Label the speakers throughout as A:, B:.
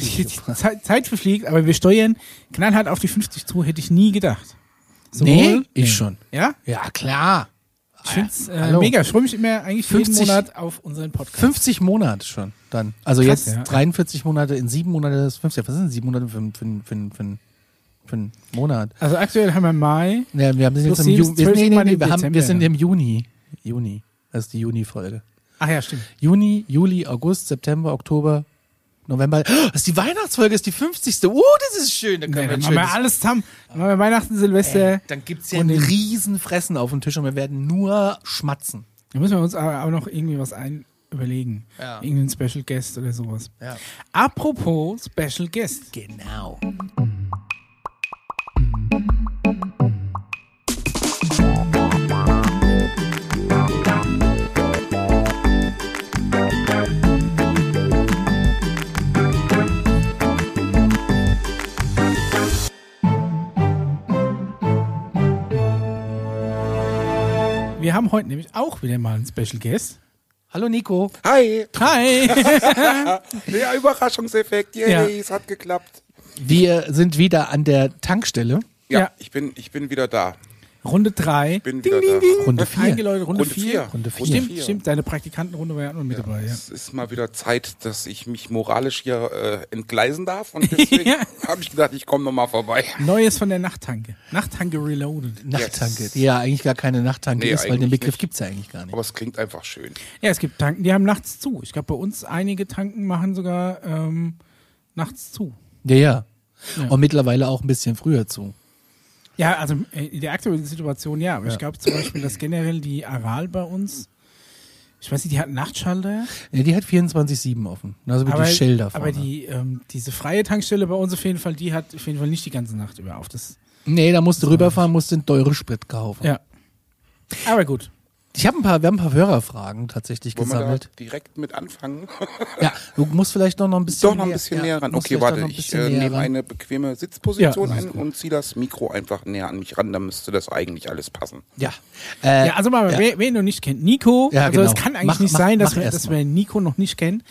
A: die Zeit, Zeit verfliegt, aber wir steuern knallhart auf die 50 zu, hätte ich nie gedacht.
B: Nee, ich schon.
A: Ja?
B: Ja, klar.
A: Ich finde es äh,
B: Hallo.
A: mega. Ich freue mich immer eigentlich
B: 50
A: jeden Monat auf unseren Podcast.
B: 50 Monate schon dann. Also
A: Krass,
B: jetzt
A: ja.
B: 43 Monate, in sieben Monate ist 50. Was sind sieben Monate für, für, für, für, für, für einen Monat?
A: Also aktuell haben wir Mai.
B: Ja, wir haben sind
A: Plus
B: jetzt im
A: sieben
B: Juni. Wir,
A: ist
B: sind- nee,
A: zwölf
B: nee,
A: Monate
B: nee,
A: im
B: wir, haben, wir
A: Dezember,
B: sind
A: ja.
B: im Juni. Juni. Das ist die Juni-Folge.
A: Ach ja, stimmt.
B: Juni, Juli, August, September, Oktober, November. Oh, das ist die Weihnachtsfolge, ist die 50. Oh, das ist schön. Äh. Da
A: Nee,
B: können wir
A: dann
B: ein
A: machen wir
B: schönes
A: alles zusammen. Dann machen wir Weihnachten, Silvester.
B: dann gibt's ja
A: Und
B: ein
A: den-
B: Riesenfressen auf dem Tisch und wir werden nur schmatzen.
A: Da müssen wir uns aber auch noch irgendwie was ein überlegen.
B: Ja.
A: Irgendeinen Special Guest oder sowas.
B: Ja.
A: Apropos Special Guest.
B: Genau.
A: Wir haben heute nämlich auch wieder mal einen Special Guest.
B: Hallo Nico.
C: Hi!
A: Hi!
C: Ja, Überraschungseffekt. Yay,
A: Ja.
C: es hat geklappt.
B: Wir sind wieder an der Tankstelle.
C: Ja,
A: Ja.
C: Ich, bin, ich bin wieder da.
A: Runde 3.
C: Bin wieder da.
B: Runde
A: Einige
B: 4.
A: Leute, Runde
C: Runde
A: 4.
C: vier.
B: Runde vier.
A: Stimmt,
C: Runde vier.
A: stimmt. Deine Praktikantenrunde war ja auch noch mit dabei. Ja.
C: Es ist mal wieder Zeit, dass ich mich moralisch hier äh, entgleisen darf. Und deswegen
A: Ja.
C: habe ich gedacht, ich komme nochmal vorbei.
A: Neues von der Nachttanke. Nachttanke Reloaded.
B: Nachttanke, die ja eigentlich gar keine Nachttanke
C: Nee,
B: ist, weil den
C: eigentlich
B: Begriff
C: nicht.
B: gibt's ja eigentlich gar nicht.
C: Aber es klingt einfach schön.
A: Ja, es gibt Tanken, die haben nachts zu. Ich glaube, bei uns einige Tanken machen sogar ähm, nachts zu.
B: Ja, ja.
A: Ja.
B: Und mittlerweile auch ein bisschen früher zu.
A: Ja, also äh, in der aktuellen Situation ja. Aber ich glaube zum Beispiel, dass generell die Aral bei uns, ich weiß nicht, die hat einen Nachtschalter.
B: Ja, die hat 24-7 offen. Also mit
A: aber
B: die Schilder vorne.
A: aber die, ähm, diese freie Tankstelle bei uns auf jeden Fall, die hat auf jeden Fall nicht die ganze Nacht über auf. Das,
B: nee, da musst du rüberfahren, musst den teuren Sprit kaufen.
A: ja. Aber gut.
B: Ich habe ein paar, wir haben ein paar Hörerfragen tatsächlich
C: Wollen wir
B: gesammelt.
C: da direkt mit anfangen?
B: Ja, du musst vielleicht noch, noch ein bisschen
C: Doch noch ein bisschen
B: ja,
C: näher ran.
B: musst
C: Okay,
B: vielleicht
C: warte,
B: noch ein
C: ich
B: bisschen
C: äh,
B: näher
C: nehme
B: ran.
C: eine bequeme Sitzposition
A: Ja, das
C: ein und ziehe das Mikro einfach näher an mich ran. Dann müsste das eigentlich alles passen.
B: Ja. Äh,
A: Ja, also mal,
B: ja.
A: Wer, wen du nicht kennt, Nico.
B: Ja,
A: also
B: genau.
A: es kann eigentlich
B: Mach-
A: nicht
B: mach-
A: sein, dass,
B: mach
A: wir,
B: erst
A: dass
B: mal.
A: wir Nico noch nicht kennen.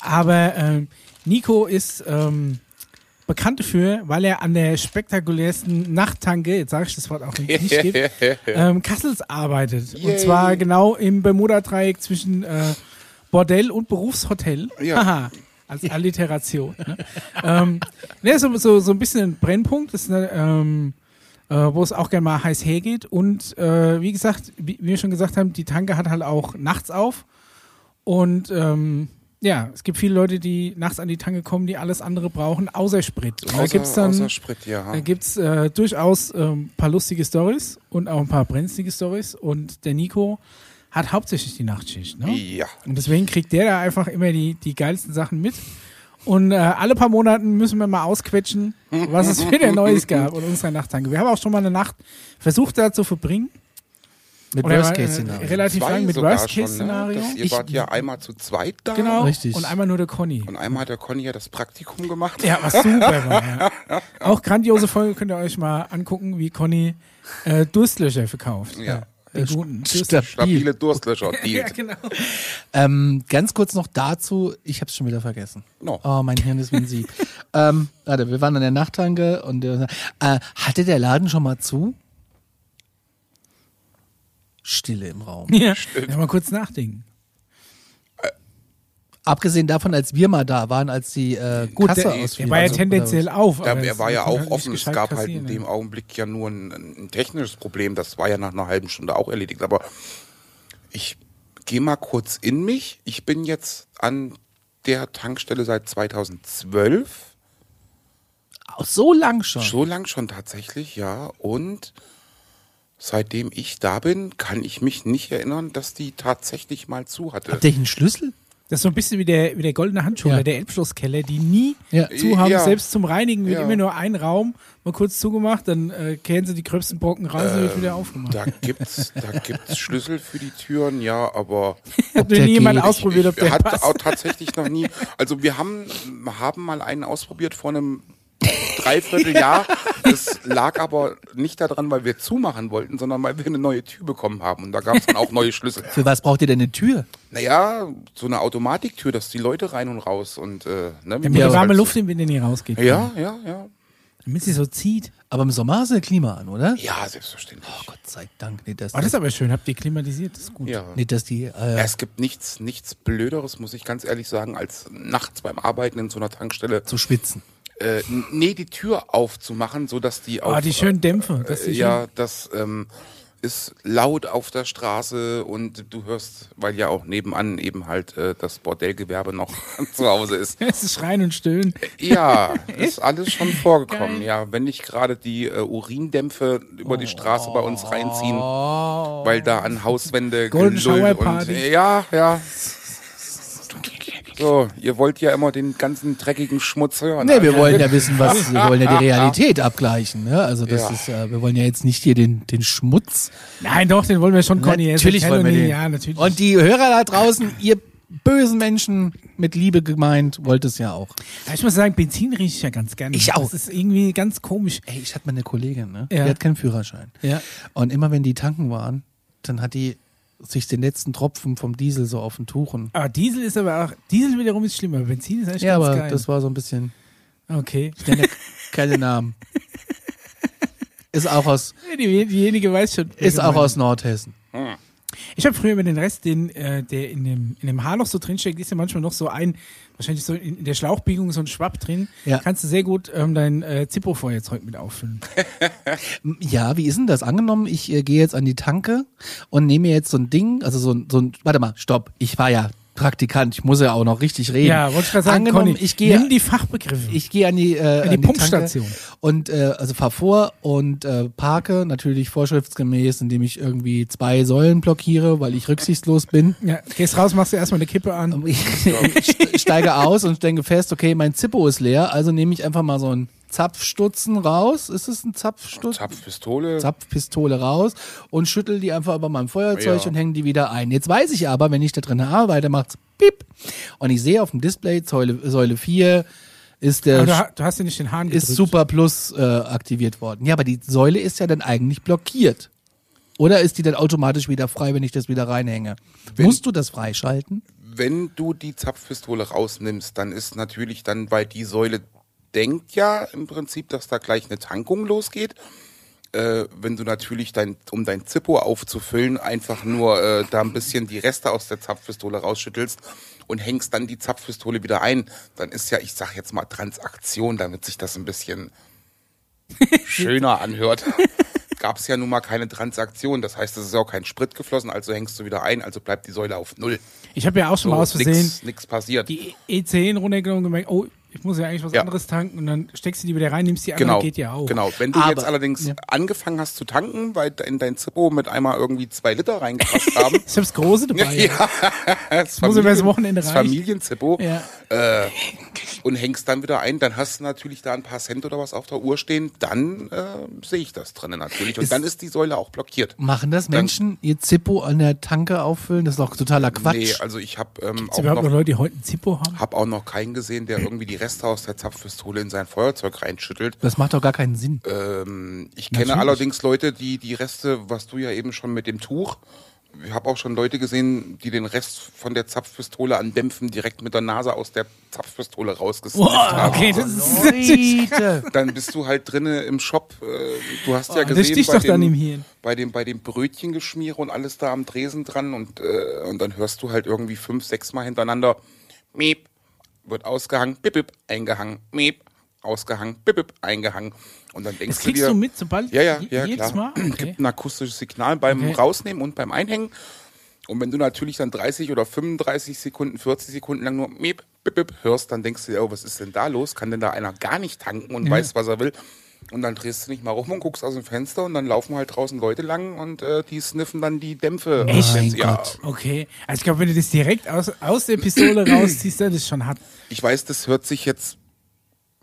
A: Aber ähm, Nico ist ähm, bekannt dafür, weil er an der spektakulärsten Nachttanke, jetzt sage ich das Wort auch nicht, nicht gibt, ähm, Kassels arbeitet. Und
C: Yay.
A: zwar genau im Bermuda-Dreieck zwischen äh, Bordell und Berufshotel.
C: Ja.
A: Haha. Als Alliteration. Ne? ähm, ne, so, so, so ein bisschen ein Brennpunkt. Das ist eine, ähm, äh, wo es auch gerne mal heiß hergeht. Und äh, wie gesagt, wie wie wir schon gesagt haben, die Tanke hat halt auch nachts auf. Und ähm, ja, es gibt viele Leute, die nachts an die Tanke kommen, die alles andere brauchen, außer Sprit. Und da
C: Außer-
A: gibt es dann
C: außer Sprit, ja.
A: da gibt's, äh, durchaus ähm, ein paar lustige Stories und auch ein paar brenzlige Stories. Und der Nico hat hauptsächlich die Nachtschicht. Ne?
C: Ja.
A: Und deswegen kriegt der da einfach immer die, die geilsten Sachen mit. Und äh, alle paar Monaten müssen wir mal ausquetschen, was es wieder Neues gab und unsere Nachttanke. Wir haben auch schon mal eine Nacht versucht, da zu verbringen.
B: Mit
A: Oder,
B: Worst
A: äh,
B: Case Szenario.
A: relativ lang mit
C: sogar
A: Worst
C: schon,
A: Case Szenario.
C: Ne? Das, ihr
B: Ich-
C: wart ja einmal zu zweit da.
A: Genau.
B: Richtig.
A: Und einmal nur der Conny.
C: Und einmal hat der Conny ja das Praktikum gemacht.
A: Ja, was super war. Ja. Auch grandiose Folge könnt ihr euch mal angucken, wie Conny äh, Durstlöcher verkauft.
C: Ja.
A: Den guten Durstlöcher.
B: Stabil.
C: Stabile Durstlöscher.
A: Ja,
C: Ja,
A: genau.
B: Ähm, ganz kurz noch dazu, ich habe es schon wieder vergessen.
C: No.
B: Oh, mein Hirn ist wie ein Sieb. ähm, warte, wir waren an der Nachttanke und äh, äh, hatte der Laden schon mal zu? Stille im Raum.
A: Ja. ja, mal kurz nachdenken.
B: Abgesehen davon, als wir mal da waren, als die äh,
A: Gut,
B: Kasse
A: der,
B: ausfiel.
A: der war ja
B: also-
A: tendenziell auf.
C: Ja,
A: aber
C: er
A: es
C: war ja
A: kann
C: auch
A: halt nicht
C: offen. Es
A: gescheit
C: gab halt in
A: kassieren,
C: dem
A: ja.
C: Augenblick ja nur ein, ein technisches Problem. Das war ja nach einer halben Stunde auch erledigt. Aber ich gehe mal kurz in mich. Ich bin jetzt an der Tankstelle seit 2012.
B: Ach, so lang schon.
C: So lang schon tatsächlich, ja. Und seitdem ich da bin, kann ich mich nicht erinnern, dass die tatsächlich mal zu hatte.
B: Habt ihr einen Schlüssel?
A: Das ist so ein bisschen wie der, wie der goldene Handschuh
B: Ja.
A: oder der Elbschlusskeller, die nie
B: Ja.
A: zu haben.
C: Ja.
A: Selbst zum Reinigen wird
C: Ja.
A: immer nur ein Raum mal kurz zugemacht, dann äh, kehren sie die gröbsten Brocken raus und
C: Äh,
A: wird wieder aufgemacht.
C: Da gibt's, da gibt's Schlüssel für die Türen, ja, aber
A: Hat noch
B: der
A: nie jemand
B: geht.
A: ausprobiert, ob
C: ich
A: der
C: hat
A: passt.
C: auch tatsächlich noch nie. Also wir haben, haben mal einen ausprobiert vor einem Dreivierteljahr. Das lag aber nicht daran, weil wir zumachen wollten, sondern weil wir eine neue Tür bekommen haben. Und da gab es dann auch neue Schlüssel.
B: Für was braucht ihr denn eine Tür?
C: Naja, so eine Automatiktür, dass die Leute rein und raus und äh, ne, wie
A: Damit die
C: das
A: warme
C: halt
A: Luft im Winter nie rausgeht.
C: So. Ja, ja, ja.
A: Damit sie so zieht.
B: Aber im Sommer hast du Klima an, oder?
C: Ja, selbstverständlich.
B: Gott sei Dank. Nee, dass,
A: Oh, das ist aber schön. Habt ihr klimatisiert? Das ist gut.
C: ja.
B: nee, dass die. Äh,
C: Es gibt nichts, nichts Blöderes, muss ich ganz ehrlich sagen, als nachts beim Arbeiten in so einer Tankstelle,
B: zu schwitzen.
C: äh, n- nee, die Tür aufzumachen, sodass die auf,
A: Oh, die schönen Dämpfe. Das
C: äh,
A: ist
C: ja, das ähm, ist laut auf der Straße und du hörst, weil ja auch nebenan eben halt äh, das Bordellgewerbe noch zu Hause ist.
A: schön. Es ist Schreien und Stöhnen.
C: Ja, ist alles schon vorgekommen. Ja, wenn nicht gerade die äh, Urindämpfe über die Straße bei uns reinziehen, weil da an Hauswände
A: Golden
C: Gelüll
A: Shower Party.
C: ja, ja. So, ihr wollt ja immer den ganzen dreckigen Schmutz hören.
B: Nee, wir wollen ja wissen, was. Wir wollen ja
A: ah,
B: die Realität abgleichen. Ne? Also, das
C: Ja.
B: ist. Äh, wir wollen ja jetzt nicht hier den, den Schmutz.
A: Nein, doch, den wollen wir schon, Conny. Er ist
B: natürlich
A: ein
B: wollen wir
A: Kenner,
B: den.
A: Ja, natürlich.
B: Und die Hörer da draußen, ihr bösen Menschen mit Liebe gemeint, wollt es ja auch.
A: Ja, Ich muss sagen, Benzin rieche ich ja ganz gerne.
B: Ich auch.
A: Das ist irgendwie ganz komisch.
B: Ey, ich hatte mal eine Kollegin, ne?
A: Ja.
B: Die hat keinen Führerschein.
A: Ja.
B: Und immer wenn die tanken waren, dann hat die sich den letzten Tropfen vom Diesel so auf den Tuchen.
A: Aber Diesel ist aber auch, Diesel wiederum ist schlimmer. Benzin ist eigentlich
B: Ja,
A: ganz
B: aber
A: geil.
B: das war so ein bisschen.
A: okay.
B: Ich nenne keine Namen. Ist auch aus,
A: Die, diejenige weiß schon. wer
B: ist auch
A: gemeint
B: aus Nordhessen.
A: Ich habe früher immer den Rest, den, äh, der in dem, in dem Haarloch so drinsteckt, ist ja manchmal noch so ein, wahrscheinlich so in, in der Schlauchbiegung so ein Schwapp drin.
B: Ja.
A: Kannst du sehr gut ähm, dein äh, Zippo-Feuerzeug mit auffüllen.
B: M- Ja, wie ist denn das? Angenommen, ich äh, gehe jetzt an die Tanke und nehme mir jetzt so ein Ding, also so ein, so ein, warte mal, stopp, ich war ja Praktikant, ich muss ja auch noch richtig reden.
A: Ja, wollte ich gerade sagen,
B: Angenommen,
A: Conny,
B: ich gehe
A: nimm die Fachbegriffe.
B: ich gehe an die, äh, an
A: die
B: Tanke
A: Pumpstation.
B: und äh, also fahr vor und äh, parke natürlich vorschriftsgemäß, indem ich irgendwie zwei Säulen blockiere, weil ich rücksichtslos bin.
A: ja, gehst raus, machst dir erstmal eine Kippe an.
B: Ich ich steige aus und denke fest, okay, mein Zippo ist leer, also nehme ich einfach mal so einen Zapfstutzen raus. Ist es ein Zapfstutzen?
C: Zapfpistole.
B: Zapfpistole raus und schüttel die einfach über meinem Feuerzeug
C: Ja.
B: und hänge die wieder ein. Jetzt weiß ich aber, wenn ich da drin arbeite, macht's piep. Und ich sehe auf dem Display Säule, Säule 4 ist der
A: Aber du, ha- du hast dir nicht den Hahn Ah, gedrückt.
B: äh, ist Super Plus äh, aktiviert worden. Ja, aber die Säule ist ja dann eigentlich blockiert. Oder ist die dann automatisch wieder frei, wenn ich das wieder reinhänge? Musst du das freischalten?
C: wenn du die Zapfpistole rausnimmst, dann ist natürlich dann, weil die Säule denkt ja im Prinzip, dass da gleich eine Tankung losgeht. Äh, wenn du natürlich dein, um dein Zippo aufzufüllen, einfach nur äh, da ein bisschen die Reste aus der Zapfpistole rausschüttelst und hängst dann die Zapfpistole wieder ein, dann ist ja, ich sag jetzt mal Transaktion, damit sich das ein bisschen schöner anhört. Gab es ja nun mal keine Transaktion, das heißt, es ist ja auch kein Sprit geflossen, also hängst du wieder ein, also bleibt die Säule auf Null.
A: Ich habe ja auch schon
B: Oh,
A: mal aus
C: So,
A: Versehen
C: nix, nix passiert.
A: die E10 runtergenommen und gemerkt, oh, ich muss ja eigentlich was
C: Ja.
A: anderes tanken und dann steckst du die wieder rein, nimmst die
C: genau,
A: andere, geht ja auch.
C: genau. Wenn du
B: Aber-
C: jetzt allerdings angefangen hast zu tanken, weil in dein Zippo mit einmal irgendwie zwei Liter reingepasst haben,
A: Ich hab's große dabei.
C: das,
A: muss
C: Familien-
A: übers Wochenende
C: das
A: reichen.
C: Familienzippo
A: Ja.
C: und hängst dann wieder ein, dann hast du natürlich da ein paar Cent oder was auf der Uhr stehen, dann äh, sehe ich das drinnen natürlich. Und dann ist die Säule auch blockiert.
B: Machen das Menschen ihr Zippo an der Tanke auffüllen? Das ist doch totaler Quatsch.
C: Nee, also ich habe ähm,
A: Gibt's
C: auch
A: überhaupt noch
C: noch,
A: Leute, die heute einen Zippo haben?
C: hab auch noch keinen gesehen, der irgendwie die Reste aus der Zapfpistole in sein Feuerzeug reinschüttelt.
B: das macht doch gar keinen Sinn.
C: Ähm, ich kenne
B: Natürlich.
C: allerdings Leute, die die Reste, was du ja eben schon mit dem Tuch, ich habe auch schon Leute gesehen, die den Rest von der Zapfpistole an Dämpfen direkt mit der Nase aus der Zapfpistole rausgesnifft
A: Boah,
C: haben.
A: okay, das ist natürlich
B: Leute.
C: Dann bist du halt drinne im Shop. äh, Du hast ja
A: das
C: gesehen,
A: sticht
C: bei,
A: Ah, doch dann
C: dem,
A: im Hirn.
C: bei dem bei dem Brötchengeschmiere und alles da am Dresen dran und äh, und dann hörst du halt irgendwie fünf, sechs Mal hintereinander, miep, wird ausgehangen, bip, bip, eingehangen, miep, ausgehangen, bip, bip, eingehangen. Und dann
A: Das
C: denkst du
A: kriegst
C: dir,
A: du mit, sobald
C: ja, ja,
A: je-
C: ja,
A: jedes
C: klar.
A: Mal? Okay.
C: Gibt ein akustisches Signal beim
A: Okay.
C: Rausnehmen und beim Einhängen. Und wenn du natürlich dann 30 oder 35 Sekunden, 40 Sekunden lang nur miep, bip, bip, hörst, dann denkst du dir, oh, was ist denn da los? Kann denn da einer gar nicht tanken und weiß, was er will? Und dann drehst du nicht mal rum und guckst aus dem Fenster und dann laufen halt draußen Leute lang und äh, die sniffen dann die Dämpfe.
A: Echt?
C: Wenn
B: Mein
C: sie- ja,
B: Gott.
A: Okay, also ich glaube, wenn du das direkt aus, aus der Pistole rausziehst, dann ist schon hart.
C: Ich weiß, das hört sich jetzt,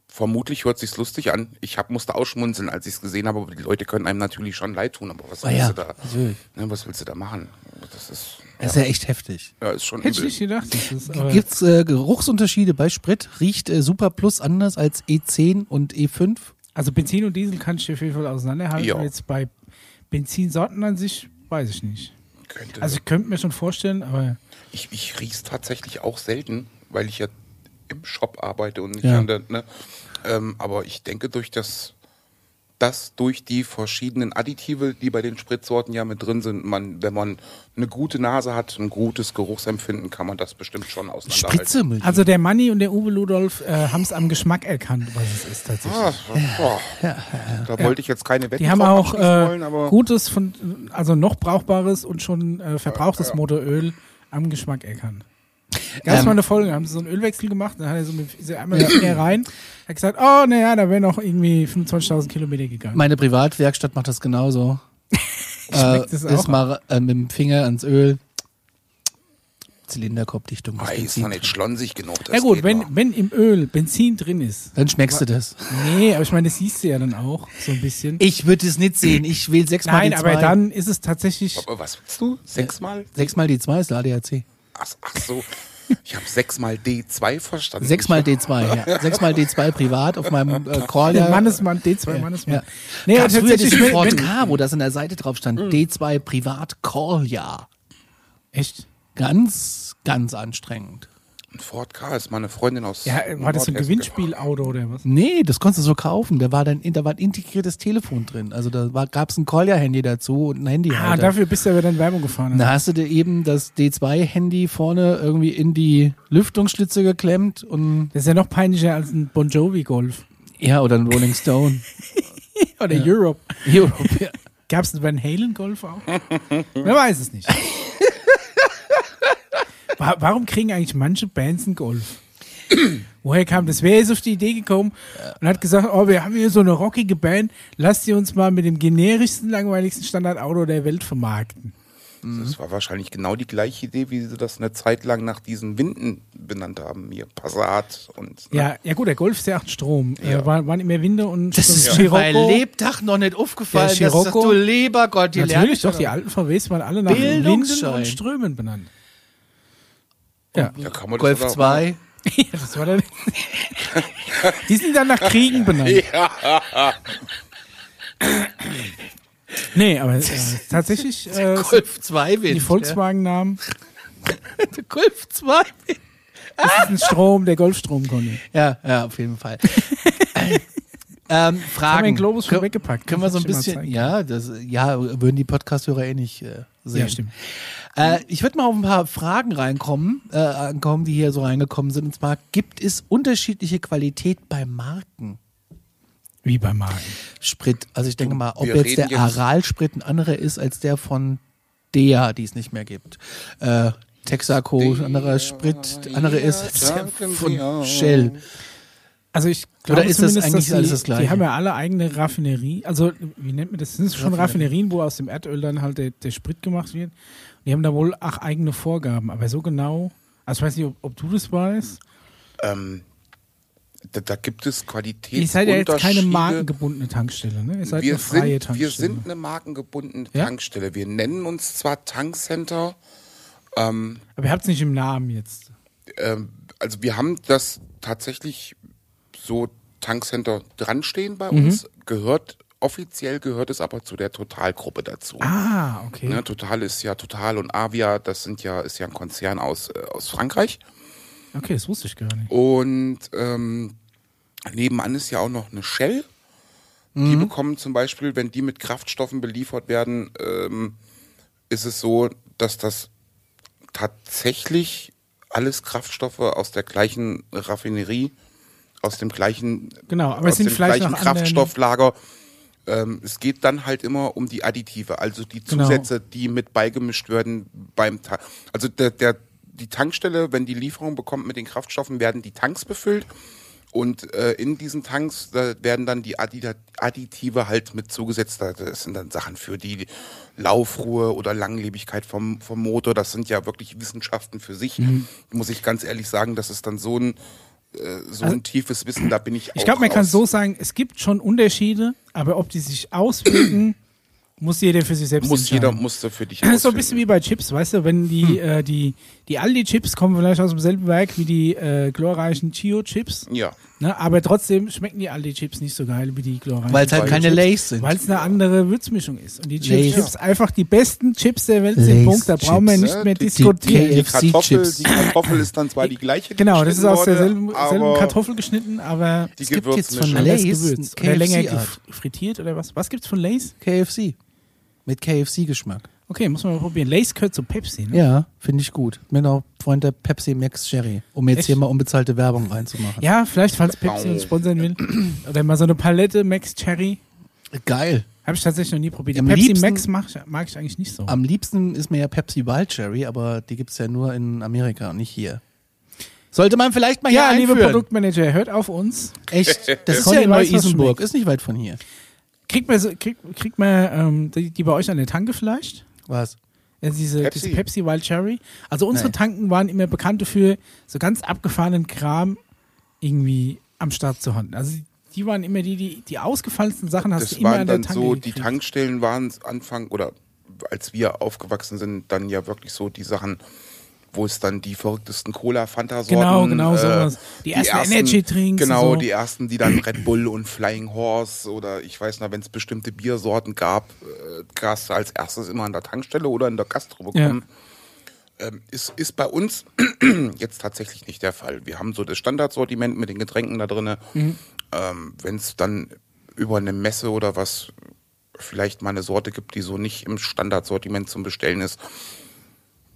C: vermutlich hört sich's lustig an. Ich hab, musste ausschmunzeln, als ich's gesehen habe, aber die Leute können einem natürlich schon leid tun. Aber was
B: Ah
C: willst
B: ja,
C: du da?
B: natürlich.
C: Ne, was willst du da machen? Das ist.
B: Das ist ja echt heftig.
C: Ja, ist schon
A: Hätte ich
C: übel.
A: nicht gedacht. Das ist, aber
B: Gibt es äh, Geruchsunterschiede bei Sprit? Riecht äh, Super Plus anders als E10 und E E5?
A: also Benzin und Diesel kann ich auf jeden Fall auseinanderhalten.
C: Ja.
A: Jetzt bei Benzinsorten an sich weiß ich nicht.
C: Könnte.
A: Also ich könnte mir schon vorstellen, aber
C: ich, ich riech's tatsächlich auch selten, weil ich ja im Shop arbeite und nicht
B: Ja.
C: an der, ne? ähm, aber ich denke durch das dass durch die verschiedenen Additive, die bei den Spritsorten ja mit drin sind, man, wenn man eine gute Nase hat, ein gutes Geruchsempfinden, kann man das bestimmt schon auseinanderhalten.
B: Spritzemüll.
A: also der Manni und der Uwe Ludolf äh, haben es am Geschmack erkannt, was es ist tatsächlich.
C: Ah, boah. Da wollte ich jetzt keine Wetten
A: Die haben
C: drauf
A: auch
C: abschließen
A: äh,
C: wollen, aber
A: gutes von also noch brauchbares und schon äh, verbrauchtes Motoröl am Geschmack erkannt. Gab es
B: Ähm.
A: mal eine Folge, da haben sie so einen Ölwechsel gemacht, dann hat er so mit so einmal mehr rein, hat gesagt, oh naja, da wären noch irgendwie 25.000 Kilometer gegangen.
B: Meine Privatwerkstatt macht das genauso. Äh,
A: Schmeckt es
B: ist
A: auch?
B: mal äh, mit dem Finger ans Öl. Zylinderkopfdichtung. das
C: Ei, Ah, ist
B: Benzin
C: noch nicht
B: drin.
C: schlonsig genug. das
A: Na gut,
C: geht
A: wenn,
C: noch.
A: wenn im Öl Benzin drin ist.
B: Dann schmeckst du das.
A: Nee, aber ich meine, das siehst du ja dann auch so ein bisschen.
B: Ich würde es nicht sehen. Ich wähle sechsmal
A: Nein,
B: die
A: aber
B: zwei.
A: dann ist es tatsächlich.
C: Aber Oh, was willst du? Sechsmal?
B: Sechsmal die zwei ist der ADAC.
C: Ach, ach so. Ich habe sechsmal D2 verstanden.
B: Sechsmal D2, ja. Sechsmal D2 privat auf meinem äh, Crawler.
A: Mannesmann, D2 Mannesmann.
B: Ja.
A: Nee,
B: Gab's früher
A: tatsächlich. Mm.
B: diesen
A: wenn-
B: Ford
A: wenn-
B: K, wo das an der Seite drauf stand. D2 privat Crawler.
A: Echt?
B: Ganz, ganz anstrengend.
C: Ein Ford K ist meine Freundin aus.
A: Ja, war das so ein
C: Nordhessen.
A: Gewinnspielauto oder was?
B: Nee, das konntest du so kaufen. Da war, dann, da war ein integriertes Telefon drin. Also da gab es ein Collier-Handy dazu und ein Handy.
A: Ah, dafür bist du aber dann Werbung gefahren.
B: Da hast du dir eben das D2-Handy vorne irgendwie in die Lüftungsschlitze geklemmt und
A: Das ist ja noch peinlicher als ein Bon Jovi Golf.
B: ja, oder ein Rolling Stone.
A: Oder Europe.
B: Europe, ja.
A: Gab es einen Van Halen Golf auch? Wer weiß es nicht. Wa- Warum kriegen eigentlich manche Bands einen Golf? Woher kam das? Wer ist auf die Idee gekommen und hat gesagt, oh, wir haben hier so eine rockige Band, lasst sie uns mal mit dem generischsten, langweiligsten Standardauto der Welt vermarkten. Mhm.
C: Das war wahrscheinlich genau die gleiche Idee, wie sie das eine Zeit lang nach diesen Winden benannt haben. Hier Passat und.
A: Ja, ja gut, der Golf ist ja auch ein Strom.
C: Ja.
A: Äh, waren, waren immer Winde und
B: Das ist mir
A: Scirocco.
B: bei Lebtag noch nicht aufgefallen.
A: Der
B: Ja, das ist
A: Scirocco.
B: du lieber Gott, die
A: Natürlich doch,
B: lernen.
A: die alten VWs waren alle nach Linden
B: Bildungsschein.
A: und Strömen benannt. Ja,
C: Da kann man das
B: Golf
C: aber auch
B: 2.
A: ja das war dann. die sind dann nach Kriegen benannt. Nee, aber äh, tatsächlich äh, sind
B: Golf 2 Wind.
A: die Volkswagen-Namen,
B: Ja. Golf 2 Wind.
A: das ist ein Strom, der Golfstrom konnte.
B: Ja, ja, auf jeden Fall. ähm, Fragen.
A: Haben wir den Globus schon
B: Kö-
A: weggepackt.
B: Können wir so ein
A: Muss ich dir mal
B: bisschen,
A: zeigen.
B: ja, das, ja, würden die Podcast-Hörer eh nicht äh, sehen.
A: Ja, stimmt.
B: Äh, ich würde mal auf ein paar Fragen reinkommen, äh, ankommen, die hier so reingekommen sind. Und zwar, gibt es unterschiedliche Qualität bei Marken?
A: Wie bei Magen.
B: Sprit. Also ich denke mal, ob
C: wir
B: jetzt
C: reden
B: der
C: jetzt-
B: Aral-Sprit ein anderer ist als der von DEA, die es nicht mehr gibt. Äh, Texaco, anderer Sprit, der andere ist als der
C: danken Sie
B: von
C: auch.
B: Shell.
A: Also ich glaube
B: Oder ist das
A: zumindest,
B: eigentlich
A: dass die,
B: alles das Gleiche?
A: Die haben ja alle eigene Raffinerie. Also wie nennt man das? Das sind schon Raffinerien, wo aus dem Erdöl dann halt der, der Sprit gemacht wird. Und die haben da wohl auch eigene Vorgaben. Aber so genau, also ich weiß nicht, ob, ob du das weißt.
C: Ähm, da, da gibt es Qualitätsunterschiede.
A: Ihr seid ja jetzt keine markengebundene Tankstelle, ne? Ihr seid
C: wir
A: eine freie
C: sind,
A: Tankstelle.
C: Wir sind eine markengebundene
A: Ja?
C: Tankstelle. Wir nennen uns zwar Tankcenter,
A: Aber ihr habt es nicht im Namen jetzt.
C: ähm, also wir haben das tatsächlich so Tankcenter dran stehen bei
A: Mhm.
C: uns, gehört offiziell gehört es aber zu der Totalgruppe dazu.
A: Ah, okay.
C: Ne, Total ist ja Total und Avia, das sind ja ist ja ein Konzern aus äh, aus Frankreich
A: Okay, das wusste ich gar nicht.
C: und ähm, nebenan ist ja auch noch eine Shell. Die
A: Mhm.
C: bekommen zum Beispiel, wenn die mit Kraftstoffen beliefert werden, ähm, ist es so, dass das tatsächlich alles Kraftstoffe aus der gleichen Raffinerie, aus dem gleichen,
A: Genau, aber es
C: aus
A: sind
C: dem
A: vielleicht
C: gleichen
A: noch anderen-
C: Kraftstofflager. Ähm, es geht dann halt immer um die Additive, also die
A: Genau.
C: Zusätze, die mit beigemischt werden beim Tank. Also der, der, die Tankstelle, wenn die Lieferung bekommt mit den Kraftstoffen, werden die Tanks befüllt. Und äh, in diesen Tanks da werden dann die Addi- Additive halt mit zugesetzt. Da- Das sind dann Sachen für die Laufruhe oder Langlebigkeit vom, vom Motor. Das sind ja wirklich Wissenschaften für sich.
A: Mhm.
C: Muss ich ganz ehrlich sagen, das ist dann so ein, äh,
A: Also
C: so ein tiefes Wissen. Da bin ich,
A: Ich glaube, man kann so sagen, es gibt schon Unterschiede, aber ob die sich auswirken, Muss jeder für sich selbst
C: Muss jeder
A: entscheiden.
C: musste für dich.
A: Das ist so ein bisschen wie bei Chips, weißt du, wenn die,
B: Hm.
A: äh, die, die Aldi-Chips kommen vielleicht aus demselben Werk wie die äh, glorreichen Chio-Chips,
C: Ja.
A: ne? aber trotzdem schmecken die Aldi-Chips nicht so geil wie die glorreichen
B: Weil es halt
C: Weil
B: keine
C: Chips-
B: Lays sind.
A: Weil es eine andere Würzmischung ist. Und die Chips,
B: Lays.
A: Chips einfach die besten Chips der Welt
B: Lays
A: sind. Punkt. Da brauchen wir
B: Chips,
A: nicht
C: ne?
A: mehr
C: Die- die
A: diskutieren.
C: Die
B: KFC
C: Kartoffel,
B: Chips.
C: die Kartoffel ist dann zwar die gleiche. die
A: Genau, das ist aus
C: geschnitten
A: derselben
C: wurde,
A: selben
C: aber
A: Kartoffel geschnitten, aber
C: Die
B: Es gibt jetzt von
C: Gewürzmischung.
A: anders
B: Lays
A: gewürzt.
B: ein
A: Oder länger
B: KFC-Art.
A: gef- frittiert oder was? Was gibt's von Lays?
B: KFC. Mit KFC-Geschmack.
A: Okay, muss man mal probieren. Lays gehört zu Pepsi, ne?
B: Ja, finde ich gut. Bin auch Freund der Pepsi Max Sherry, um jetzt
A: Echt?
B: hier mal unbezahlte Werbung reinzumachen.
A: Ja, vielleicht, falls Pepsi uns sponsern will. Oder mal so eine Palette Max Cherry.
B: Geil.
A: Habe ich tatsächlich noch nie probiert. Die
B: Am
A: Pepsi
B: liebsten-
A: Max mag ich, mag ich eigentlich nicht so.
B: Am liebsten ist mir ja Pepsi Wild Cherry, aber die gibt's ja nur in Amerika und nicht hier. Sollte man vielleicht mal
A: Ja,
B: hier
A: liebe
B: einführen.
A: Produktmanager, hört auf uns.
B: Echt, das ist
A: Conny
B: ja in
A: weiß, was
B: Neu-Isenburg,
A: schmeckt.
B: ist nicht weit von hier.
A: Kriegt man, so- kriegt, kriegt man ähm, die, die bei euch an der Tanke vielleicht?
B: Was?
A: Also diese
C: Pepsi.
A: Pepsi. Diese Pepsi Wild Cherry. Also unsere
B: Nee.
A: Tanken waren immer bekannt dafür, so ganz abgefahrenen Kram irgendwie am Start zu haben. Also die waren immer die, die, die ausgefallensten Sachen hast
C: Das
A: du immer
C: waren
A: an der
C: dann
A: Tanke
C: so, die
A: gekriegt.
C: Tankstellen waren Anfang oder als wir aufgewachsen sind, dann ja wirklich so die Sachen, wo es dann die verrücktesten Cola, Fanta Sorten,
A: Genau, genau sowas. Die ersten Energy-Drinks
C: Genau,
A: und so.
C: die ersten, die dann Red Bull und Flying Horse oder ich weiß noch, wenn es bestimmte Biersorten gab, äh, hast du als erstes immer an der Tankstelle oder in der Gastro bekommen. Ähm, ist, ist bei uns jetzt tatsächlich nicht der Fall. Wir haben so das Standardsortiment mit den Getränken da drin. Ähm, Wenn es dann über eine Messe oder was vielleicht mal eine Sorte gibt, die so nicht im Standardsortiment zum Bestellen ist,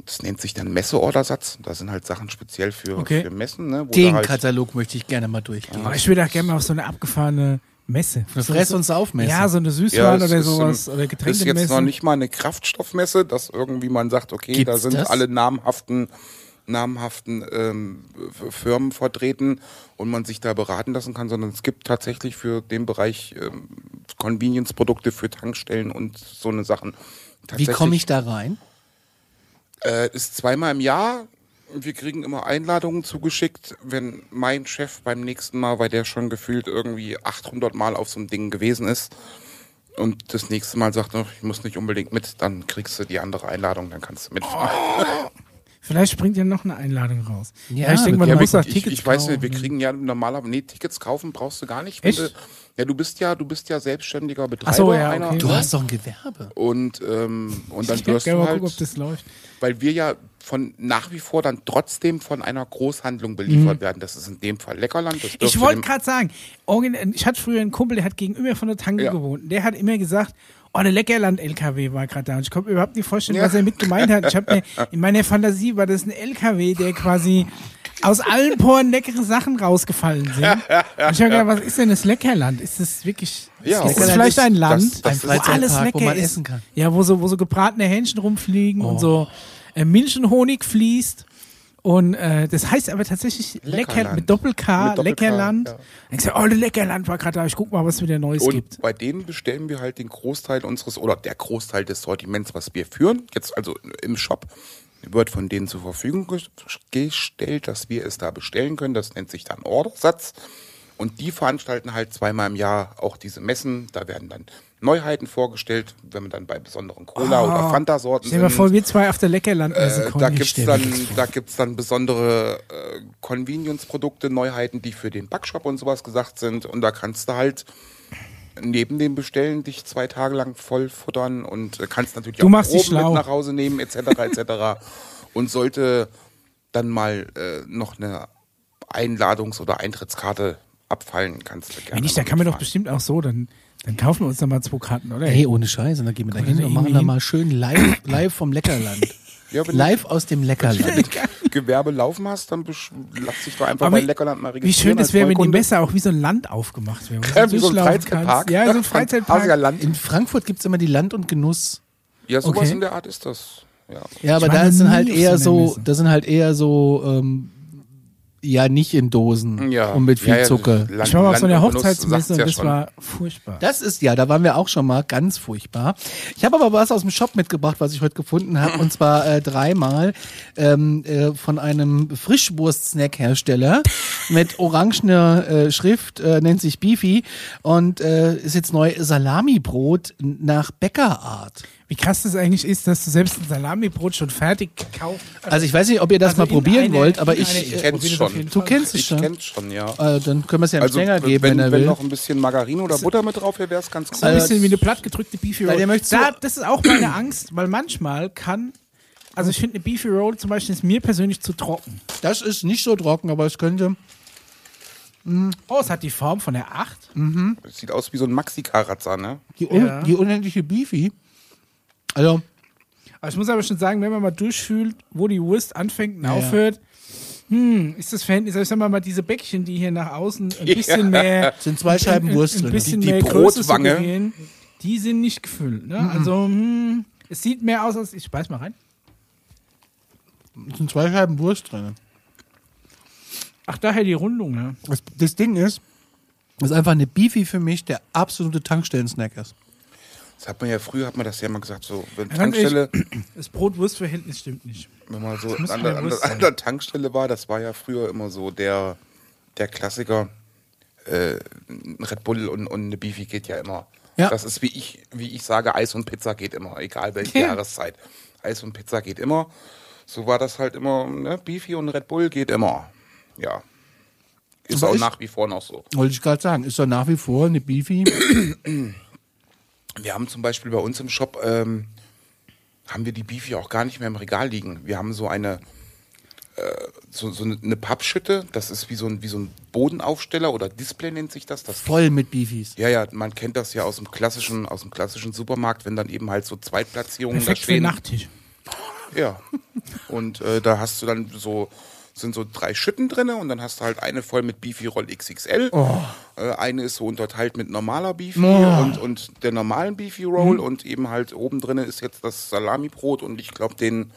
C: das nennt sich dann Messeordersatz. Da sind halt Sachen speziell für,
A: Okay.
C: für Messen. Ne, wo
B: Den
C: du halt
B: Katalog möchte ich gerne mal durchgehen.
A: Aber ich würde auch gerne mal auf so eine abgefahrene Messe.
B: Eine
A: So-
B: Fress-
A: so-
B: und Saufmesse.
A: Ja, so eine
C: Ja,
A: Süßwaren
C: es
A: oder
C: ist,
A: sowas.
C: ähm,
A: oder
C: ist jetzt noch
A: Getränkemesse.
C: nicht mal eine Kraftstoffmesse, dass irgendwie man sagt, okay, da
B: Gibt's
C: sind
B: das?
C: alle namhaften, namhaften ähm, F- Firmen vertreten und man sich da beraten lassen kann, sondern es gibt tatsächlich für den Bereich ähm, Convenience-Produkte für Tankstellen und so eine Sachen.
B: Wie
C: Tatsächlich,
B: komme ich da rein?
C: Äh, ist zweimal im Jahr. Wir kriegen immer Einladungen zugeschickt, wenn mein Chef beim nächsten Mal, weil der schon gefühlt irgendwie 800 Mal auf so einem Ding gewesen ist, und das nächste Mal sagt er, ich muss nicht unbedingt mit, dann kriegst du die andere Einladung, dann kannst du
A: Oh,
C: mitfahren.
A: Vielleicht springt ja noch eine Einladung raus.
B: Ja,
A: Vielleicht denkt man,
B: ja,
A: man
C: wir-
A: muss auch
C: ich,
A: Tickets
C: ich weiß nicht, wir
A: kaufen.
C: kriegen ja normalerweise, nee, Tickets kaufen brauchst du gar nicht. wenn
A: Echt?
C: Du, ja, du bist ja, du bist ja selbstständiger Betreiber
A: Ach so, ja,
C: einer.
A: okay.
B: Du hast doch ein Gewerbe.
C: Und, ähm, und dann
A: Ich würde
C: wirst
A: gerne
C: du
A: mal
C: halt,
A: gucken, ob das läuft.
C: weil wir ja von nach wie vor dann trotzdem von einer Großhandlung beliefert werden. Das ist in dem Fall Leckerland. Das dürfte
A: Mhm. Ich wollte
C: dem-
A: gerade sagen, original- ich hatte früher einen Kumpel, der hat gegenüber von der Tanke
C: Ja.
A: gewohnt. Der hat immer gesagt, oh, der Leckerland-LKW war gerade da. Und ich konnte mir überhaupt nicht vorstellen,
C: Ja.
A: was er mit gemeint hat. Ich hab mir, in meiner Fantasie war das ein LKW, der quasi aus allen Poren leckere Sachen rausgefallen sind. Und ich habe gedacht, was ist denn das Leckerland? Ist das wirklich,
C: Ja,
A: ist das
B: Leckerland
A: vielleicht
B: ist-
A: ein
C: das-
A: Land,
C: das
B: ist-
A: wo alles
B: Freizeitpark,
A: lecker
B: wo man
A: ist?
B: essen kann. Oh.
A: Ja, wo so, wo so gebratene Hähnchen rumfliegen und so äh, Milch und Honig fließt. Und äh, das heißt aber tatsächlich Lecker,
C: Leckerland.
A: mit Doppel-K,
C: Mit Doppel-K,
A: Ah, Leckerland.
C: ja.
A: Ich sag, oh, Leckerland war gerade da, ich guck mal, was wieder Neues
C: Und
A: gibt.
C: bei denen bestellen wir halt den Großteil unseres oder der Großteil des Sortiments, was wir führen, jetzt also im Shop, wird von denen zur Verfügung ges- gestellt, dass wir es da bestellen können. Das nennt sich dann Ordersatz. Und die veranstalten halt zweimal im Jahr auch diese Messen. Da werden dann Neuheiten vorgestellt, wenn wir dann bei besonderen Cola- oder Fanta-Sorten
A: Ah, Stell dir mal vor, wir zwei auf der Leckerland-Messe
C: äh,
A: kommen.
C: da
A: Ich
C: gibt's
A: stell
C: dann,
A: mir-
C: da gibt's dann besondere äh, Convenience-Produkte, Neuheiten, die für den Backshop und sowas gesagt sind. Und da kannst du halt neben dem Bestellen dich zwei Tage lang voll futtern und äh, kannst natürlich
A: Du machst dich schlau.
C: mit nach Hause nehmen, etc. etc. und sollte dann mal äh, noch eine Einladungs- oder Eintrittskarte abfallen, kannst du gerne.
A: Wenn nicht, dann
C: mal
A: kann man doch
C: mitfahren.
A: bestimmt auch so, dann, dann kaufen wir uns dann mal zwei Karten, oder?
B: Ey, ohne Scheiße, und dann gehen wir da
A: Guck,
B: hin
A: da
B: und machen
A: irgendwie
B: da mal schön live, live vom Leckerland.
C: Ja, wenn
B: live aus dem Leckerland.
C: du Gewerbe laufen hast, dann besch- lass dich doch einfach
A: Aber
C: bei Leckerland mal
A: wie
C: registrieren.
A: schön das
C: als
A: wäre, wenn die
C: Neukunde.
A: Messe auch wie so ein Land aufgemacht wäre. wo du
C: Ja, wie so ein
A: durchlaufen kannst.
C: Freizeitpark.
A: Ja, so ein Freizeitpark.
C: Asialand.
B: In Frankfurt gibt's immer die Land und Genuss.
C: Ja, sowas
A: Okay.
C: in der Art ist das. Ja.
B: Ja, aber
A: war
B: da
A: noch
B: sind
A: nie
B: halt
A: auf
B: eher
A: so
B: so,
A: einer Messe.
B: da sind halt eher so, ähm, ja, nicht in Dosen
C: ja.
B: und mit viel
C: ja, ja,
B: Zucker.
C: Land-
A: Ich war mal auf so einer
C: Land- und Genuss sagt's
A: Hochzeitsmesse und
C: ja
A: das
C: schon.
A: war furchtbar.
B: Das ist ja, da waren wir auch schon mal ganz furchtbar. Ich habe aber was aus dem Shop mitgebracht, was ich heute gefunden habe, und zwar äh, dreimal ähm, äh, von einem Frischwurst-Snack-Hersteller. mit orangener äh, Schrift, äh, nennt sich Beefy und äh, ist jetzt neu Salami-Brot nach Bäckerart.
A: Wie krass das eigentlich ist, dass du selbst ein Salamibrot schon fertig gekauft hast.
B: Also ich weiß nicht, ob ihr das
A: Also
B: mal
A: in
B: probieren
A: eine-
B: wollt, aber
A: in
B: ich,
A: eine-
C: Ich
A: äh,
C: kenn's
A: probier das
C: schon.
A: auf jeden
B: du
A: Fall.
B: kennst es
C: Ich
B: schon.
C: kenn's schon, ja.
B: Äh, dann können wir es ja im
C: Also,
B: Stänger geben, wenn,
C: wenn,
B: er
C: wenn
B: will.
C: noch ein bisschen Margarine oder Butter mit drauf wäre, wäre es ganz
A: so ein
C: cool.
A: bisschen wie eine plattgedrückte Beefy
B: Äh, Weil
A: Roll.
B: der möchte so-
A: da, das ist auch meine Angst, weil manchmal kann, also ich finde eine Beefy Roll zum Beispiel ist mir persönlich zu trocken.
B: Das ist nicht so trocken, aber es könnte.
A: Oh, es hat die Form von der 8.
C: Sieht aus wie so ein Maxi-Karazza, ne?
B: Die, un
A: Ja.
B: die unendliche Beefy. Also,
A: Aber ich muss aber schon sagen, wenn man mal durchfühlt, wo die Wurst anfängt und
B: Ja, ja.
A: aufhört, hm, ist das Verhältnis, also ich sag mal, mal diese Bäckchen, die hier nach außen ein bisschen mehr,
B: sind zwei
A: ein,
B: Scheiben
A: ein
B: Wurst drin.
A: bisschen
C: Die- die
A: mehr Größe
C: Brotwange.
A: suggerieren, die sind nicht gefüllt.
B: Mhm.
A: Ne? Also, hm, es sieht mehr aus als, ich beiß mal rein.
B: sind zwei Scheiben Wurst drin.
A: Ach, daher die Rundung, ne?
B: Das, das Ding ist, dass einfach eine Beefy für mich der absolute Tankstellen-Snack ist.
C: Das hat man ja früher, hat man das ja immer gesagt, so, wenn
A: Ganz
C: Tankstelle,
A: Das Brot-Wurst-Verhältnis stimmt nicht.
C: wenn man so
A: muss
C: an
A: man
C: der,
A: ja
C: an, der,
A: bewusst
C: an der Tankstelle war, das war ja früher immer so der, der Klassiker. Äh, ein Red Bull und, und eine Beefy geht ja immer.
B: Ja.
C: Das ist, wie ich, wie ich sage, Eis und Pizza geht immer, egal welche
A: Ja.
C: Jahreszeit. Eis und Pizza geht immer. So war das halt immer, ne? Beefy und Red Bull geht immer. Ja. Ist
B: Aber
C: auch
B: ich-
C: nach wie vor noch so.
B: Wollte ich gerade sagen. Ist doch nach wie vor eine Beefy.
C: Wir haben zum Beispiel bei uns im Shop, ähm, haben wir die Beefy auch gar nicht mehr im Regal liegen. Wir haben so eine, äh, so, so eine- eine Pappschütte, das ist wie so, ein, wie so ein Bodenaufsteller oder Display nennt sich das. das
B: voll mit Beefies.
C: ja, ja, man kennt das ja aus dem klassischen, aus dem klassischen Supermarkt, wenn dann eben halt so Zweitplatzierungen
A: Perfekt
C: da
A: für den
C: stehen.
A: Nachttisch.
C: Ja. Und äh, da hast du dann so, sind so drei Schütten drin und dann hast du halt eine voll mit Beefy Roll XXL.
B: Oh.
C: Äh, eine ist so unterteilt halt mit normaler Beefy und, und der normalen Beefy
B: Hm.
C: Roll und eben halt oben drin ist jetzt das Salamibrot und ich glaube den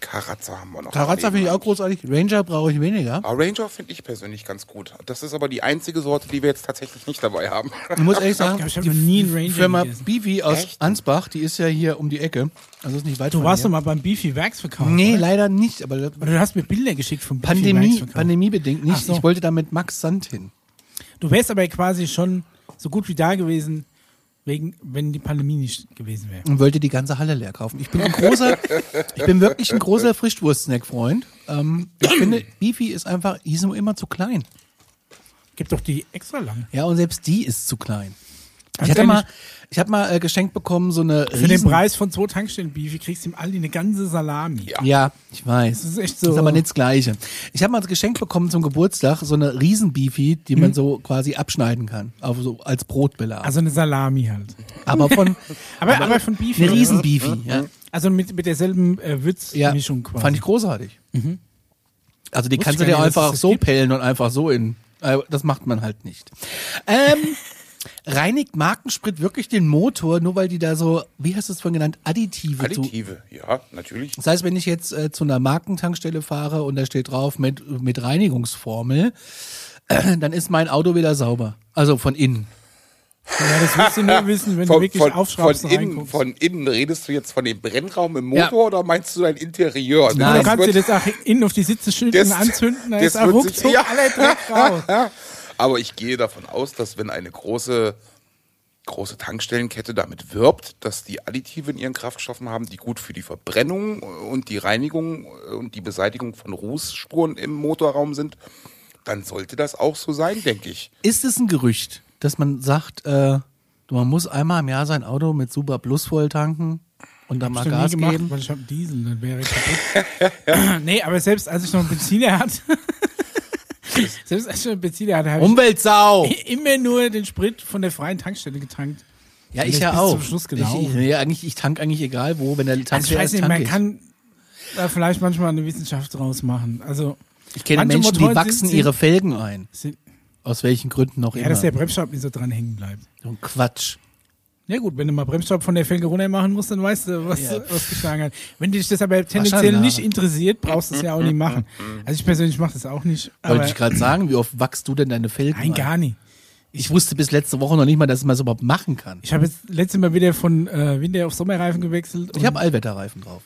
C: Karazza haben wir noch.
B: Tarazza finde ich auch großartig. Ranger brauche ich weniger.
C: Aber Ranger finde ich persönlich ganz gut. Das ist aber die einzige Sorte, die wir jetzt tatsächlich nicht dabei haben.
B: Ich muss ehrlich sagen,
A: Ja, ich hab
B: die
A: noch nie einen Ranger
B: Firma
A: gegessen.
B: Beefy aus
C: Echt?
B: Ansbach, die ist ja hier um die Ecke. Also ist nicht weit
A: Du
B: von
A: warst doch
B: hier.
A: mal beim Beefy Werksverkauf.
B: Nee,
A: oder?
B: leider nicht. Aber
A: Oder du hast mir Bilder geschickt vom Beefy
B: Pandemie,
A: Werksverkauf.
B: pandemiebedingt
A: Ach
B: nicht.
A: so.
B: Ich wollte da mit Max Sand hin.
A: Du wärst aber quasi schon so gut wie da gewesen, wegen, wenn die Pandemie nicht gewesen wäre.
B: und wollte die ganze Halle leer kaufen. Ich bin ein großer, ich bin wirklich ein großer Frischwurst-Snack-Freund. Ähm, ich finde, Beefy ist einfach, die ist nur immer zu klein.
A: Gib doch die extra lang.
B: Ja, und selbst die ist zu klein.
A: Ganz
B: ich hatte
A: ehrlich.
B: mal, ich habe mal äh, geschenkt bekommen so eine
A: Also Für den
B: Riesen-
A: Preis von zwei Tankstellen Beefy kriegst du im Aldi eine ganze Salami.
C: Ja.
B: Ja, ich weiß.
A: Das ist echt
B: Das
A: so.
B: ist aber nicht das Gleiche. Ich habe mal als Geschenk bekommen zum Geburtstag so eine Riesen-Beefy, die man so quasi abschneiden kann, auf so als Brotbelag.
A: Mhm. Also eine Salami halt.
B: aber von
A: Aber, aber, von Beefy.
B: eine Riesen-Beefy. Ja,
A: Also mit, mit derselben äh,
B: ja
A: Würzmischung quasi.
B: fand ich großartig. Also die
A: Mhm. Wusste
B: kannst du
A: ich
B: dir
A: gar nicht, dass
B: einfach
A: es das
B: so
A: gibt.
B: pellen und einfach so in. Äh, das macht man halt nicht. Ähm, reinigt Markensprit wirklich den Motor, nur weil die da so, wie hast du es vorhin genannt, Additive, Additive. zu
C: Additive, ja, natürlich.
B: Das heißt, wenn ich jetzt äh, zu einer Markentankstelle fahre und da steht drauf mit, mit Reinigungsformel, äh, dann ist mein Auto wieder sauber. Also von innen.
A: ja, das wirst du nur wissen, wenn du
C: Von,
A: wirklich
C: von,
A: aufschraubst
C: von,
A: und
C: innen,
A: reinguckst.
C: von innen redest du jetzt von dem Brennraum im
B: Ja.
C: Motor oder meinst du dein Interieur? Also, Das
B: Nein.
A: du
B: Nein.
A: kannst dir
C: wird-
A: das auch innen auf die Sitze schütteln,
C: das-
A: anzünden, da
C: das
A: ist auch
C: wird sich-
A: ruckzuck
C: ja.
A: aller Dreck raus.
C: Aber ich gehe davon aus, dass wenn eine große, große Tankstellenkette damit wirbt, dass die Additive in ihren Kraftstoffen haben, die gut für die Verbrennung und die Reinigung und die Beseitigung von Rußspuren im Motorraum sind, dann sollte das auch so sein, denke ich.
B: Ist es ein Gerücht, dass man sagt, äh, man muss einmal im Jahr sein Auto mit Super Plus voll tanken und dann mal
A: Hab ich noch nie
B: Gas
A: gemacht,
B: geben?
A: weil ich habe Diesel, dann wäre ich kaputt. nee, aber selbst als ich noch einen Benziner hatte, selbst als ich noch einen Benziner hatte,
B: Um
A: habe
B: Umweltsau!
A: ich immer nur den Sprit von der freien Tankstelle getankt.
B: Ja,
A: Und
B: ich
A: das
B: ja
A: bis
B: auch.
A: zum Schluss gelaufen.
B: Ich, ich, nee, eigentlich, ich tank eigentlich egal wo, wenn der Tank
A: Also ich weiß nicht,
B: tank
A: man
B: ich.
A: kann da vielleicht manchmal eine Wissenschaft draus machen. Also
B: ich kenne
A: manche
B: Menschen, die
A: Motoren
B: wachsen
A: sind-
B: ihre Felgen ein.
A: sind-
B: Aus welchen Gründen auch
A: ja,
B: immer.
A: dass der Bremsstaub nicht so dran hängen bleibt.
B: so ein Quatsch.
A: Ja gut, wenn du mal Bremsstaub von der Felge runter machen musst, dann weißt du, was,
B: Ja.
A: was geschlagen hat. Wenn dich das aber tendenziell
B: Wahrscheinlich,
A: nicht
B: ja. Mhm.
A: interessiert, brauchst du es ja auch nicht machen. Also ich persönlich mache das auch nicht. Aber
B: Wollte ich gerade sagen, wie oft wachst du denn deine Felgen
A: nein,
B: ein?
A: gar nicht.
B: Ich wusste bis letzte Woche noch nicht mal, dass man es überhaupt machen kann.
A: Ich habe jetzt letztes Mal wieder von äh, Winter auf Sommerreifen gewechselt.
B: Ich habe Allwetterreifen drauf.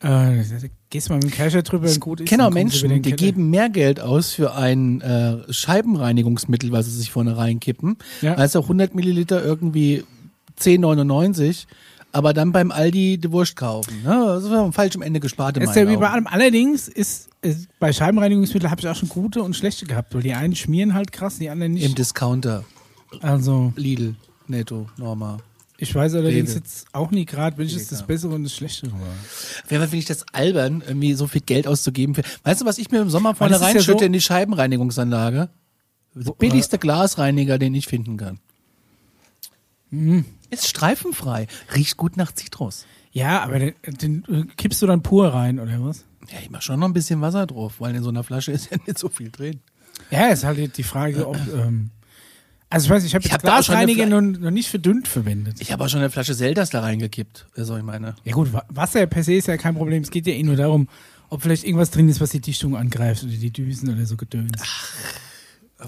A: Äh, gehst mal mit dem Casher drüber und gut
B: Ich
A: ist.
B: kenne
A: dann
B: auch
A: kommen sie wieder
B: Menschen,
A: in
B: die
A: den Keller.
B: geben mehr Geld aus für ein äh, Scheibenreinigungsmittel, was sie sich vorne reinkippen,
A: Ja.
B: als auch 100 Milliliter irgendwie 10,99, aber dann beim Aldi die Wurst kaufen. Ne? Das ist am falschen Ende gespart in
A: Das ist ja
B: meinen
A: wie bei
B: Augen.
A: allem. Allerdings ist, ist bei Scheibenreinigungsmitteln habe ich auch schon gute und schlechte gehabt, weil die einen schmieren halt krass, die anderen
B: Im
A: nicht.
B: Discounter,
A: Also
B: Lidl, Netto, Norma.
A: ich weiß allerdings
B: Rewe.
A: jetzt auch nie gerade, welches
B: Edeka.
A: das Bessere und das Schlechtere war.
B: Wäre finde ich das albern, irgendwie so viel Geld auszugeben für. Weißt du, was ich mir im Sommer vorne
A: das ist ja
B: reinschütte
A: so-
B: in die Scheibenreinigungsanlage? Der billigste Glasreiniger, den ich finden kann. Ist streifenfrei, riecht gut nach Zitrus.
A: Ja, aber den, den äh, kippst du dann pur rein oder was?
B: Ja, ich mach schon noch ein bisschen Wasser drauf, weil in so einer Flasche ist ja nicht so viel drin.
A: Ja, ist halt die Frage, ob. Ähm, also ich weiß, nicht, ich habe
B: Ich hab
A: jetzt
B: da auch schon eine
A: Glasreiniger
B: Fle-
A: noch, noch nicht verdünnt verwendet.
B: Ich habe auch schon eine Flasche Selters da reingekippt. Also ich meine.
A: Ja gut, Wa- Wasser per se ist ja kein Problem. Es geht ja eh nur darum, ob vielleicht irgendwas drin ist, was die Dichtung angreift oder die Düsen oder so gedöns.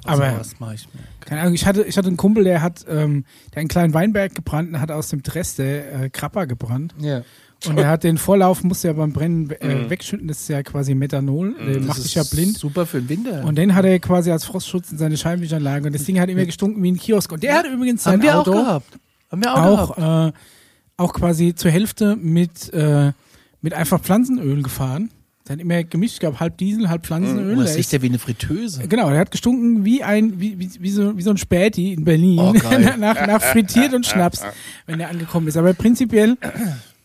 A: Aber-
B: was mache ich mir?
A: Keine Ahnung, ich hatte, ich hatte einen Kumpel, der hat, ähm, der hat einen kleinen Weinberg gebrannt und hat aus dem Treste äh, Krapper gebrannt.
B: Ja.
A: Und er hat den Vorlauf, musste ja beim Brennen äh,
B: Mhm.
A: wegschütten, das ist ja quasi Methanol, der macht dich ja blind.
B: Super für den Winter.
A: Und den hat er quasi als Frostschutz in seine Scheinwischanlage und das Ding hat immer gestunken wie ein Kiosk. Und der hat übrigens sein
B: Mhm. haben wir
A: Auto
B: auch gehabt. Haben wir auch, gehabt.
A: auch, äh, auch quasi zur Hälfte mit, äh, mit einfach Pflanzenöl gefahren. Dann immer gemischt gab halb Diesel, halb Pflanzenöl.
B: Oh,
A: Der
B: das
A: ist-
B: riecht ja wie eine Fritteuse.
A: Genau, der hat gestunken wie ein, wie, wie, wie, so, wie so ein Späti in Berlin.
B: Oh, geil.
A: nach, nach frittiert und Schnaps, wenn der angekommen ist. Aber prinzipiell,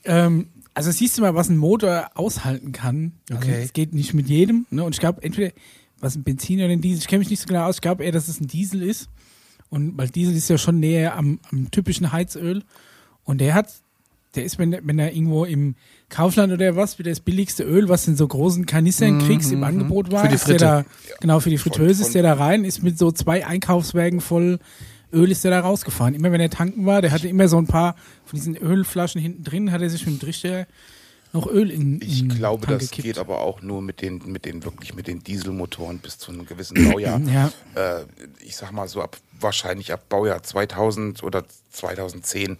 A: ähm, also siehst du mal, was ein Motor aushalten kann. Also
B: Okay.
A: Es geht nicht mit jedem. Ne? Und ich glaube, entweder was ein Benzin oder ein Diesel. Ich kenne mich nicht so genau aus. Ich glaube eher, dass es ein Diesel ist. Und weil Diesel ist ja schon näher am, am typischen Heizöl. Und der hat, der ist, wenn, wenn er irgendwo im Kaufland oder was, wie das billigste Öl, was du in so großen Kanistern kriegst, im Angebot war,
B: Mhm, Für die
A: ist der
B: Fritte.
A: da, genau, für die Fritteuse
C: Voll-
A: ist der da rein, ist mit so zwei Einkaufswagen voll Öl ist der da rausgefahren. Immer wenn er tanken war, der hatte immer so ein paar von diesen Ölflaschen hinten drin, hat er sich mit dem Trichter noch Öl in
C: Ich
A: in den
C: glaube,
A: Hm, Tank
C: das
A: gekippt.
C: geht aber auch nur mit den, mit den wirklich mit den Dieselmotoren bis zu einem gewissen Baujahr.
A: Ja. Also
C: Äh, ich sag mal so ab wahrscheinlich ab Baujahr 2000 oder 2010.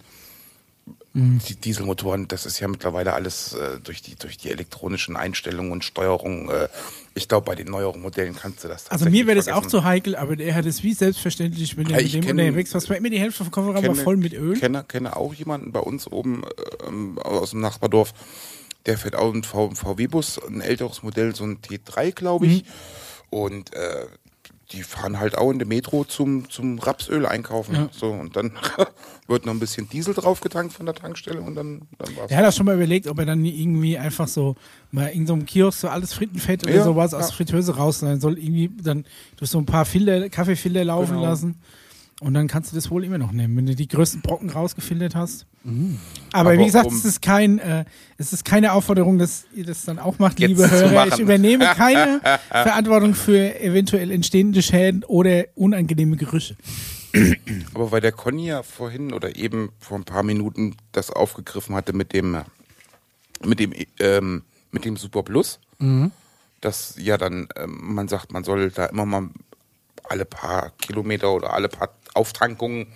A: Mhm.
C: Die Dieselmotoren, das ist ja mittlerweile alles äh, durch die durch die elektronischen Einstellungen und Steuerungen. Äh, ich glaube, bei den neueren Modellen kannst du das.
A: Also mir wäre das auch
C: tatsächlich
A: zu heikel, aber er hat es wie selbstverständlich, wenn er
C: Ja,
A: mit
C: ich
A: dem
C: kenn-
A: unterwegs war. Es war immer die Hälfte vom Kofferraum war
C: kenne-
A: voll mit Öl.
C: Kenne, kenne auch jemanden bei uns oben ähm, aus dem Nachbardorf, der fährt auch einen V- VW-Bus, ein älteres Modell, so ein T3, glaube
A: Mhm.
C: ich. Und äh, die fahren halt auch in der Metro zum, zum Rapsöl einkaufen. So, und dann wird noch ein bisschen Diesel draufgetankt von der Tankstelle und dann, dann war's.
A: Der hat auch schon mal überlegt, ob er dann irgendwie einfach so mal in so einem Kiosk so alles Frittenfett oder
C: Ja,
A: sowas aus
C: ja.
A: Fritteuse raus sein soll, irgendwie dann durch so ein paar Filter, Kaffeefilter laufen
C: Genau.
A: lassen. Und dann kannst du das wohl immer noch nehmen, wenn du die größten Brocken rausgefiltert hast. Aber,
C: Mhm. Aber
A: wie gesagt,
C: um-
A: es ist kein, äh, es ist keine Aufforderung, dass ihr das dann auch macht,
C: Jetzt
A: liebe
C: zu
A: Hörer. Ich
C: machen.
A: übernehme keine Verantwortung für eventuell entstehende Schäden oder unangenehme Gerüche.
C: Aber weil der Conny ja vorhin oder eben vor ein paar Minuten das aufgegriffen hatte mit dem äh, mit dem ähm, mit dem Super Plus, dass ja dann ähm, man sagt, man soll da immer mal alle paar Kilometer oder alle paar Auftankungen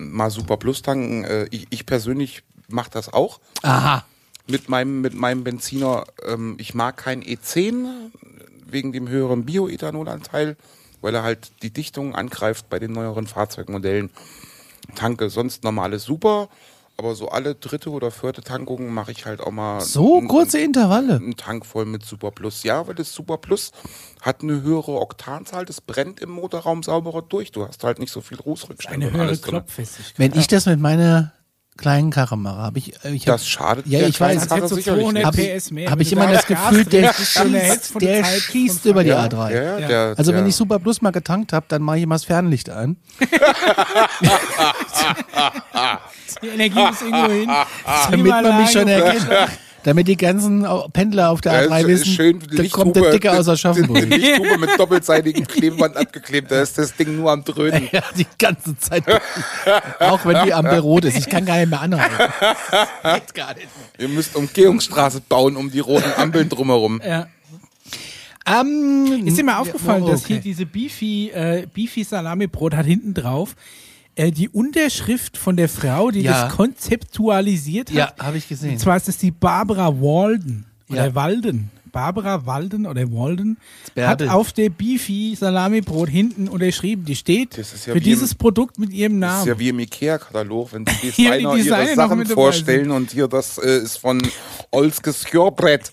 C: mal Super Plus tanken. Äh, ich, ich persönlich mache das auch
B: Aha.
C: mit meinem, mit meinem Benziner, ähm, ich mag kein E10 wegen dem höheren Bioethanolanteil, weil er halt die Dichtung angreift bei den neueren Fahrzeugmodellen. Tanke sonst normales super, aber so alle dritte oder vierte Tankungen mache ich halt auch mal
B: So
C: n-
B: kurze Intervalle.
C: einen Tank voll mit Super Plus. Ja, weil das Super Plus hat eine höhere Oktanzahl, das brennt im Motorraum sauberer durch. Du hast halt nicht so viel
A: Eine
C: Rußrückstände. und
A: höhere
C: Also alles ne? drin.
A: Klopffestigkeit.
B: Wenn ich das mit meiner kleinen Karre mache, habe ich, äh, ich hab,
C: Das schadet
B: Ja,
C: der
B: ich weiß.
C: kleinen Karre
A: Hat so
C: sicherlich
A: 200
C: nicht.
B: habe
A: PS
B: ich,
A: mehr,
B: hab
A: wenn
B: ich
A: du
B: immer
A: da
B: das
A: Gas
B: Gefühl, der
A: drehst, dann
B: schießt,
A: hältst du von der
B: der
A: Zeit
B: schießt
A: von
B: über die
A: Ja,
B: A3.
C: Ja, ja,
A: Ja.
C: Der,
B: Also wenn
C: der-
B: ich Super Plus mal getankt habe, dann mache ich immer das Fernlicht an.
A: Die Energie ist irgendwo hin.
B: Damit man mich schon erkennt. Damit die ganzen Au- Pendler auf der
C: Ja,
B: A3
C: ist
B: wissen,
C: Äh, schön,
B: da kommt der
C: Lichthube-
B: Dicke aus
C: Die
B: Aschaffenburg.
C: Lichthube mit doppelseitigem Klebeband abgeklebt, da ist das Ding nur am Dröhnen.
B: ja, die ganze Zeit. Auch wenn die Ampel rot ist. Ich kann gar nicht mehr anhalten. Das geht gar nicht mehr.
C: Ihr müsst Umgehungsstraße bauen um die roten Ampeln drumherum.
A: Ja.
B: Ähm,
A: Ist dir mal aufgefallen, dass
B: Oh, okay.
A: hier diese Beefy, äh, Beefy Salami Brot hat hinten drauf äh, die Unterschrift von der Frau, die
B: Ja.
A: das konzeptualisiert hat.
B: Ja, habe ich gesehen.
A: Und zwar ist es die Barbara Walden oder
B: Ja.
A: Walden. Bärbara Walden oder Walden hat
B: Bärbel.
A: auf der Bifi Salamibrot hinten unterschrieben. Die steht
C: Das ist ja
A: für
C: wie
A: dieses
C: im-
A: Produkt mit ihrem
C: Das ist
A: Namen.
C: ja wie im Ikea-Katalog, wenn die
A: Hier die
C: Designer ihre
A: Designer noch
C: Sachen
A: mit dabei
C: vorstellen und hier das äh, ist von Olskes Jörbrett.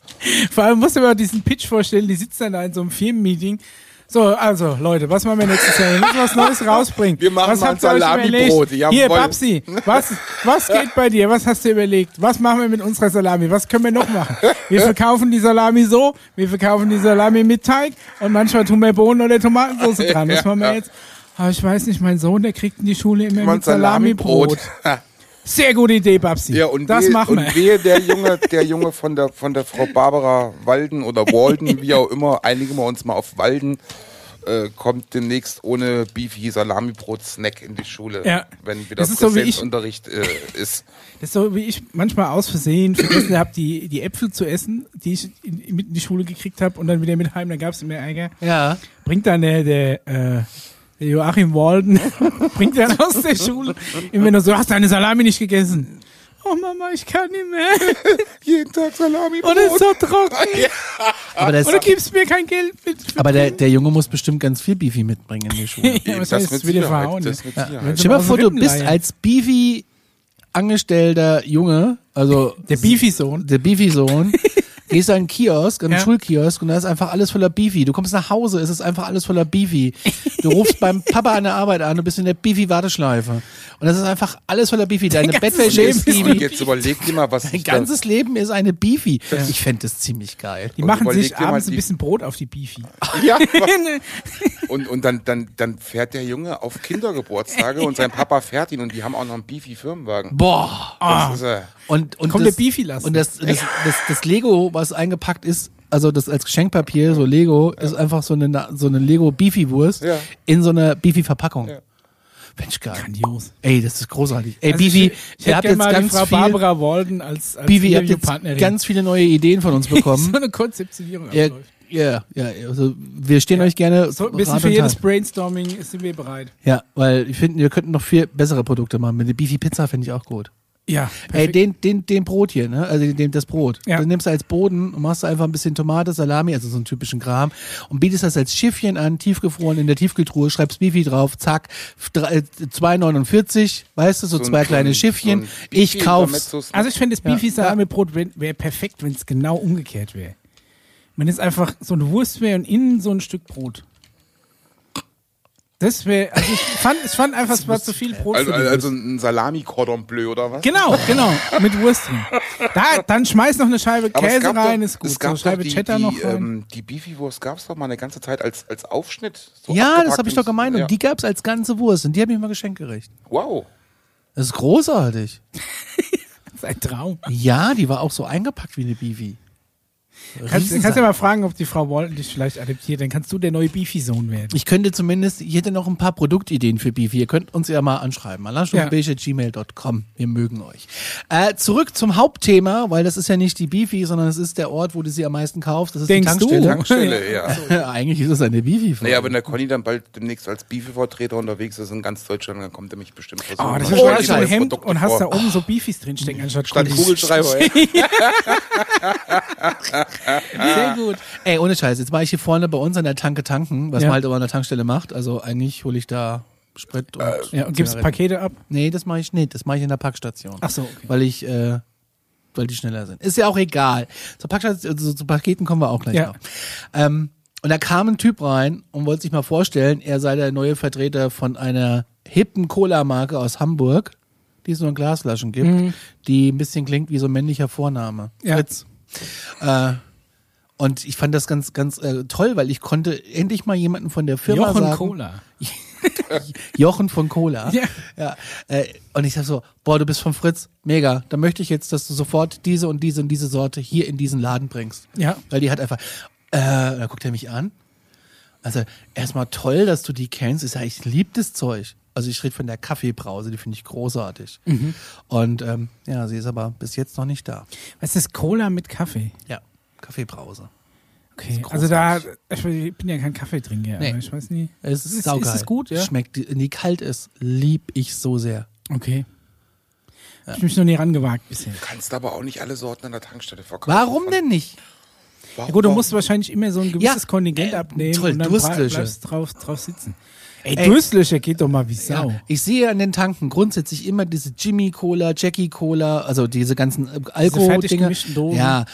A: Vor allem musst du mir auch diesen Pitch vorstellen, die sitzt dann da in so einem Firmenmeeting. So, also Leute, was machen wir nächstes Jahr? Wir müssen was Neues rausbringen.
C: Wir machen
A: was
C: mal
A: habt ihr euch
C: Salamibrot,
A: überlegt? Hier,
C: jawohl.
A: Babsi, was, was geht bei dir? Was hast du überlegt? Was machen wir mit unserer Salami? Was können wir noch machen? Wir verkaufen die Salami so, wir verkaufen die Salami mit Teig und manchmal tun wir Bohnen oder Tomatensauce dran. Was machen wir jetzt? Aber ich weiß nicht, mein Sohn, der kriegt in die Schule immer
C: Man
A: mit Salamibrot. Sehr gute Idee, Babsi.
C: Ja, und
A: das
C: wehe,
A: machen wir.
C: Und wehe der Junge, der Junge von der, von der Frau Barbara Walden oder Walden, wie auch immer, einigen wir uns mal auf Walden, äh, kommt demnächst ohne Beefy Salamibrot-Snack in die Schule,
A: Ja.
C: wenn wieder
A: Das ist so wie ich-
C: Präsenzunterricht äh, ist.
A: Das ist so, wie ich manchmal aus Versehen vergessen habe, die, die Äpfel zu essen, die ich in, mit in die Schule gekriegt habe und dann wieder mit heim, dann gab es mehr Ärger.
B: Ja.
A: Bringt dann der, der, äh, der Joachim Walden, bringt dann aus der Schule immer nur so, "Du hast deine Salami nicht gegessen. Oh Mama, ich kann nicht mehr.
C: Jeden Tag Salamibrot.
A: Und es ist so trocken.
C: Ah,
B: Aber, das,
A: Und du gibst mir kein Geld mit. für-
B: aber der, der Junge muss bestimmt ganz viel Beefy mitbringen in die Schule.
A: Ja, was heißt,
C: mit
A: will ich
C: Sicherheit,
A: verhauen?
C: das mit
A: Ja.
C: Sicherheit.
B: Stell dir mal
A: Aus
B: vor, du
A: Rippen
B: bist
A: leihen.
B: als Beefy angestellter Junge, also
A: Der Beefy-Sohn.
B: der Beefy-Sohn, gehst an einen Kiosk, an einen
A: Ja.
B: Schulkiosk und da ist einfach alles voller Beefy. Du kommst nach Hause, es ist einfach alles voller Beefy. Du rufst beim Papa an der Arbeit an, du bist in der Beefy-Warteschleife. Und das ist einfach alles voller Beefy. Deine
A: ganzes
B: Bettwäsche
A: Leben
B: ist
A: ist
C: Und
B: Beefy.
C: jetzt überleg dir mal, was
B: Dein
C: ich da,
B: ganzes Leben ist eine Beefy. Ich fände das ziemlich geil.
A: Die
C: Und
A: machen
C: überleg
A: sich
C: dir mal
A: abends ein
C: die- Ah,
A: bisschen Brot auf die Beefy.
C: ja, und, und dann, dann, dann fährt der Junge auf Kindergeburtstage und sein Papa fährt ihn und die haben auch noch einen Beefy Firmenwagen.
B: Boah.
A: Ah,
C: Das ist, äh,
B: Und, und
A: Kommt
B: das,
A: der Beefy lassen.
B: Und das, das, das, das Lego, was eingepackt ist, also das als Geschenkpapier, so Lego, ist einfach so eine, Na- so eine Lego Beefy-Wurst
C: Ja.
B: in so einer Beefy-Verpackung. Mensch, geil.
A: Grandios.
B: Ey, das ist großartig. Ey,
A: Also
B: Beefy,
A: ich, ich
B: ihr
A: hätte
B: habt
A: gerne
B: jetzt
A: mal die
B: ganz
A: Frau
B: viel,
A: Barbara Walden als, als
B: Beefy, ihr habt jetzt
A: Interviewpartnerin.
B: ganz viele neue Ideen von uns bekommen.
A: so eine Konzeptionierung
B: ja,
A: abläuft.
B: ja, ja, also wir stehen euch gerne
A: So ein
B: Rat
A: bisschen
B: und
A: für
B: Tat.
A: jedes Brainstorming sind wir bereit.
B: Ja, weil ich finde, wir könnten noch viel bessere Produkte machen. Eine Beefy-Pizza finde ich auch gut.
A: Ja.
B: Ey, den, den, den Brot hier, ne? Also den, das Brot.
A: Ja.
B: Dann nimmst du als Boden und machst da einfach ein bisschen Tomate, Salami, also so einen typischen Kram und bietest das als Schiffchen an, tiefgefroren in der Tiefkühltruhe, schreibst Bifi drauf, zack, f- drei- äh, 2,49, weißt du, so,
C: ein-
B: zwei
C: so
B: kleine
C: ein-
B: Schiffchen.
C: so ein
B: ich
C: Beefy
B: kauf's.
C: Intermezzo-Snack.
A: Also ich finde, das Beefy Salamibrot wäre perfekt, wenn es genau umgekehrt wäre. Wenn es einfach so eine Wurst wäre und innen so ein Stück Brot. Das wäre, also ich fand, ich fand einfach, es war zu viel Brot
C: Also,
A: für die
C: also, also
A: Wurst.
C: ein Salami-Cordon bleu oder was?
A: Genau, genau, mit Wurst drin. Da, dann schmeiß noch eine Scheibe
C: Aber es
A: Käse
C: gab doch-
A: rein, ist gut.
C: Es gab
A: so eine Scheibe
C: doch die,
A: Cheddar
C: die,
A: noch rein.
C: Ähm, die Beefy-Wurst gab es doch mal eine ganze Zeit als, als Aufschnitt. so
B: Ja, das
C: abgepackt
B: habe ich doch
C: und-
B: gemeint.
C: ja.
B: Und die gab's als ganze Wurst und die habe ich mal geschenkt gekriegt.
C: Wow.
B: Das ist großartig.
A: das ist ein Traum.
B: Ja, die war auch so eingepackt wie eine Bifi.
A: Kannst, kannst ja mal fragen, ob die Frau Walton dich vielleicht adoptiert, dann kannst du der neue Beefy-Sohn werden.
B: Ich könnte zumindest, ich hätte noch ein paar Produktideen für Beefy. Ihr könnt uns ja mal anschreiben. Alarmstufenbeige.gmail.com. Wir mögen euch. Äh, zurück zum Hauptthema, weil das ist ja nicht die Beefy, sondern es ist der Ort, wo du sie am meisten kaufst. Das ist
A: Denkst
B: die
A: du?
B: Tankstelle.
C: Tankstelle,
A: Also-
C: ja.
B: Eigentlich ist es eine Beefy.
C: Naja, wenn der Conny dann bald demnächst als Beefy-Vertreter unterwegs ist in ganz Deutschland, dann kommt er mich bestimmt versuchen.
A: Oh, das
C: Dann
A: ist
C: stell
A: oh,
C: ich
A: so
C: neue
A: ein Hemd
C: Produkte
A: und hast da
C: vor.
A: oben so Beefys drinstecken anstatt
C: Statt
A: Kugeln.
C: Kugelschreiber. ja.
B: Sehr gut. Ey, ohne Scheiß. Jetzt war ich hier vorne bei uns an der Tanke tanken, was
A: Ja.
B: man halt aber an der Tankstelle macht. Also eigentlich hole ich da Sprit und.
A: Äh, Ja, und gibst
B: Zigaretten.
A: Pakete ab.
B: Nee, das mache ich nicht. Das mache ich in der Packstation.
A: Ach so, okay.
B: Weil ich, äh, weil die schneller sind. Ist ja auch egal. Zur Packstation, also zu Paketen kommen wir auch gleich
A: Ja.
B: noch. Ähm, und da kam ein Typ rein und wollte sich mal vorstellen, er sei der neue Vertreter von einer hippen Cola-Marke aus Hamburg, die es nur in Glasflaschen gibt, die ein bisschen klingt wie so ein männlicher Vorname.
A: Mhm. Ja.
B: Fritz. Äh, und ich fand das ganz, ganz äh, toll, weil ich konnte endlich mal jemanden von der Firma
A: Jochen
B: sagen.
A: Cola.
B: Jochen von Cola.
A: Ja.
B: ja. Äh, und ich sag so, boah, du bist von Fritz, mega. Dann möchte ich jetzt, dass du sofort diese und diese und diese Sorte hier in diesen Laden bringst.
A: Ja.
B: Weil die hat einfach, äh, und dann guckt er mich an. Also erstmal toll, dass du die kennst. Ich sage, ich liebe das Zeug. Also ich rede von der Kaffeebrause, die finde ich großartig.
A: Mhm.
B: Und ähm, ja, sie ist aber bis jetzt noch nicht da.
A: Was ist Cola mit Kaffee?
B: Ja, Kaffeebrause.
A: Okay. Also da, ich bin ja kein Kaffeetrinker,
B: Nee.
A: aber ich weiß nie.
B: Es ist,
A: Ist-
B: saugeil.
A: ist es gut, ja?
B: Schmeckt, nee, kalt ist, lieb ich so sehr.
A: Okay. Hab ich mich noch nie rangewagt bisher.
C: Du kannst aber auch nicht alle Sorten an der Tankstelle verkaufen.
B: Warum denn nicht?
C: Warum,
A: Ja gut, du musst wahrscheinlich immer so ein gewisses
B: Ja,
A: Kontingent
B: äh,
A: abnehmen
B: toll,
A: und dann
B: Durstlöcher.
A: bleibst drauf, drauf sitzen. Ey,
B: Ey.
A: Durstlöcher geht doch mal wie Sau.
B: Ja, ich sehe an den Tanken grundsätzlich immer diese Jimmy Cola, Jackie Cola, also diese ganzen äh,
A: fertig
B: Alkohol-Dinger.
A: gemischten Dosen.
B: äh,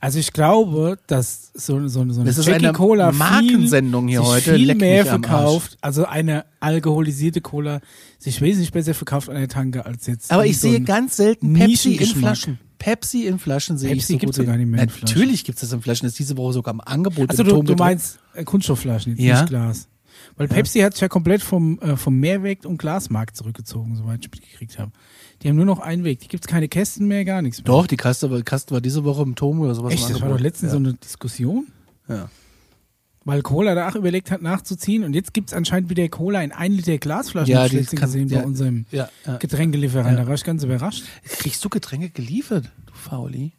A: Also ich glaube, dass so, so, so eine
B: Das ist
A: Jackie
B: eine
A: Cola viel-
B: Markensendung hier
A: sich
B: heute.
A: viel
B: Leck
A: mehr
B: mich am Arsch.
A: verkauft, also eine alkoholisierte Cola sich wesentlich besser verkauft an der Tanke als jetzt.
B: Aber ich
A: so
B: sehe
A: ein-
B: ganz selten Pepsi in
A: Nischengeschmack.
B: Flaschen. Pepsi in Flaschen sehe ich
A: Pepsi
B: so
A: gibt's
B: gut
A: sogar
B: wie-
A: nicht mehr in Flaschen.
B: Natürlich gibt es das in Flaschen. Das ist diese Woche sogar im Angebot.
A: Also
B: im
A: du,
B: Turm
A: du
B: gedruckt.
A: meinst äh, Kunststoffflaschen, jetzt
B: Ja.
A: nicht Glas. Weil Pepsi hat sich ja komplett vom, äh, vom Mehrweg- und Glasmarkt zurückgezogen, soweit ich mitgekriegt habe. Die haben nur noch Einweg. Die gibt's keine Kästen mehr, gar nichts mehr.
B: Doch, die Kaste, war- Kaste war diese Woche im Tom oder sowas. im
A: Echt, das war
B: Angebot.
A: doch letztens so eine Diskussion.
B: Ja.
A: Weil Cola da auch überlegt hat, nachzuziehen. Und jetzt gibt's anscheinend wieder Cola in 1 Liter Glasflaschen.
B: Ja,
A: hab ich
B: die
A: letztens
B: kann-
A: gesehen
B: ja,
A: bei unserem
B: ja, ja.
A: Getränkelieferant. Da war ich ganz überrascht.
B: Kriegst du Getränke geliefert, du Fauli?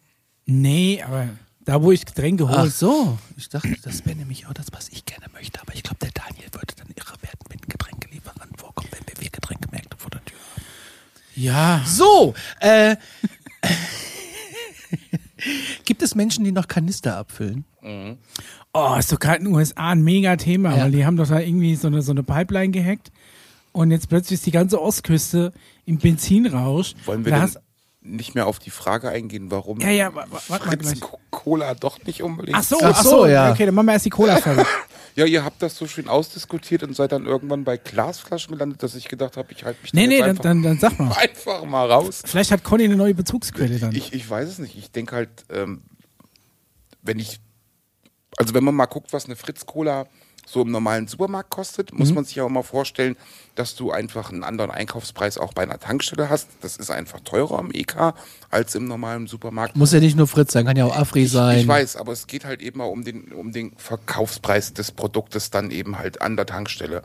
A: Nee, aber da, wo ich Getränke
B: Ach
A: hole.
B: so. Ich dachte, das wäre nämlich auch das, was ich gerne möchte. Aber ich glaube, der Daniel würde dann irre werden, wenn Getränkelieferanten vorkommen, wenn wir vier Getränkemärkte vor der Tür haben.
A: Ja.
B: So, äh. Gibt es Menschen, die noch Kanister abfüllen?
A: Oh, ist doch gerade in den USA ein mega Thema,
B: Ja.
A: weil die haben doch da irgendwie so eine, so eine Pipeline gehackt. Und jetzt plötzlich ist die ganze Ostküste im Benzinrausch.
C: Wollen wir
A: da
C: denn
A: hast-
C: nicht mehr auf die Frage eingehen, warum
A: Ja, ja, wa- wa- warte mal
C: Fritz
A: gleich.
C: Cola doch nicht unbedingt.
A: Ach so,
B: Ach
A: ach
B: so,
A: so,
B: ja.
A: Okay, dann machen wir erst die Cola fertig.
C: Ja, ihr habt das so schön ausdiskutiert und seid dann irgendwann bei Glasflaschen gelandet, dass ich gedacht habe, ich halte mich da
A: nee,
C: jetzt
A: nee, dann,
C: einfach,
A: dann, dann sag mal.
C: einfach mal raus.
A: Vielleicht hat Conny eine neue Bezugsquelle dann.
C: Ich, ich weiß es nicht. Ich denke halt, ähm, wenn ich, also wenn man mal guckt, was eine Fritz-Cola so im normalen Supermarkt kostet, muss
A: Mhm.
C: man sich ja auch mal vorstellen, dass du einfach einen anderen Einkaufspreis auch bei einer Tankstelle hast. Das ist einfach teurer am EK als im normalen Supermarkt.
B: Muss ja nicht nur Fritz sein, kann
A: Äh,
B: ja auch Afri sein.
C: Ich weiß, aber es geht halt eben mal um den, um den Verkaufspreis des Produktes dann eben halt an der Tankstelle.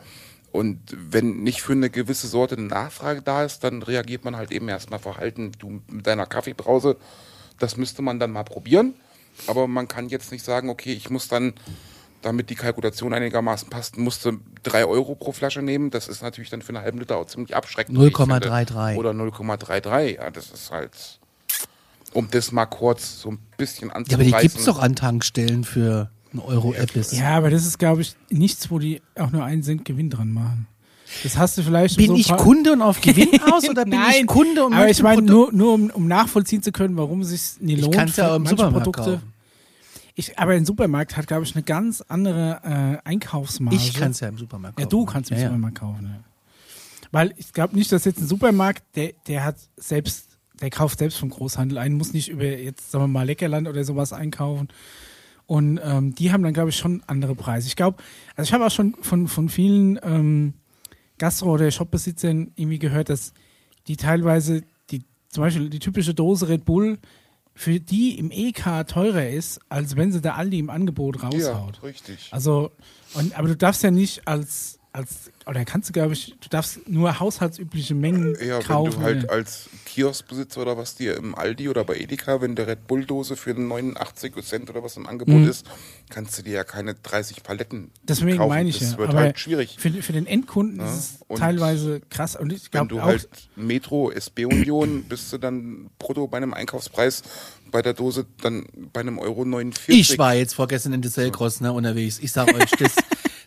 C: Und wenn nicht für eine gewisse Sorte eine Nachfrage da ist, dann reagiert man halt eben erstmal verhalten. Du mit deiner Kaffeebrause, das müsste man dann mal probieren. Aber man kann jetzt nicht sagen, okay, ich muss dann, damit die Kalkulation einigermaßen passt, musste 3 Euro pro Flasche nehmen. Das ist natürlich dann für einen halben Liter auch ziemlich abschreckend. wie ich finde.
B: 0,33.
C: Oder 0,33. Ja, das ist halt um das mal kurz so ein bisschen
B: Ja, aber
C: anzureißen.
B: die gibt's doch an Tankstellen für einen Euro Apples.
A: Ja, aber das ist, glaube ich, nichts, wo die auch nur einen Cent Gewinn dran machen. Das hast du vielleicht in
B: Bin
A: so ein
B: ich
A: paar-
B: Kunde und auf Gewinn aus oder bin ich
A: Nein,
B: Kunde und
A: aber
B: möchte
A: ich meine,
B: ein
A: nur, nur um, um nachvollziehen zu können, warum es sich nie
B: Ich
A: lohnt.
B: kann's ja
A: für
B: auch im
A: manche
B: Supermarkt kaufen.
A: Ich, aber ein Supermarkt hat, glaube ich, eine ganz andere äh, Einkaufsmarge.
B: Ich kann's ja im Supermarkt kaufen.
A: Ja, du kannst im
B: ja, ja.
A: Supermarkt kaufen. Ja. Weil ich glaube nicht, dass jetzt ein Supermarkt, der, der hat selbst, der kauft selbst vom Großhandel ein, muss nicht über jetzt, sagen wir mal, Leckerland oder sowas einkaufen. Und ähm, die haben dann, glaube ich, schon andere Preise. Ich glaube, also ich habe auch schon von, von vielen ähm, Gastro- oder Shopbesitzern irgendwie gehört, dass die teilweise, die, zum Beispiel die typische Dose Red Bull, für die im EK teurer ist, als wenn sie der Aldi im Angebot
C: ja,
A: raushaut.
C: richtig.
A: Also, und, aber du darfst ja nicht als, als oder kannst du, glaube ich, du darfst nur haushaltsübliche Mengen
C: Ja, wenn
A: kaufen.
C: du halt als Kioskbesitzer oder was dir im Aldi oder bei Edeka, wenn der Red Bull Dose für 89 Cent oder was im Angebot ist, kannst du dir ja keine 30 Paletten
A: Mhm. Deswegen
C: kaufen.
A: meine ich
C: das
A: ja.
C: wird
A: aber
C: halt schwierig.
A: Für, für den Endkunden
C: Ja,
A: ist es
C: und
A: teilweise krass. Und ich
C: Wenn
A: glaube
C: du
A: auch,
C: halt Metro, SB Union, bist du dann brutto bei einem Einkaufspreis bei der Dose dann bei einem Euro 49.
B: Ich war jetzt vorgestern in Dieselcross ne, unterwegs. Ich sag euch, das,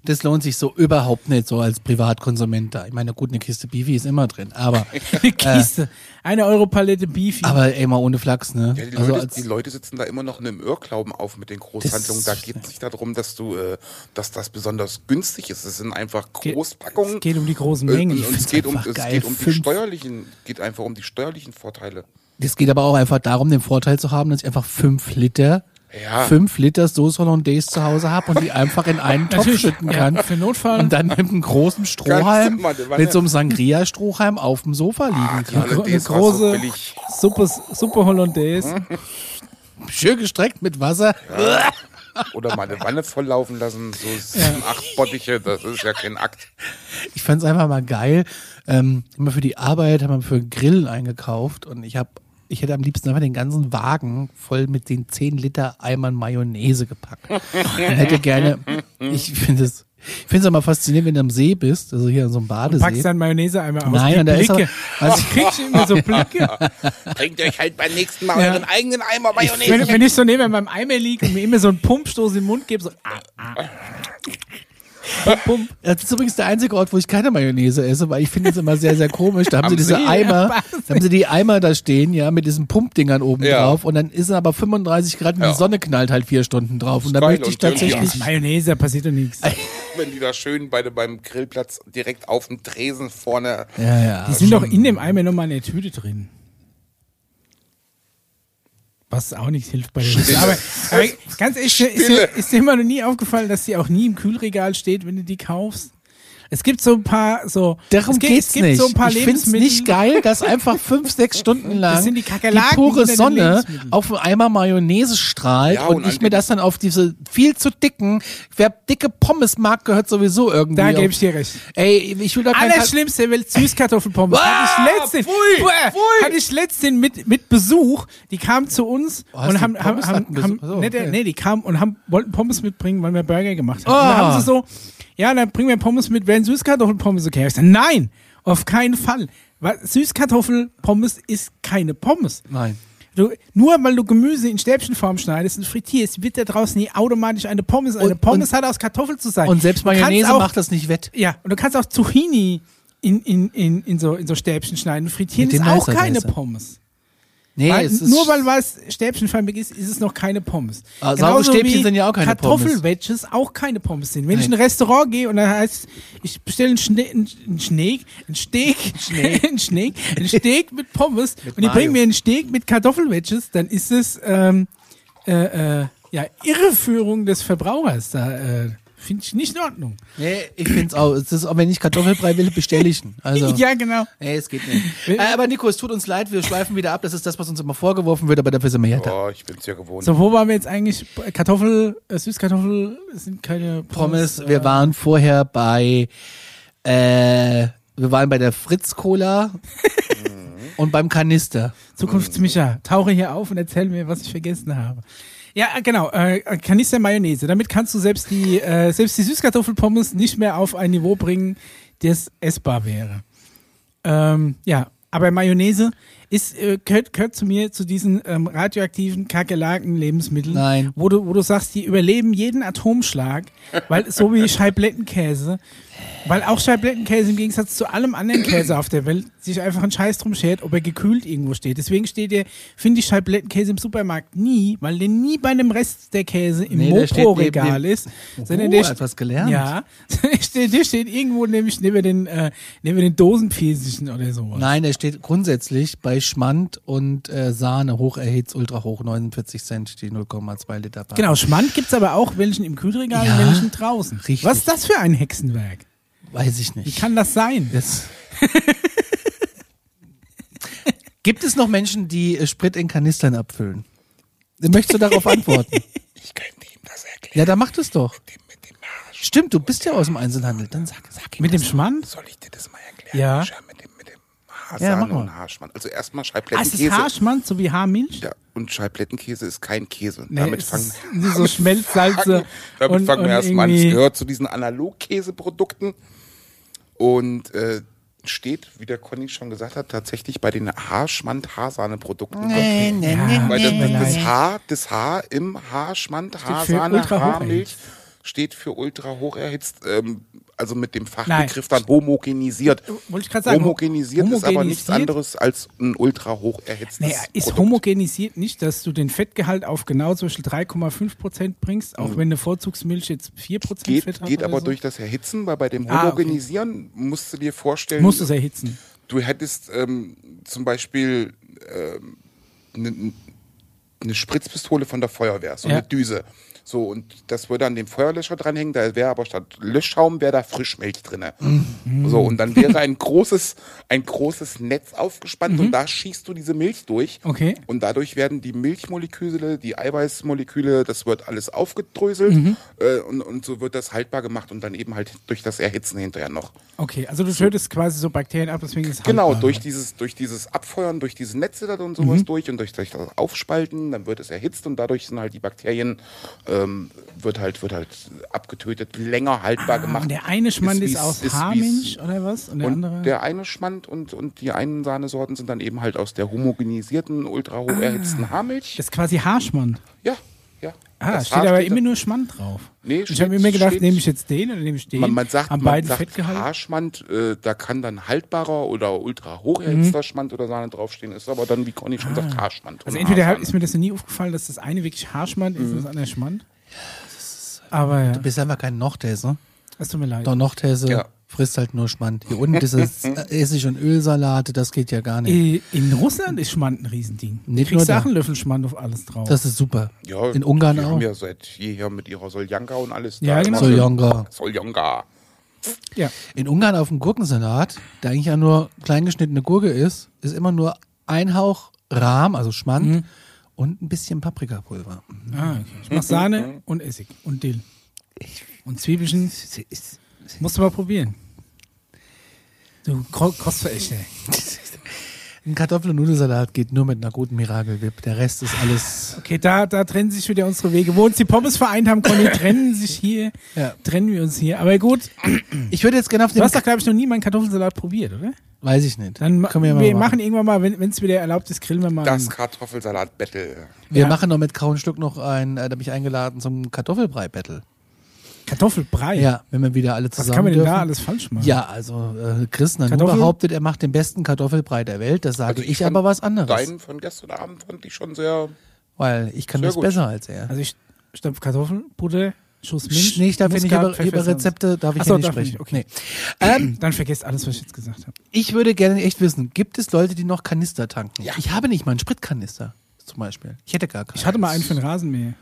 B: das lohnt sich so überhaupt nicht so als Privatkonsument da. Ich meine, gut, eine Kiste Bifi ist immer drin, aber,
A: eine Kiste, eine Euro-Palette Beefy.
B: aber ey, mal ohne Flachs, ne?
C: Ja, die,
B: also
C: Leute,
B: als,
C: die Leute sitzen da immer noch in einem Irrglauben auf mit den Großhandlungen. Da
B: Das-
C: geht es nicht darum, dass du, äh, dass das besonders günstig ist. Es sind einfach
A: Ge-
C: Großpackungen.
A: es geht um die großen
C: Äh,
A: Mengen.
C: Und,
A: Ich
C: und es
B: find's
C: geht um,
B: einfach
C: es
B: geil.
C: geht um die
B: Fünf-
C: steuerlichen, geht einfach um die steuerlichen Vorteile.
B: das geht aber auch einfach darum, den Vorteil zu haben, dass ich einfach fünf Liter,
C: Ja.
B: fünf Liter Soße Hollandaise zu Hause habe und die einfach in einen Topf
A: Natürlich,
B: schütten
A: ja,
B: kann.
A: für Notfall.
B: Und dann mit einem großen Strohhalm,
C: Ganz- warte, warte.
B: mit so einem Sangria-Strohhalm auf dem Sofa
C: Ah,
B: liegen kann.
A: eine, gro- eine
C: Hollandaise war so
A: große
C: billig. Hm?
A: Suppe, Suppe Hollandaise.
B: Schön gestreckt mit Wasser.
C: Oder mal eine Wanne volllaufen lassen, so sieben, acht Bottiche, das ist ja kein Akt.
B: Ich fand es einfach mal geil. Ähm, immer für die Arbeit haben wir für Grillen eingekauft und ich habe ich hätte am liebsten einfach den ganzen Wagen voll mit den 10 Liter Eimern Mayonnaise gepackt. Und hätte gerne, ich finde es, ich finde es immer faszinierend, wenn du am See bist, also hier an so einem
A: Packst
B: Badesee.
A: dann Mayonnaise einmal aus.
B: Nein,
A: die
B: und da ist
A: Blicke.
B: aber- also-
A: ich krieg schon immer so Blicke.
C: Bringt euch halt beim nächsten Mal
A: Ja.
C: euren eigenen Eimer Mayonnaise.
A: Wenn, wenn ich so neben meinem Eimer liege und mir immer so einen Pumpstoß im Mund gebe, so ah, ah. Pump, pump.
B: Das ist übrigens der einzige Ort, wo ich keine Mayonnaise esse, weil ich finde es immer sehr, sehr komisch. Da haben
C: Am
B: sie diese
C: See,
B: Eimer,
A: ja,
B: da haben sie die Eimer da stehen, ja, mit diesen Pumpdingern oben
C: Ja.
B: drauf und dann ist es aber 35 Grad und
C: Ja.
B: die Sonne knallt halt vier Stunden drauf und da
C: geil
B: möchte ich
C: und irgendwie
B: tatsächlich,
A: Aus Mayonnaise da passiert doch
B: Ah,
A: nichts.
C: Wenn die da schön bei, de- beim Grillplatz direkt auf dem Tresen vorne.
B: ja, ja,
A: Die sind doch in dem Eimer nochmal eine Tüte drin. Was auch nichts hilft bei
C: Stille.
A: der aber, aber ganz ehrlich, ist
C: Stille.
A: dir, ist dir immer noch nie aufgefallen, dass die auch nie im Kühlregal steht, wenn du die kaufst? Es gibt so ein paar, so.
B: Darum
A: es gibt,
B: geht's
A: es gibt
B: nicht.
A: so ein paar
B: ich find's
A: Lebensmittel.
B: nicht geil, dass einfach fünf, sechs Stunden lang
A: Das sind die Kakerlaken
B: die pure
A: hinter den
B: Sonne
A: Lebensmitteln.
B: auf einmal Mayonnaise strahlt
C: Ja,
B: und
C: und
B: ich mir
C: ange-
B: das dann auf diese viel zu dicken, wer dicke Pommes mag, gehört sowieso irgendwie.
A: Da gebe
B: auf-
A: ich dir recht.
B: Ey, ich will doch kein Ka-
A: Alles Schlimmste will Süßkartoffelpommes.
B: Ah,
A: hatte ich letztens,
B: pfui,
A: Uah,
B: pfui.
A: hatte ich letztens mit, mit Besuch, die kamen zu uns
B: Oh, hast
A: und
B: du
A: haben, haben,
B: Pommes hatten
A: haben,
B: Besuch?
A: haben
B: Ach so,
A: nee, der-
B: okay.
A: nee, die kamen und haben, wollten Pommes mitbringen, weil wir Burger gemacht haben. Und
B: Ah.
A: dann haben sie so, ja, dann bringen wir Pommes mit, werden Süßkartoffelpommes okay? Ich sag, nein, auf keinen Fall. Weil Süßkartoffelpommes ist keine Pommes.
B: Nein.
A: Du, nur weil du Gemüse in Stäbchenform schneidest und frittierst, wird da draußen nie automatisch eine Pommes. Eine
B: Und-
A: Pommes hat aus Kartoffel zu sein.
B: Und selbst
A: Du kannst
B: Mayonnaise
A: auch-
B: macht das nicht wett.
A: ja, und du kannst auch Zucchini in, in, in, in, so, in so Stäbchen schneiden. Frittieren
B: Mit
A: ist
B: dem
A: auch
B: Lauch
A: keine
B: ist er.
A: Pommes.
B: Nee,
A: weil,
B: es ist
A: nur weil was stäbchenförmig ist, ist es noch keine Pommes.
B: Ah, saure
A: Genauso
B: Stäbchen
A: wie
B: sind ja auch keine Pommes.
A: Kartoffelwedges auch keine Pommes sind. Wenn ich in
B: Nein.
A: ein Restaurant gehe und dann heißt, ich bestelle einen Schne einen einen Schneek, einen Steak, einen Schneek, einen Steak mit Pommes und die
B: Mayo.
A: bringen mir einen Steak mit Kartoffelwedges, dann ist es ähm, äh, äh, ja, Irreführung des Verbrauchers. Da äh, finde ich nicht in Ordnung.
B: Nee, ich find's auch. Es ist, auch wenn ich Kartoffelbrei will, bestelle ich ihn. Also.
A: Ja, genau.
B: Nee, es geht nicht. Äh, aber Nico, es tut uns leid, wir schweifen wieder ab. Das ist das, was uns immer vorgeworfen wird, aber dafür sind wir ja da.
C: Oh, ich bin's ja gewohnt.
A: So, wo waren wir jetzt eigentlich? Kartoffel, äh, Süßkartoffel sind keine Pommes.
B: Pommes, wir waren vorher bei, äh, wir waren bei der Fritz-Cola und beim Kanister.
A: Zukunftsmicha, tauche hier auf und erzähl mir, was ich vergessen habe. Ja, äh, genau, äh, Kanister Mayonnaise. Damit kannst du selbst die, äh, selbst die Süßkartoffelpommes nicht mehr auf ein Niveau bringen, das essbar wäre. Ähm, ja, aber Mayonnaise ist, äh, gehört, gehört zu mir zu diesen ähm, radioaktiven Kakerlaken-Lebensmitteln,
B: Nein.
A: wo du, wo du sagst, die überleben jeden Atomschlag, weil so wie Scheiblettenkäse, weil auch Scheiblettenkäse im Gegensatz zu allem anderen Käse auf der Welt sich einfach einen Scheiß drum schert, ob er gekühlt irgendwo steht. Deswegen steht der, finde ich, Scheiblettenkäse im Supermarkt nie, weil der nie bei dem Rest der Käse im
B: Nee, der steht neben
A: Mopro-Regal
B: dem-
A: ist.
B: Oh,
A: der
B: hat
A: st-
B: was gelernt.
A: Ja, steht, der steht irgendwo nämlich neben den, äh, neben den Dosenpfirsichen oder sowas.
B: Nein, der steht grundsätzlich bei Schmand und äh, Sahne hoch erhitzt, ultra hoch, 49 Cent, die 0,2 Liter. Packung.
A: Genau, Schmand gibt's aber auch welchen im Kühlregal
B: Ja,
A: und welchen draußen.
B: richtig.
A: Was ist das für ein Hexenwerk?
B: Weiß ich
A: Wie
B: nicht.
A: kann das sein?
B: Das Gibt es noch Menschen, die äh, Sprit in Kanistern abfüllen? Möchtest du darauf antworten?
C: Ich könnte ihm das erklären.
B: Ja, da macht es doch.
C: Dem mit dem Arsch.
B: Stimmt, du bist ja aus dem Einzelhandel. Dann sag, sag ihm
A: Mit dem
B: das.
A: Schmand?
C: Soll ich dir das mal erklären?
A: Ja.
C: Mischa? Mit dem, mit dem Haar,
B: Ja, mach
C: Sahne
B: mal.
C: und Haarschmann. Also erstmal
A: Ah, ist das
C: Scheiblettenkäse.
A: Haarschmand so wie Haarmilch?
C: ja, und Scheiblettenkäse ist kein Käse.
A: Nee,
C: damit
A: es
C: fangen,
A: ist nur so Schmelzsalze.
C: fangen, damit
A: und,
C: fangen
A: und
C: wir erstmal an. Es
A: irgendwie-
C: gehört zu diesen Analogkäseprodukten und äh, steht, wie der Conny schon gesagt hat, tatsächlich bei den Haarschmand-Haarsahne-Produkten.
B: Nee, nee, nee,
A: Ja,
C: Weil
B: nee,
C: das,
B: nee,
C: das,
B: nee.
C: Haar, das Haar im Haarschmand,
A: für
C: Haarsahne,
A: ultra hoch
C: Haarmilch steht für ultra hoch erhitzt. Ähm, also mit dem Fachbegriff
A: Nein.
C: dann homogenisiert.
A: Wollte ich gerade sagen,
C: Homogenisiert, ist aber nichts
A: homogenisiert?
C: anderes als ein ultra hoch erhitztes
A: Naja, ist
C: Produkt.
A: homogenisiert nicht, dass du den Fettgehalt auf genau zwischen 3,5 Prozent bringst, auch wenn eine Vorzugsmilch jetzt 4 Prozent Fett
C: Mhm. Geht,
A: hat.
C: geht
A: oder
C: aber
A: so.
C: durch das Erhitzen, weil bei dem
A: Ah, okay.
C: Homogenisieren musst du dir vorstellen,
A: Musst du es erhitzen.
C: du hättest ähm, zum Beispiel ähm, ne- eine Spritzpistole von der Feuerwehr, so
A: Ja.
C: eine Düse. So, und das würde an dem Feuerlöscher dranhängen, da wäre aber statt Löschschaum wäre da Frischmilch drinne.
A: Mhm.
C: So, und dann wäre ein großes, ein großes Netz aufgespannt und da schießt du diese Milch durch.
A: Mhm. Okay.
C: Und dadurch werden die Milchmoleküle, die Eiweißmoleküle, das wird alles aufgedröselt
A: Mhm.
C: äh, und, und so wird das haltbar gemacht und dann eben halt durch das Erhitzen hinterher noch.
A: Okay, also du tötest quasi so Bakterien ab, deswegen ist es
C: Genau,
A: haltbar.
C: durch dieses, durch dieses Abfeuern, durch diese Netze da und
A: Mhm.
C: sowas durch und durch, durch das Aufspalten, dann wird es erhitzt und dadurch sind halt die Bakterien, ähm, wird halt, wird halt abgetötet, länger haltbar
A: Ah,
C: gemacht.
A: und der eine Schmand ist,
C: wie's-
A: aus
C: wie's-
A: Haarmilch oder was? Und der
C: und
A: andere?
C: der eine Schmand und, und die einen Sahnesorten sind dann eben halt aus der homogenisierten, ultra hoch erhitzten Haarmilch.
A: Ah. das ist quasi Haarschmand.
C: ja, ja.
A: Ah,
C: Das
A: steht
C: Haar
A: aber
C: steht da-
A: immer nur Schmand drauf.
C: Nee,
A: Und ich
C: steht-
A: habe immer gedacht,
C: steht-
A: nehme ich jetzt den oder nehme ich den?
C: Man, man sagt,
A: Haben
C: man
A: beiden
C: sagt
A: Fettgehalt?
C: Haarschmand, äh, da kann dann haltbarer oder ultra hocherhitzter Schmand oder Sahne draufstehen, ist aber dann, wie Conny schon sagt, Haarschmand.
A: Mhm. Also
C: und
A: entweder
C: Haarsahne.
A: ist mir das noch nie aufgefallen, dass das eine wirklich Haarschmand ist und das andere Schmand. Mhm. Aber ja,
B: Du bist einfach kein Nochtesse. ne?
A: es tut mir leid.
B: Doch Nochtesse
C: Ja.
B: frisst halt nur Schmand. Hier unten dieses äh, Essig- und Ölsalate, das geht ja gar nicht.
A: Äh, In Russland ist Schmand ein Riesending.
B: Nicht
A: Kriegst
B: nur
A: du
B: da.
A: auch einen Löffel Schmand auf alles drauf.
B: Das ist super.
C: Ja,
B: In Ungarn
C: die
B: auch.
C: haben ja seit jeher mit ihrer Soljanka und alles.
A: Ja,
C: da
A: genau.
C: immer-
B: Soljanka.
C: Soljanka.
A: ja.
B: In Ungarn auf dem Gurkensalat, der eigentlich ja nur kleingeschnittene Gurke ist, ist immer nur ein Hauch Rahm, also Schmand, und ein bisschen Paprikapulver.
A: Ah, okay. Ich mach Sahne und Essig und Dill. Und Zwiebelchen. Musst du mal probieren. Du Ko- Kostverächter.
B: Ein Kartoffel- und Nudelsalat geht nur mit einer guten Miracle-Whip. Der Rest ist alles.
A: Okay, da, da trennen sich wieder unsere Wege. Wo uns die Pommes vereint haben, Conny, trennen sich hier,
B: Ja.
A: trennen wir uns hier. Aber gut,
B: Ich würde jetzt gerne auf
A: du
B: den.
A: hast doch, glaube ich, noch nie meinen Kartoffelsalat probiert, oder?
B: Weiß ich nicht.
A: Dann ma-
B: können wir, ja mal
A: wir
B: machen.
A: machen irgendwann mal, wenn es wieder erlaubt ist, grillen wir mal.
C: Das
A: einen-
C: Kartoffelsalat-Battle.
B: Wir
A: Ja.
B: machen noch mit Grauen Stück noch ein. Äh, da bin ich eingeladen zum Kartoffelbrei-Battle.
A: Kartoffelbrei.
B: Ja, wenn wir wieder alle
A: Was
B: zusammen.
A: kann man denn
B: dürfen.
A: da alles falsch machen?
B: Ja, also äh, Chris Nanu
A: Kartoffel-
B: behauptet, er macht den besten Kartoffelbrei der Welt. Das sage
C: Also
B: ich,
C: fand
B: aber was anderes.
C: Deinen von gestern Abend fand ich schon sehr.
B: Weil ich kann
C: Sehr
B: das
C: gut.
B: besser als er.
A: Also ich stampf Kartoffeln, Butter, Schuss Milch.
B: Sch- Nee, ich darf hier nicht
A: Muskat,
B: über,
A: Pfeffer,
B: über
A: Salz.
B: Rezepte darf ich
A: Ach so,
B: hier nicht
A: darf
B: sprechen.
A: nicht, okay.
B: Nee. Ähm,
A: Dann vergesst alles, was ich jetzt gesagt habe.
B: ich würde gerne echt wissen, gibt es Leute, die noch Kanister tanken?
C: Ja.
B: Ich habe nicht mal einen Spritkanister zum Beispiel. Ich hätte gar keinen.
A: Ich hatte mal einen für den Rasenmäher.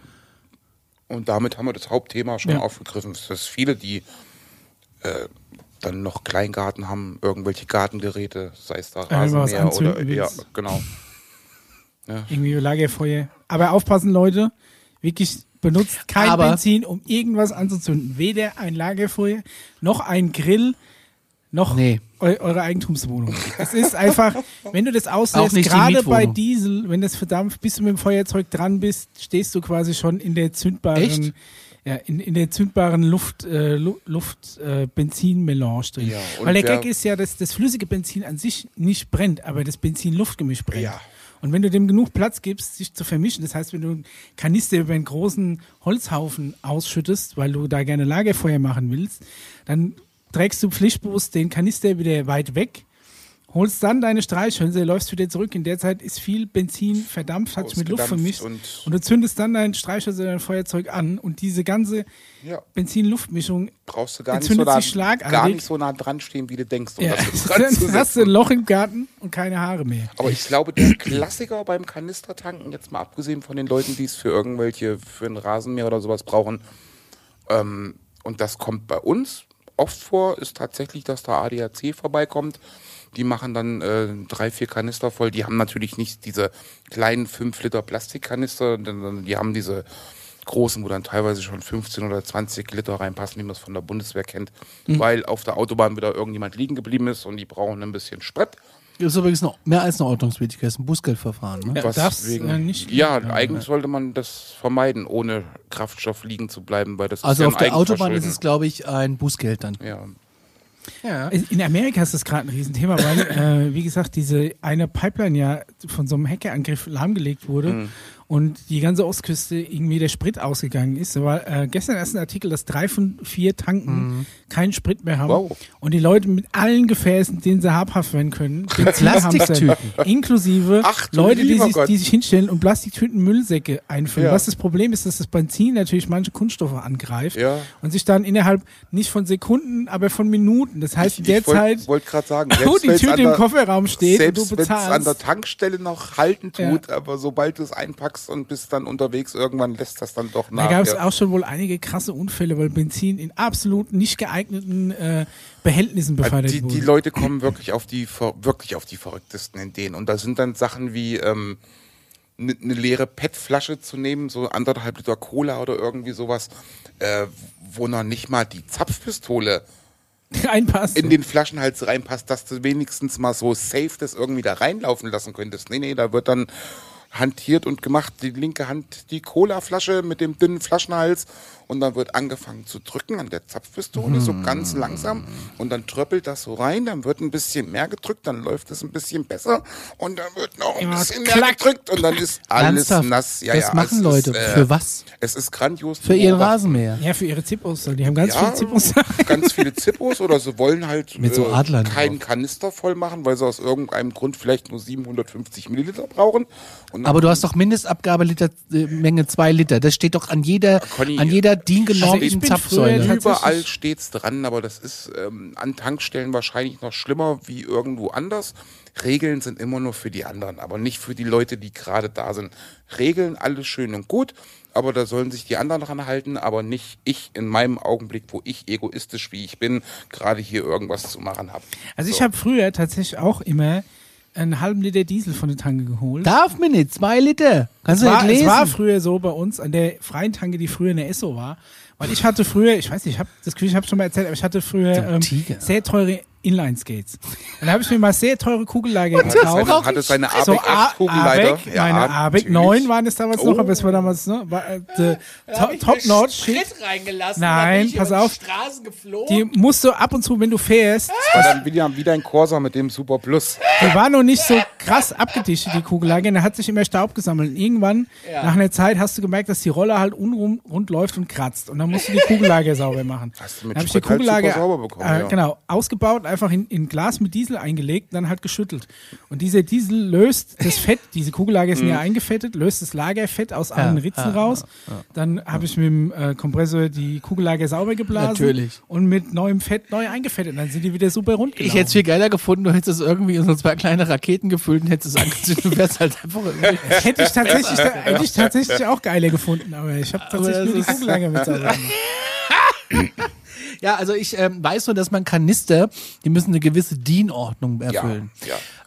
C: Und damit haben wir das Hauptthema schon
A: Ja.
C: aufgegriffen. Es ist viele, die äh, dann noch Kleingarten haben, irgendwelche Gartengeräte, sei es da
A: Ja, wenn man was
C: Rasenmäher oder.
A: anzünden
C: Ja,
A: willst.
C: genau.
A: Irgendwie Lagerfeuer. Aber aufpassen, Leute. Wirklich benutzt kein
B: Aber-
A: Benzin, um irgendwas anzuzünden. Weder ein Lagerfeuer, noch ein Grill, noch
B: Nee.
A: eu eure Eigentumswohnung. es ist einfach, wenn du das
B: Auch
A: auslässt,
B: nicht die
A: gerade bei
B: Mietwohnung.
A: Diesel, wenn das verdampft, bis du mit dem Feuerzeug dran bist, stehst du quasi schon in der zündbaren,
B: Echt?
A: ja, in, in der zündbaren Luft, äh, Lu- Luft, äh, Benzin-Melange drin.
C: Ja, und
A: Weil der
C: der-
A: Gag ist ja, dass das flüssige Benzin an sich nicht brennt, aber das Benzin-Luftgemisch brennt.
C: Ja.
A: Und wenn du dem genug Platz gibst, sich zu vermischen, das heißt, wenn du einen Kanister über einen großen Holzhaufen ausschüttest, weil du da gerne Lagerfeuer machen willst, dann trägst du pflichtbewusst den Kanister wieder weit weg, holst dann deine Streichhölzer, läufst wieder zurück. In der Zeit ist viel Benzin verdampft, hat sich mit Luft
C: Ausgedampft
A: vermischt. Und,
C: und-
A: du zündest dann dein Streichhölzer, dein Feuerzeug an. Und diese ganze
C: Ja.
A: Benzin-Luftmischung
C: Brauchst du gar nicht, so
A: Entzündet
C: nah,
A: sich schlagartig.
C: gar nicht so nah dran stehen, wie du denkst, um
A: ja,
C: das jetzt dran zu
A: dann hast du ein
C: setzen.
A: Loch im Garten und keine Haare mehr.
C: Aber ich glaube, der Klassiker beim Kanistertanken, jetzt mal abgesehen von den Leuten, die es für irgendwelche, für einen Rasenmäher oder sowas brauchen, ähm, und das kommt bei uns oft vor, ist tatsächlich, dass da ADAC vorbeikommt. Die machen dann äh, drei, vier Kanister voll. Die haben natürlich nicht diese kleinen 5 Liter Plastikkanister, sondern die haben diese großen, wo dann teilweise schon 15 oder 20 Liter reinpassen, wie man es von der Bundeswehr kennt, weil auf der Autobahn wieder irgendjemand liegen geblieben ist und die brauchen ein bisschen Sprit.
B: Das ist übrigens noch mehr als eine Ordnungswidrigkeit, das ist ein Bußgeldverfahren. Ne?
A: Ja, darf's, äh, nicht-
C: ja, eigentlich sollte man das vermeiden, ohne Kraftstoff liegen zu bleiben, weil das
B: Also
C: ja
B: auf
C: ein
B: der Autobahn ist
C: Eigenverschulden.
B: es, glaube ich, ein Bußgeld dann.
C: ja.
B: Ja.
A: In Amerika ist das gerade ein Riesenthema, weil, äh, wie gesagt, diese eine Pipeline ja von so einem Hackerangriff lahmgelegt wurde
C: Mhm.
A: und die ganze Ostküste irgendwie der Sprit ausgegangen ist. Da war äh, gestern erst ein Artikel, dass drei von vier Tanken keinen Sprit mehr haben
C: Mhm. Wow.
A: und die Leute mit allen Gefäßen, denen sie habhaft werden können, Benzin
B: Plastiktüten.
A: hamstern. inklusive
C: Ach du
A: Leute, die
C: lieber
A: sich,
C: Gott.
A: die sich hinstellen und Plastiktüten Müllsäcke einfüllen.
C: Ja.
A: Was das Problem ist, dass das Benzin natürlich manche Kunststoffe angreift
C: Ja.
A: und sich dann innerhalb nicht von Sekunden, aber von Minuten, das heißt in der
C: Ich wollte
A: Zeit,
C: wollt gerade sagen,
A: wo die
C: wenn's
A: Tüte
C: an
A: im
C: der-
A: Kofferraum steht und
C: selbst
A: du
C: wenn es an der
A: bezahlst.
C: Tankstelle noch halten tut, aber sobald du es einpackst, packst und bist dann unterwegs, irgendwann lässt das dann doch nach.
A: Da gab es auch schon wohl einige krasse Unfälle, weil Benzin in absolut nicht geeigneten äh, Behältnissen befördert
C: Also die,
A: wurde.
C: die Leute kommen wirklich auf die ver- wirklich auf die verrücktesten Ideen. Und da sind dann Sachen wie ähm, eine ne leere PET-Flasche zu nehmen, so anderthalb Liter Cola oder irgendwie sowas, äh, wo noch nicht mal die Zapfpistole
A: Einpassen.
C: in den Flaschenhals reinpasst, dass du wenigstens mal so safe das irgendwie da reinlaufen lassen könntest. Nee, nee, da wird dann hantiert und gemacht, die linke Hand die Colaflasche mit dem dünnen Flaschenhals und dann wird angefangen zu drücken an der Zapfpistole, so ganz langsam und dann tröppelt das so rein, dann wird ein bisschen mehr gedrückt, dann läuft es ein bisschen besser und dann wird noch ein
A: Ja,
C: bisschen mehr
A: klack,
C: gedrückt und dann ist alles
B: Ernsthaft?
C: nass. Ja,
B: das
C: ja,
B: machen
C: es
B: Leute.
C: Ist, äh,
B: Für was?
C: Es ist grandios. zu
B: Für ihren
C: beobachten.
B: Rasenmäher.
A: ja, für ihre Zippos. Die haben ganz
C: Ja,
A: viele Zippos.
C: ganz viele Zippos oder sie wollen halt
B: Mit so Adlern
C: keinen
B: drauf.
C: Kanister voll machen, weil sie aus irgendeinem Grund vielleicht nur 750 Milliliter brauchen. Und
B: Aber du hast doch Mindestabgabe Liter, äh, Menge 2 Liter. Das steht doch an jeder,
C: Conny,
B: an jeder
A: also ich
B: DIN-genormten
A: bin
B: Zapfsäule.
A: früher-
C: überall
A: tatsächlich-
C: steht's dran, aber das ist ähm, an Tankstellen wahrscheinlich noch schlimmer wie irgendwo anders. Regeln sind immer nur für die anderen, aber nicht für die Leute, die gerade da sind. Regeln, alles schön und gut, aber da sollen sich die anderen dran halten, aber nicht ich in meinem Augenblick, wo ich egoistisch wie ich bin, gerade hier irgendwas zu machen habe.
A: Also ich habe früher tatsächlich auch immer einen halben Liter Diesel von der Tanke geholt.
B: Darf man nicht. Zwei Liter. Kannst
A: es,
B: du nicht
A: war, es
B: lesen?
A: war früher so bei uns an der freien Tanke, die früher eine Esso war. Weil ich hatte früher, ich weiß nicht, ich hab, das Gefühl, ich habe schon mal erzählt, aber ich hatte früher
B: Der
A: ähm,
B: Tiger.
A: sehr teure Inline-Skates. Und da habe ich mir mal sehr teure Kugellager
C: Hatte
A: gekauft.
C: seine, hatte seine
A: So,
C: ABEC
A: A-
C: 8 Kugelleiter.
A: Abeck, meine Abeck
C: natürlich.
A: 9 waren es damals
C: Oh.
A: noch, aber es war damals, ne? War, äh, de- to, top notch shit.
D: Schritt reingelassen.
A: Nein, pass auf.
D: Straßen geflogen.
A: Die musst du ab und zu, wenn du fährst,
C: Und dann wieder, wieder ein Corsa mit dem Super Plus.
A: die war noch nicht so krass abgedichtet, die Kugellager, und da hat sich immer Staub gesammelt. Und irgendwann, nach einer Zeit, hast du gemerkt, dass die Rolle halt unrund läuft und kratzt. Und dann musst du die Kugellager sauber machen.
C: Hast du mit
A: Dann hab ich die
C: Sprit halt super
A: Kugellager
C: sauber bekommen,
A: äh,
C: ja.
A: Genau, ausgebaut, einfach in, in Glas mit Diesel eingelegt, dann halt geschüttelt. Und dieser Diesel löst das Fett, diese Kugellager sind
C: Mhm.
A: ja eingefettet, löst das Lagerfett aus allen Ritzen raus. Dann habe ich mit dem äh, Kompressor die Kugellager sauber geblasen.
B: Natürlich.
A: Und mit neuem Fett neu eingefettet. Und dann sind die wieder super rund gelaufen.
B: Ich hätte es viel geiler gefunden, du hättest es irgendwie in so zwei kleine Raketen gefüllt und hättest es angezündet. Du wärst halt einfach irgendwie.
A: Hätte ich tatsächlich, hätte ich tatsächlich auch geiler gefunden, aber ich habe
B: Aber
A: tatsächlich nur die
B: das ist-
A: Kugellager mit sauber gemacht.
B: Ja, also ich ähm, weiß nur, dass man Kanister, die müssen eine gewisse DIN-Ordnung erfüllen.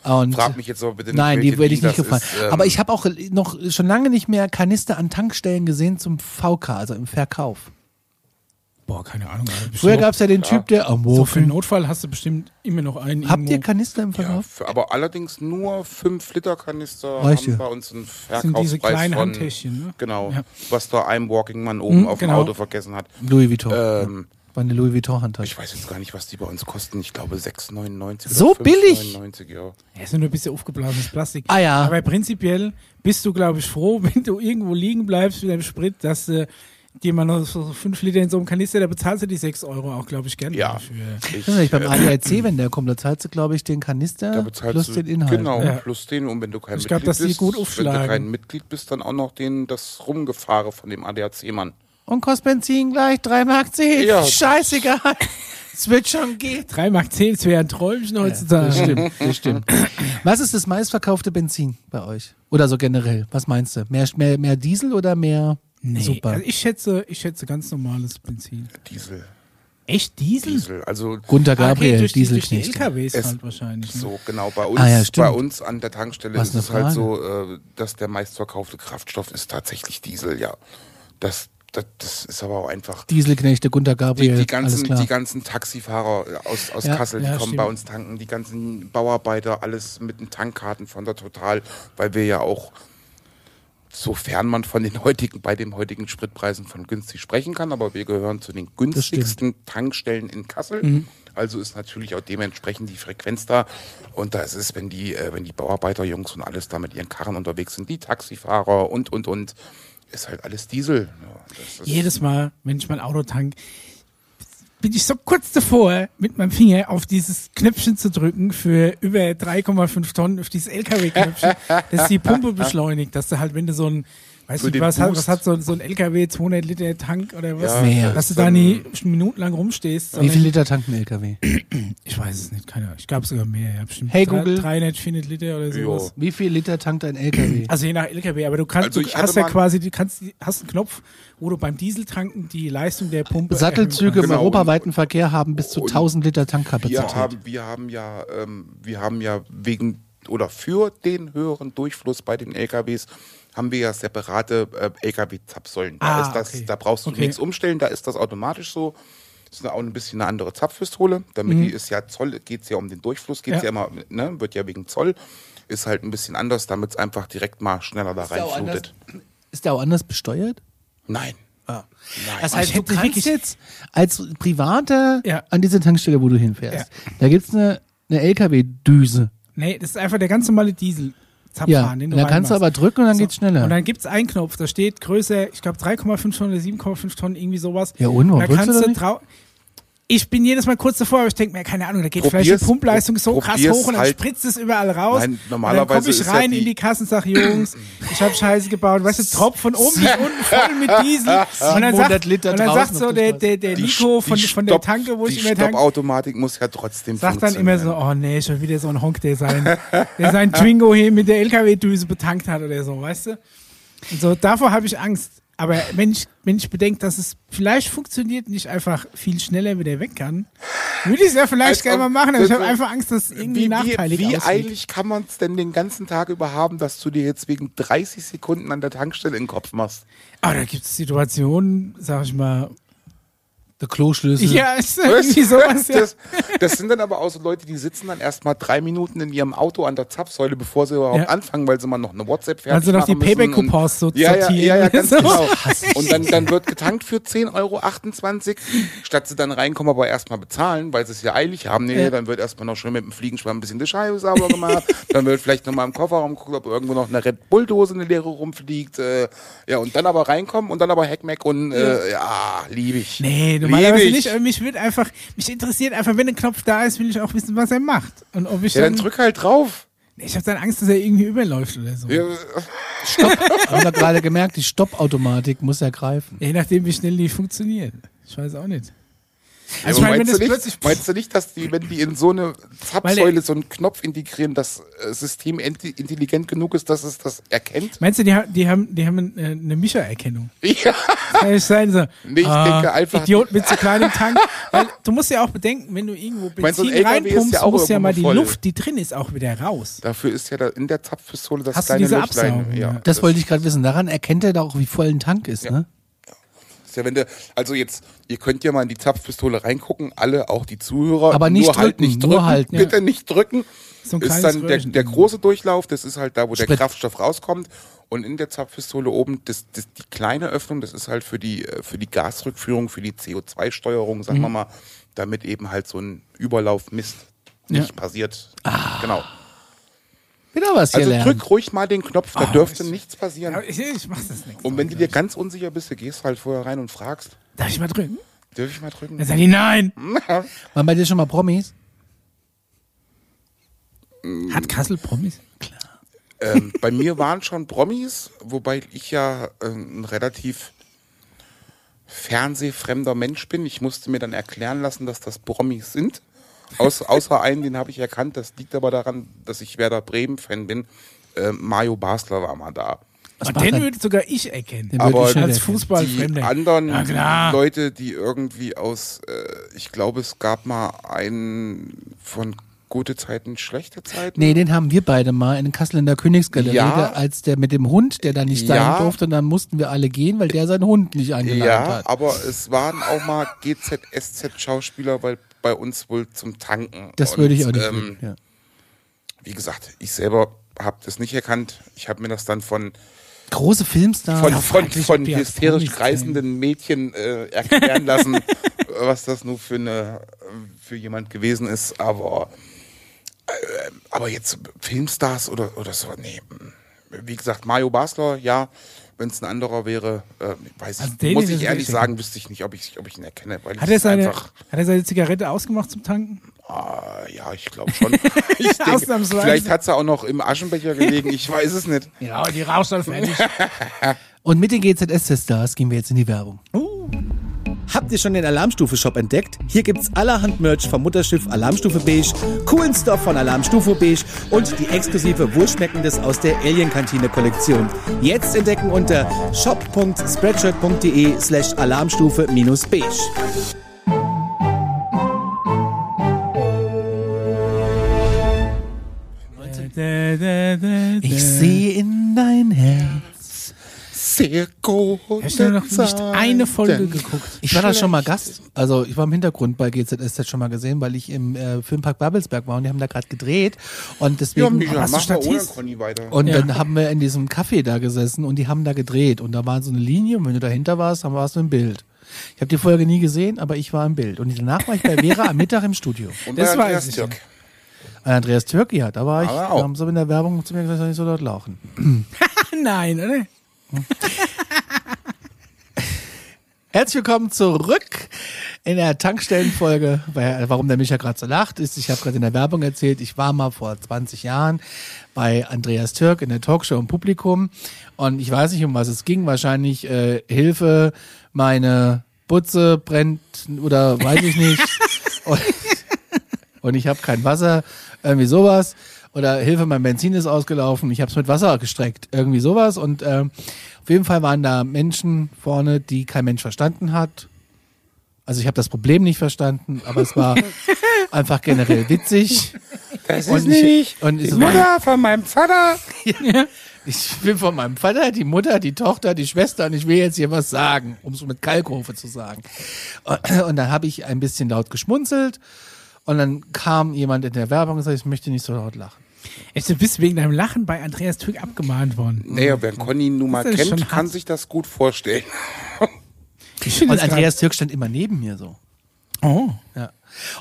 C: Ja,
B: Und
C: Frag mich jetzt aber bitte nicht,
B: Nein, die
C: welche
B: werde ich
C: DIN
B: nicht
C: das
B: gefallen.
C: ist, ähm,
B: Aber ich habe auch noch schon lange nicht mehr Kanister an Tankstellen gesehen zum VK, also im Verkauf.
A: Boah, keine Ahnung. Alter,
B: Früher
A: bestimmt
B: gab es ja den Typ, der am
A: noch- so für
B: Walken.
A: einen Notfall hast du bestimmt immer noch einen.
B: Habt
A: irgendwo.
B: ihr Kanister im
C: Ja,
B: Verkauf?
C: für, aber allerdings nur 5 Liter Kanister
B: Reicht
C: haben
B: ja.
C: bei uns einen Verkaufspreis
A: Sind diese kleinen
C: von,
A: Handtäschchen, ne?
C: Genau,
A: Ja.
C: was da einem Walking Man oben
A: Mhm,
C: auf
A: genau.
C: dem Auto vergessen hat.
B: Louis Vuitton.
C: Ähm,
B: War eine Louis Vuitton-Handtasche.
C: ich weiß jetzt gar nicht, was die bei uns kosten. Ich glaube 6,99
B: So
C: oder
B: billig?
C: 5,99, ja.
A: Ja, ist ja nur ein bisschen aufgeblasenes Plastik.
B: Ah ja.
A: Aber prinzipiell bist du, glaube ich, froh, wenn du irgendwo liegen bleibst mit deinem Sprit, dass du dir mal noch so fünf Liter in so einem Kanister, da bezahlst du die sechs Euro auch, glaube ich, gerne
C: Ja.
A: dafür.
C: Ich,
B: Das ist nicht beim
C: äh,
B: ADAC, wenn der kommt, da zahlst du, glaube ich, den Kanister
C: da bezahlst
B: plus
C: du,
B: den Inhalt.
C: Genau,
A: Ja.
C: plus den. Und wenn du kein
A: Ich glaub,
C: Mitglied
A: dass die
C: bist,
A: gut
C: wenn du
A: aufschlagen.
C: kein Mitglied bist, dann auch noch den, das Rumgefahre von dem ADAC-Mann.
B: Und kostet Benzin gleich 3,10 Mark.
C: Ja.
B: Scheißegal. Es wird schon gehen.
A: Drei Mark zehn, das wäre ein Träumchen heutzutage.
B: stimmt, das stimmt. Was ist das meistverkaufte Benzin bei euch? Oder so generell? Was meinst du? Mehr, mehr, mehr Diesel oder mehr Super?
A: Also ich schätze, ich schätze ganz normales Benzin.
C: Diesel.
A: Echt Diesel?
C: Diesel. Also
B: Gunter
A: Ah, okay,
B: Gabriel,
A: durch die- durch die
B: Dieselknecht.
A: LKWs
C: Es-
A: halt wahrscheinlich. Ne?
C: So, genau. Bei uns,
B: Ah, ja, stimmt.
C: bei uns an der Tankstelle
B: Was
C: ist
B: eine
C: es
B: Frage.
C: halt so, äh, dass der meistverkaufte Kraftstoff ist tatsächlich Diesel, ja. Das, das, das ist aber auch einfach.
B: Dieselknechte, Gunter Gabriel,
C: Die, die,
B: alles
C: ganzen,
B: klar.
C: die ganzen Taxifahrer äh, aus, aus
B: Ja,
C: Kassel, die
A: ja,
C: kommen
A: stimmt.
C: bei uns tanken, die ganzen Bauarbeiter, alles mit den Tankkarten von der Total, weil wir ja auch, sofern man von den heutigen, bei den heutigen Spritpreisen von günstig sprechen kann, aber wir gehören zu den günstigsten Tankstellen in Kassel. Also ist natürlich auch dementsprechend die Frequenz da. Und da ist es, wenn die, äh, wenn die Bauarbeiterjungs und alles da mit ihren Karren unterwegs sind, die Taxifahrer und, und, und, ist halt alles Diesel. Ja, das ist-
A: Jedes Mal, wenn ich mein Auto tank, bin ich so kurz davor, mit meinem Finger auf dieses Knöpfchen zu drücken für über 3,5 Tonnen, auf dieses LKW-Knöpfchen, dass die Pumpe beschleunigt, dass du halt, wenn du so ein, Weiß
C: für
A: nicht,
C: den
A: was hat, was
C: Boost.
A: hat so, so ein LKW, 200 Liter Tank oder was?
C: Ja,
B: Mehr.
A: Dass du da nie minutenlang rumstehst.
B: Wie
A: sondern-
B: viel Liter tankt ein LKW?
A: Ich weiß es nicht, keine Ahnung. Ich glaube sogar mehr. Ja, bestimmt
B: Hey,
A: drei-
B: Google.
A: 300, 400 Liter oder
C: Jo.
A: sowas.
B: Wie viel Liter tankt ein LKW?
A: Also je nach LKW, aber du kannst,
C: Also
A: du
C: ich hatte
A: hast ja
C: mal-
A: quasi, du kannst, die- hast einen Knopf, wo du beim Dieseltanken die Leistung der Pumpe
B: Sattelzüge im
A: erhöhen
C: Genau.
B: europaweiten Verkehr haben bis zu
C: Und
B: 1000 Liter Tankkapazität.
C: Wir haben, wir haben ja, ähm, wir haben ja wegen oder für den höheren Durchfluss bei den LKWs haben wir ja separate äh, LKW-Zapfsäulen. Da,
A: Ah,
C: ist das,
A: okay.
C: da brauchst du
A: Okay.
C: nichts umstellen, da ist das automatisch so. Das ist ja auch ein bisschen eine andere Zapfpistole. Damit die ist ja Zoll, geht es ja um den Durchfluss, geht es
A: Mhm. Ja.
C: ja. immer, ne, wird ja wegen Zoll. Ist halt ein bisschen anders, damit es einfach direkt mal schneller da
B: der auch anders-
C: reinflutet.
B: Ist der auch anders besteuert? Ah,
C: Nein.
A: Ah.
C: Nein.
B: Das
A: Aber
B: heißt,
A: ich
B: du
A: hätte
B: kannst
A: wirklich-
B: jetzt als Privater
A: Ja.
B: an diese Tankstelle, wo du hinfährst, da gibt's eine, eine LKW-Düse.
A: kannst. Nee, das ist einfach der ganz normale Diesel.
B: Ja, und dann kannst du aber drücken und dann geht's schneller.
A: Und dann gibt's einen Knopf, da steht Größe, ich glaube 3,5 Tonnen oder 7,5 Tonnen, irgendwie sowas.
B: Ja, und, warum
A: Da
B: willst du
A: kannst
B: das
A: du
B: nicht?
A: trau ich bin jedes Mal kurz davor, aber ich denke mir, keine Ahnung, da geht vielleicht die
C: Probier's,
A: Pumpleistung so krass
C: probier's
A: hoch und dann
C: halt.
A: spritzt es überall raus.
C: Nein,
A: und dann
C: normalerweise
A: komme ich
C: ist ja
A: rein
C: die-
A: in die Kasse und sage, Jungs, ich habe Scheiße gebaut. Weißt du, Tropf von oben bis unten voll mit Diesel. Und dann
B: 700
A: sagt,
B: Liter
A: und dann
B: draußen
A: sagt so
B: auf der
A: der,
B: Straße.
A: der, der
C: Die
A: Nico
C: Sch-
A: von,
C: die
A: von der
C: Stopp-
A: Tanke, wo
C: die
A: ich immer tanke,
C: Stoppautomatik muss ja trotzdem
A: sagt dann immer so,
C: funktionieren.
A: oh nee, schon wieder so ein Honk, der sein, der sein Twingo hier mit der LKW-Düse betankt hat oder so, weißt du? Und so, davor habe ich Angst. Aber wenn ich, wenn ich bedenke, dass es vielleicht funktioniert, nicht einfach viel schneller wieder weg kann, würde ich es ja vielleicht
C: Als
A: gerne mal
C: ob-
A: machen, aber ich habe
C: das-
A: einfach Angst, dass es irgendwie
C: Wie, wie,
A: nachteilig
C: wie
A: aussieht.
C: eilig kann man es denn den ganzen Tag über haben, dass du dir jetzt wegen 30 Sekunden an der Tankstelle in den Kopf machst?
A: Aber da gibt es Situationen, sag ich mal,
B: Der Kloschlüssel.
A: ja, ist irgendwie sowas, ja.
C: Das, das sind dann aber auch so Leute, die sitzen dann erstmal drei Minuten in ihrem Auto an der Zapfsäule, bevor sie überhaupt
A: Ja.
C: anfangen, weil sie mal noch eine WhatsApp fertig
A: Also noch die
C: machen müssen und-
A: Payback-Coupons so
C: ja, ja,
A: sortieren.
C: ja, ja, ganz
A: So.
C: genau. Und dann, dann wird getankt für 10,28 Euro, statt sie dann reinkommen, aber erstmal bezahlen, weil sie es ja eilig haben. Nee,
A: Ja.
C: dann wird erstmal noch schön mit dem Fliegenschwamm ein bisschen die Scheibe sauber gemacht. dann wird vielleicht nochmal im Kofferraum gucken, ob irgendwo noch eine Red Bull-Dose eine leere rumfliegt. Äh, ja, und dann aber reinkommen und dann aber Hackmack und äh, ja, liebe ich.
A: Nee,
C: Lieb
A: normalerweise
C: ich.
A: nicht. Aber mich wird einfach, mich interessiert einfach, wenn ein Knopf da ist, will ich auch wissen, was er macht. Und ob ich
C: Ja, dann
A: dann,
C: drück halt drauf. Also
A: ich habe dann Angst, dass er irgendwie überläuft oder so.
C: Ja,
B: Haben wir gerade gemerkt, die Stoppautomatik muss ja greifen.
A: Je nachdem, wie schnell die funktionieren. Ich weiß auch nicht. Also ich
C: aber
A: meine, wenn
C: meinst,
A: das
C: du
A: plötzlich.
C: nicht, meinst du nicht, dass die, wenn die in so eine
A: Weil
C: Zapfsäule so einen Knopf integrieren, das äh, System ent- intelligent genug ist, dass es das erkennt?
A: Meinst du, die, ha- die haben, die haben äh, eine Mischa-Erkennung?
C: Ja.
A: Kann nicht sein so.
C: Nee, ich
A: ah,
C: denke einfach-
A: Idiot mit zu kleinem Tank. Weil du musst ja auch bedenken, wenn du irgendwo
C: Meinst du, ein
A: Benzin
C: LKW ist
A: reinpumpst,
C: ja auch
A: muss ja
C: irgendwann
A: mal die
C: voll.
A: Luft, die drin ist, auch wieder raus.
C: Dafür ist ja da in der Zapfpistole das
A: Hast du
C: kleine
A: diese
C: Löchlein.
A: Absaugung, ja.
C: Ja.
B: Das wollte ich gerade wissen. Daran erkennt er da auch, wie voll ein Tank ist. Ne?
C: ist ja, wenn der, also jetzt, ihr könnt ja mal in die Zapfpistole reingucken, alle, auch die Zuhörer.
B: Aber nicht
C: nur halt
B: drücken,
C: nicht
B: nur
C: drücken.
B: halten.
C: Bitte nicht drücken.
A: So ein
C: ist
A: kleines
C: dann der,
A: Röhrchen.
C: der große Durchlauf, das ist halt da, wo
B: Sprit.
C: der Kraftstoff rauskommt. Und in der Zapfpistole oben, das, das, die kleine Öffnung, das ist halt für die, äh, für die Gasrückführung, für die CO2-Steuerung, sagen wir
B: Mhm.
C: mal, damit eben halt so ein Überlaufmist nicht passiert.
B: Ah,
C: Genau.
B: Wieder was hier
C: Also
B: lernen.
C: drück ruhig mal den Knopf,
B: Ah,
C: da Oh. dürfte nichts passieren.
A: Aber ich, ich mach das nicht.
C: Und wenn du dir ganz unsicher bist, du gehst halt vorher rein und fragst,
A: Darf ich mal drücken?
C: darf ich mal
A: Dann
C: drücken?
A: sagen die nein.
B: Waren bei dir schon mal Promis?
A: Hat Kassel Promis? Klar.
C: ähm, bei mir waren schon Promis, wobei ich ja äh, ein relativ fernsehfremder Mensch bin. Ich musste mir dann erklären lassen, dass das Promis sind. Aus, außer einen, den habe ich erkannt. Das liegt aber daran, dass ich Werder Bremen-Fan bin. Äh, Mario Basler war mal da.
A: Und
B: macht
A: den
B: er?
A: würde sogar ich erkennen.
B: Den
C: Aber
B: würde ich schnell
A: als
B: erkennen.
C: die
A: Fußballfremder.
C: anderen
A: Ja, klar.
C: Leute, die irgendwie aus, äh, ich glaube, es gab mal einen von gute Zeiten, schlechte Zeiten.
B: Nee, den haben wir beide mal in den Kassel in der Königsgalerie,
C: Ja.
B: da- als der mit dem Hund, der da nicht sein
C: Ja.
B: durfte, und dann mussten wir alle gehen, weil der seinen Hund nicht eingeladen
C: Ja,
B: hat.
C: aber es waren auch mal GZSZ-Schauspieler bei, bei uns wohl zum Tanken.
B: Das
C: Und,
B: würde ich auch nicht.
C: ähm,
B: Ähm, ja.
C: Wie gesagt, ich selber habe das nicht erkannt. Ich habe mir das dann von,
B: Große Filmstars.
C: von,
A: Ja,
C: von,
A: fraglich,
C: von
A: ob ihr
C: hysterisch
A: Promis
C: kreisenden Mädchen äh, erklären lassen, was das nur für, eine, für jemand gewesen ist. Aber, äh, aber jetzt Filmstars oder, oder so, nee. Wie gesagt, Mario Basler, ja. Wenn es ein anderer wäre, äh, weiß
A: Also
C: ich,
A: den
C: muss
A: ist es
C: ich ehrlich
A: wirklich-
C: sagen, wüsste ich nicht, ob ich, ob ich ihn erkenne. Weil
A: Hat
C: ich
A: er, seine,
C: einfach-
A: hat er seine Zigarette ausgemacht zum Tanken?
C: Ah, ja, ich glaube schon. Ich denke,
A: Ausnahmsweise.
C: vielleicht hat sie auch noch im Aschenbecher gelegen, ich weiß es nicht.
A: Ja, die rauscht dann fertig.
B: Und mit den GZS-Stars gehen wir jetzt in die Werbung.
D: Habt ihr schon den Alarmstufe-Shop entdeckt? Hier gibt's allerhand Merch vom Mutterschiff Alarmstufe Beige, coolen Stuff von Alarmstufe Beige und die exklusive Wohlschmeckendes aus der Alien-Kantine-Kollektion. Jetzt entdecken unter shop.spreadshirt.de slash alarmstufe-beige.
B: Ich sehe in dein Herz.
C: Sehr gut.
A: Hast du noch nicht eine Folge geguckt?
B: Ich war da schon mal Gast. Also ich war im Hintergrund bei GZSZ schon mal gesehen, weil ich im äh, Filmpark Babelsberg war und die haben da gerade gedreht. Und
C: Ja,
B: deswegen
C: Micha,
A: warst du
C: mach mal ohne
A: Statist?
C: Conny weiter.
B: Und
A: Ja.
B: dann haben wir in diesem Café da gesessen und die haben da gedreht. Und da war so eine Linie und wenn du dahinter warst, dann warst du im Bild. Ich habe die Folge nie gesehen, aber ich war im Bild. Und danach war ich bei Vera am Mittag im Studio.
C: Und
A: das
C: bei
A: weiß
C: Andreas
A: ich
C: Türk.
B: An Andreas Türki, ja, da war ich.
C: Aber auch.
B: Da haben sie in der Werbung zu mir gesagt, dass ich so dort lauchen.
A: Nein, oder?
B: Herzlich willkommen zurück in der Tankstellenfolge. Weil, warum der Micha gerade so lacht, ist, ich habe gerade in der Werbung erzählt, ich war mal vor 20 Jahren bei Andreas Türk in der Talkshow im Publikum und ich weiß nicht, um was es ging. Wahrscheinlich äh, Hilfe, meine Butze brennt oder weiß ich nicht. und, und ich habe kein Wasser, irgendwie sowas. Oder Hilfe, mein Benzin ist ausgelaufen, ich habe es mit Wasser gestreckt, irgendwie sowas. Und ähm, auf jeden Fall waren da Menschen vorne, die kein Mensch verstanden hat. Also ich habe das Problem nicht verstanden, aber es war einfach generell witzig.
C: Das
B: Und
C: ist
B: ich-
C: nicht
B: und
C: die
B: ich-
C: Mutter von meinem Vater.
B: Ich bin von meinem Vater, die Mutter, die Tochter, die Schwester und ich will jetzt hier was sagen, um es mit Kalkofe zu sagen. Und dann habe ich ein bisschen laut geschmunzelt und dann kam jemand in der Werbung und sagte, ich möchte nicht so laut lachen.
A: Echt, du bist wegen deinem Lachen bei Andreas Türk abgemahnt worden.
C: Naja, wer Conny nun mal
A: Das ist schon
C: kennt, kann
A: hart.
C: sich das gut vorstellen.
A: Ich finde
B: Und
A: das
B: Andreas Türk stand immer neben mir so.
A: grad- Oh.
B: Ja.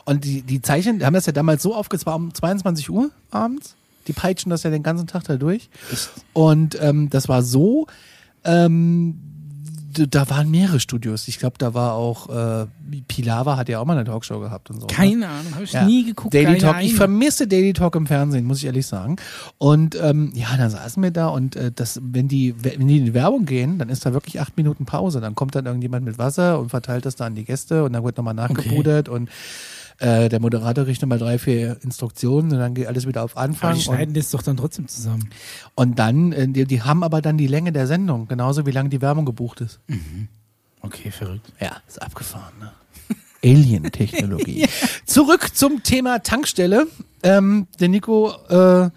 B: Und die, die Zeichen, die haben das ja damals so aufgezogen, war um 22 Uhr abends. Die peitschen das ja den ganzen Tag da durch. Und ähm, das war so, ähm, d- da waren mehrere Studios. Ich glaube, da war auch äh, Pilawa hat ja auch mal eine Talkshow gehabt und so. ne?
A: Keine Ahnung, habe ich
B: Ja.
A: nie geguckt.
B: Daily
A: keine
B: Talk.
A: eine.
B: Ich vermisse Daily Talk im Fernsehen, muss ich ehrlich sagen. Und ähm, ja, dann saßen wir da und äh, das, wenn die, wenn die in die Werbung gehen, dann ist da wirklich acht Minuten Pause. Dann kommt dann irgendjemand mit Wasser und verteilt das da an die Gäste und dann wird nochmal nachgebudert und äh, der Moderator kriegt nochmal drei, vier Instruktionen und dann geht alles wieder auf
A: Aber
B: Anfang.
A: die
B: Und,
A: schneiden das doch dann trotzdem zusammen.
B: und dann, äh, die, die haben aber dann die Länge der Sendung, genauso wie lange die Werbung gebucht ist.
A: Okay, verrückt.
B: Ja, ist abgefahren, ne? Alien-Technologie. Zurück zum Thema Tankstelle. Ähm, der Nico äh,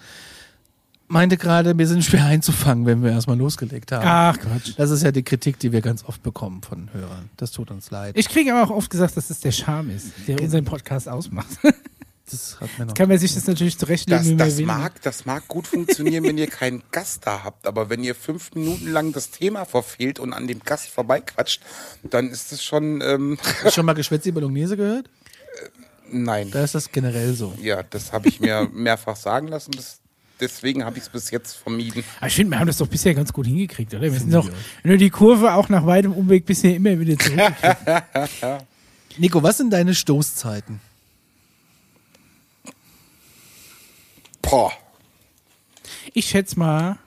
B: meinte gerade, wir sind schwer einzufangen, wenn wir erstmal losgelegt haben.
A: Ach Quatsch.
B: Das ist ja die Kritik, die wir ganz oft bekommen von Hörern. Das tut uns leid.
A: Ich kriege aber auch oft gesagt, dass das der Charme ist, der unseren Podcast ausmacht.
B: das hat mir noch
A: Kann man sich das natürlich zurechtlegen,
C: Das,
A: wie man
C: das,
A: will. ne?
C: mag, das mag gut funktionieren, wenn ihr keinen Gast da habt, aber wenn ihr fünf Minuten lang das Thema verfehlt und an dem Gast vorbeiquatscht, dann ist es schon, ähm,
B: Hast du schon mal Geschwätz über Bolognese gehört?
C: nein.
B: Da ist das generell so.
C: Ja, das habe ich mir mehrfach sagen lassen. Das, deswegen habe ich es bis jetzt vermieden.
A: Aber ich finde, wir haben das doch bisher ganz gut hingekriegt, oder? Wir sind doch nur die Kurve auch nach weitem Umweg bisher immer wieder zurück.
B: Nico, was sind deine Stoßzeiten?
C: Boah.
A: ich schätze mal,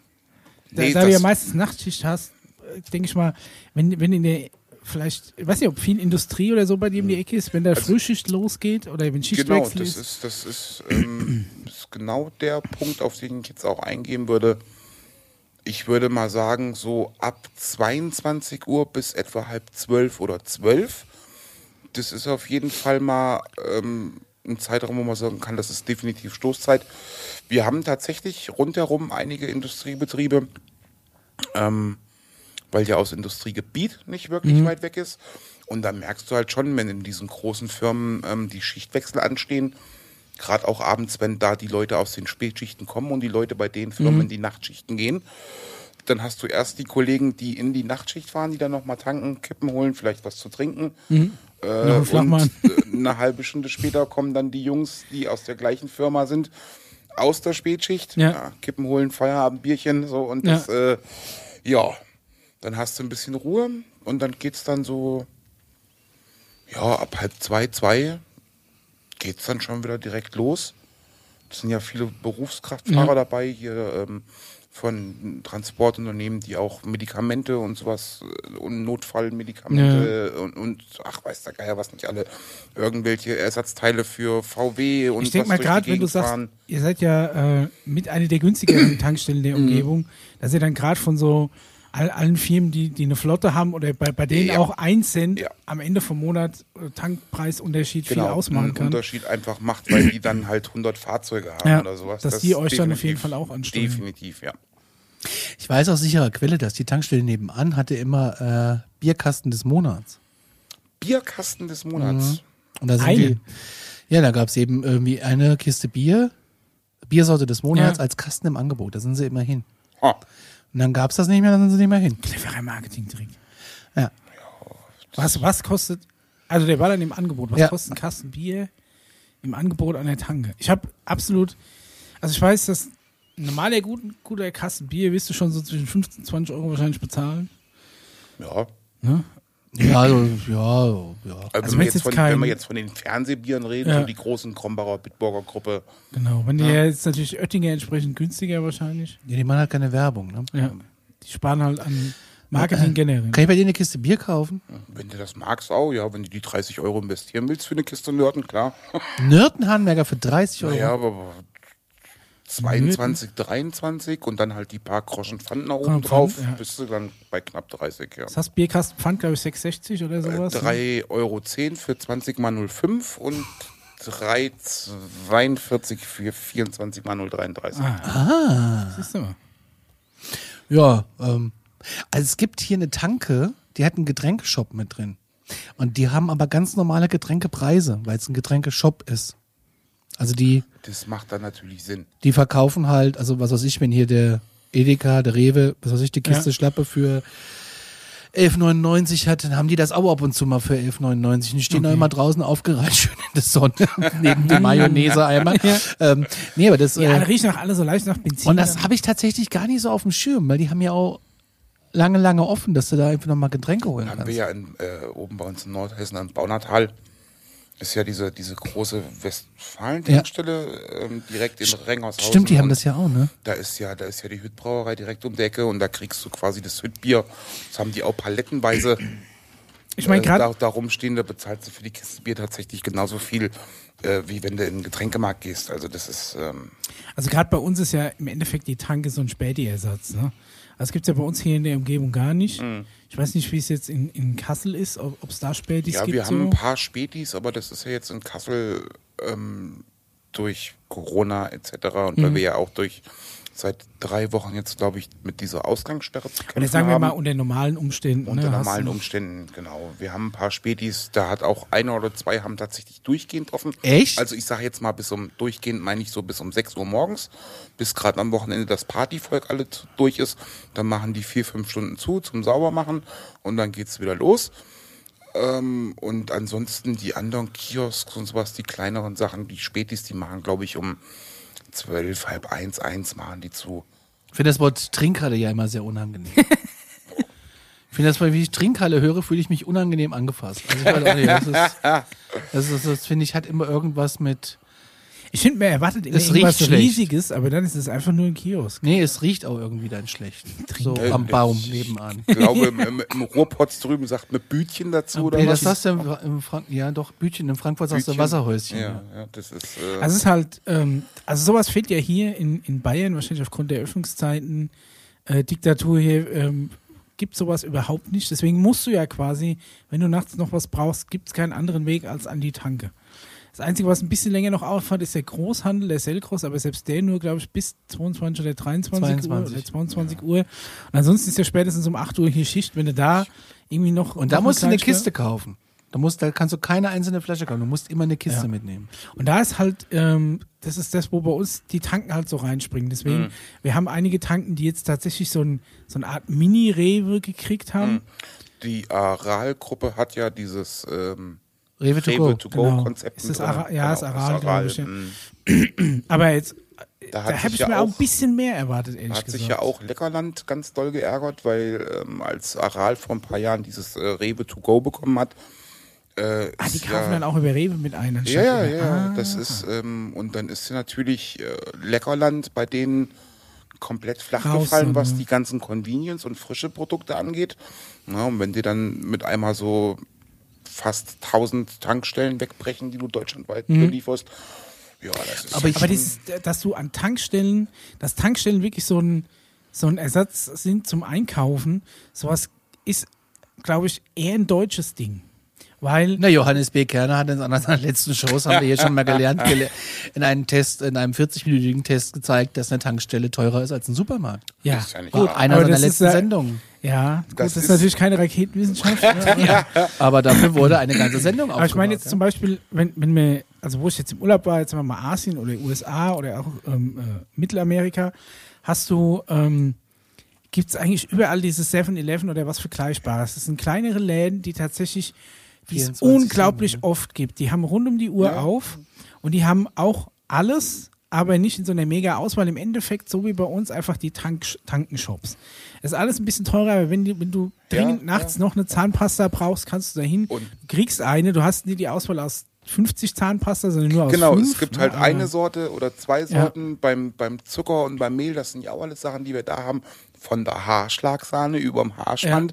A: da,
C: Nee,
A: da du ja
C: das-
A: meistens Nachtschicht hast, äh, denke ich mal, wenn, wenn in der vielleicht, ich weiß nicht, ob viel Industrie oder so bei dir um die Ecke ist, wenn da Frühschicht losgeht oder wenn
C: Hm. Also Genau,
A: Schichtwechsel
C: das
A: ist.
C: ist, das ist, ähm, ist genau der Punkt, auf den ich jetzt auch eingehen würde. Ich würde mal sagen, so ab 22 Uhr bis etwa halb zwölf oder zwölf. Das ist auf jeden Fall mal ähm, ein Zeitraum, wo man sagen kann, das ist definitiv Stoßzeit. Wir haben tatsächlich rundherum einige Industriebetriebe, ähm, weil ja aus Industriegebiet nicht wirklich
A: Mhm.
C: weit weg ist. Und da merkst du halt schon, wenn in diesen großen Firmen ähm, die Schichtwechsel anstehen, gerade auch abends, wenn da die Leute aus den Spätschichten kommen und die Leute bei den
A: Mhm.
C: Firmen in die Nachtschichten gehen, dann hast du erst die Kollegen, die in die Nachtschicht fahren, die dann nochmal tanken, Kippen holen, vielleicht was zu trinken. Äh,
A: Mhm. einen Flachmann.
C: und äh, eine halbe Stunde später kommen dann die Jungs, die aus der gleichen Firma sind, aus der Spätschicht.
A: Ja.
C: Kippen holen, Feierabend, Bierchen, so und
A: Ja.
C: das, äh, ja. Dann hast du ein bisschen Ruhe und dann geht's dann so, ja, ab halb zwei, zwei geht's dann schon wieder direkt los. Es sind ja viele Berufskraftfahrer dabei, hier ähm, von Transportunternehmen, die auch Medikamente und sowas äh, und Notfallmedikamente und, und ach weiß der Geier was nicht alle irgendwelche Ersatzteile für VW und
A: Ich denke
C: was
A: mal
C: durch die
A: gerade, wenn du
C: Gegend
A: sagst,
C: fahren.
A: ihr seid ja äh, mit einer der günstigeren Tankstellen
C: Mhm.
A: der Umgebung, dass ihr dann gerade von so all, allen Firmen, die, die eine Flotte haben oder bei, bei denen
C: Ja.
A: auch ein Cent
C: Ja. Genau.
A: am Ende vom Monat äh, Tankpreisunterschied viel ausmachen
C: einen
A: kann.
C: Unterschied einfach macht, weil die dann halt 100 Fahrzeuge haben
A: Ja,
C: oder sowas.
A: dass
C: Das
A: die euch dann auf
C: definitiv-
A: jeden Fall auch ansteuern.
C: Definitiv, ja.
B: Ich weiß aus sicherer Quelle, dass die Tankstelle nebenan hatte immer äh, Bierkasten des Monats.
C: Bierkasten des Monats.
A: Mhm.
B: Und da sind
A: Eine?
B: die, ja, da gab es eben irgendwie eine Kiste Bier, Biersorte des Monats
A: Ja.
B: als Kasten im Angebot. Da sind sie immer hin.
C: Ha.
B: Und dann gab es das nicht mehr, dann sind sie nicht mehr hin.
A: Cleverer Marketing-Trick.
B: Ja.
A: Was, was kostet, also der war dann im Angebot, was
B: Ja.
A: kostet ein Kasten Bier im Angebot an der Tanke? Ich habe absolut, also ich weiß, dass ein normaler guten, guter Kasten Bier wirst du schon so zwischen 15 und 20 Euro wahrscheinlich bezahlen.
C: Ja.
B: Ja, also, ja, ja.
C: Also,
A: Also
C: wenn, wir
A: wenn's
C: jetzt
A: jetzt
C: von,
A: kein-
C: wenn wir jetzt von den Fernsehbieren reden,
A: Ja.
C: so die großen Krombacher Bitburger Gruppe,
A: Genau, wenn der jetzt natürlich Oettinger entsprechend günstiger wahrscheinlich.
B: Ja, die machen halt keine Werbung. Ne?
A: Ja. Die sparen halt an
C: Äh,
A: Marketing generell. ne?
B: Kann ich bei dir eine Kiste Bier kaufen?
C: wenn du das magst, auch, ja, wenn du die 30 Euro investieren willst für eine Kiste Nörden, klar.
B: Nürtenhahnberger für 30 Euro.
C: Naja, aber 22, 23 und dann halt die paar Groschen Pfand nach oben
A: Pfand,
C: drauf,
A: ja.
C: bist du dann bei knapp 30, ja.
A: Das hast Bierkasten Pfand, glaube ich, 6,60
C: Äh,
A: oder sowas. ne?
C: 3,10 Euro für 20 mal 05 und 3,42 für 24 mal 033.
B: Ah.
A: Siehst du mal.
B: Ja, ähm, also es gibt hier eine Tanke, die hat einen Getränkeshop mit drin. Und die haben aber ganz normale Getränkepreise, weil es ein Getränkeshop ist. Also die,
C: Das macht dann natürlich Sinn.
B: die verkaufen halt, also was weiß ich, wenn hier der Edeka, der Rewe, was weiß ich, die Kiste
A: Ja.
B: Schlappe für 11,99 hat, dann haben die das auch ab und zu mal für 11,99 und die stehen auch immer draußen aufgereiht, schön in der Sonne, neben dem Mayonnaise-Eimer. Ähm, nee, aber das...
A: Die
B: äh,
A: alle riechen nach alle so leicht nach Benzin.
B: und das habe ich tatsächlich gar nicht so auf dem Schirm, weil die haben ja auch lange, lange offen, dass du da einfach nochmal Getränke holen
C: Haben
B: kannst.
C: wir ja in, äh, oben bei uns in Nordhessen am Baunatal. Ist ja diese, diese große Westfalen-Tankstelle ähm, direkt in Renghaushausen.
B: Stimmt, die haben
C: Und
B: das ja auch, ne?
C: Da ist ja, da ist ja die Hüttbrauerei direkt um die Ecke und da kriegst du quasi das Hüttbier. Das haben die auch palettenweise
A: ich meine,
C: äh, da,
A: gerade
C: da rumstehen, da bezahlst du für die Kiste Bier tatsächlich genauso viel, äh, wie wenn du in den Getränkemarkt gehst. Also das ist, ähm,
A: Also gerade bei uns ist ja im Endeffekt die Tanke so ein Späti-Ersatz. Ne? Das gibt es ja bei uns hier in der Umgebung gar nicht.
C: Mhm.
A: Ich weiß nicht, wie es jetzt in, in Kassel ist, ob es da Spätis
C: ja,
A: gibt.
C: wir haben
A: so.
C: ein paar Spätis, aber das ist ja jetzt in Kassel ähm, durch Corona etc. und
A: Mhm.
C: weil wir ja auch durch seit drei Wochen jetzt, glaube ich, mit dieser Ausgangssperre zu kämpfen
A: Oder sagen wir
C: haben.
A: mal unter normalen Umständen. ne,
C: unter
A: hast
C: normalen
A: du-
C: Umständen, genau. Wir haben ein paar Spätis, da hat auch einer oder zwei haben tatsächlich durchgehend offen.
B: Echt?
C: Also ich sage jetzt mal bis um durchgehend meine ich so bis um 6 Uhr morgens, bis gerade am Wochenende das Partyvolk alle zu- durch ist. Dann machen die vier, fünf Stunden zu zum Saubermachen und dann geht's wieder los. Ähm, und ansonsten die anderen Kiosks und sowas, die kleineren Sachen, die Spätis, die machen, glaube ich, um zwölf, halb eins, eins machen die zu.
B: Ich finde das Wort Trinkhalle ja immer sehr unangenehm. ich finde das, wenn ich Trinkhalle höre, fühle ich mich unangenehm angefasst. Also ich weiß auch nicht, das ist, das, ist, das finde ich, hat immer irgendwas mit,
A: Ich finde, man erwartet immer
B: Es
A: irgendwas
B: riecht schlecht.
A: Riesiges, aber dann ist es einfach nur ein Kiosk.
B: nee, es riecht auch irgendwie dann schlecht. So am Baum nebenan.
C: Ich glaube, im, im, im Ruhrpott drüben sagt man Bütchen dazu oder
B: Nee,
C: was?
B: das sagst du im, im Frank ja doch, Bütchen, in Frankfurt sagst du
C: Bütchen.
B: Wasserhäuschen.
C: Ja,
B: ja.
C: ja, das ist. Äh,
A: Also es ist halt, ähm, also sowas fehlt ja hier in, in Bayern, wahrscheinlich aufgrund der Öffnungszeiten, äh, Diktatur hier, ähm, gibt sowas überhaupt nicht. Deswegen musst du ja quasi, wenn du nachts noch was brauchst, gibt es keinen anderen Weg als an die Tanke. Das Einzige, was ein bisschen länger noch auffällt, ist der Großhandel, der Selgros, aber selbst der nur, glaube ich, bis 22 oder 23 Uhr
B: 22.
A: oder 22 Uhr. Und ansonsten ist ja spätestens um 8 Uhr hier Schicht, wenn du da irgendwie noch...
B: Und da
A: noch
B: musst du eine
A: kleine Sperre-
B: Kiste kaufen. Da, musst, da kannst du keine einzelne Flasche kaufen. Du musst immer eine Kiste
A: Ja.
B: mitnehmen.
A: Und da ist halt, ähm, das ist das, wo bei uns die Tanken halt so reinspringen. Deswegen,
C: Mhm.
A: wir haben einige Tanken, die jetzt tatsächlich so, ein, so eine Art Mini-Rewe gekriegt haben.
C: Mhm. Die Aral-Gruppe hat ja dieses ähm,
B: Rewe to go.
C: Rewe to go
A: Genau.
C: Konzept.
A: Ist das
C: drin.
A: Ara- ja, ist Aral,
C: ist
A: glaub ich, ja.
C: mm.
A: Aber jetzt,
C: Da
A: da
C: hat
A: habe
C: sich
A: ich
C: ja
A: mir auch ein
C: auch,
A: bisschen mehr erwartet, ehrlich
C: hat
A: gesagt.
C: sich ja auch Leckerland ganz doll geärgert, weil ähm, als Aral vor ein paar Jahren dieses äh, Rewe to go bekommen hat. Äh,
A: Ah, die
C: ist
A: kaufen
C: ja,
A: dann ah. auch über Rewe mit ein. anstatt
C: Ja, ja,
A: über-
C: ja. Das ist ähm, und dann ist ja natürlich äh, Leckerland bei denen komplett flach
A: Raus,
C: gefallen,
A: ja,
C: was
A: ja.
C: die ganzen Convenience und frische Produkte angeht. Na, und wenn die dann mit einmal so fast 1000 Tankstellen wegbrechen, die du deutschlandweit belieferst, ja, das ist
A: Mhm. Aber, dieses, dass du an Tankstellen, dass Tankstellen wirklich so ein, so ein Ersatz sind zum Einkaufen, sowas ist, glaube ich, eher ein deutsches Ding.
C: Ne,
A: Weil,
B: Na, Johannes B. Kerner hat in einer seiner letzten Shows, haben wir hier schon mal gelernt, gele in einem Test, in einem 40-minütigen Test gezeigt, dass eine Tankstelle teurer ist als ein Supermarkt.
A: ja,
C: ist ja nicht
A: gut,
C: wahr.
B: Einer
A: aber
B: seiner
A: das ist
B: letzten
A: ja-
B: Sendungen.
A: Ja, gut, das,
C: Das
A: ist
C: ist-
A: natürlich keine Raketenwissenschaft. ne?
B: Aber dafür wurde eine ganze Sendung
A: Aber ich meine
B: aufgemacht,
A: jetzt zum Beispiel, wenn, wenn mir, also wo ich jetzt im Urlaub war, jetzt sagen wir mal Asien oder USA oder auch ähm, äh, Mittelamerika, hast du, ähm, gibt es eigentlich überall dieses 7-Eleven oder was Vergleichbares. Das sind kleinere Läden, die tatsächlich, die es
B: 24
A: unglaublich
C: Mhm.
A: oft gibt. Die haben rund um die Uhr auf und die haben auch alles, aber nicht in so einer mega Auswahl. Im Endeffekt, so wie bei uns, einfach die Tank Tankenshops. Es ist alles ein bisschen teurer, aber wenn, die, wenn du
C: Ja,
A: dringend nachts noch eine Zahnpasta brauchst, kannst du dahin,
C: Und-
A: kriegst eine, du hast nicht die Auswahl aus 50 Zahnpasta, sondern nur aus
C: Genau,
A: fünf,
C: es gibt
A: ne?
C: halt
A: Aber-
C: eine Sorte oder zwei Sorten beim, beim Zucker und beim Mehl. Das sind ja auch alles Sachen, die wir da haben. Von der Haarschlagsahne über dem Haarspann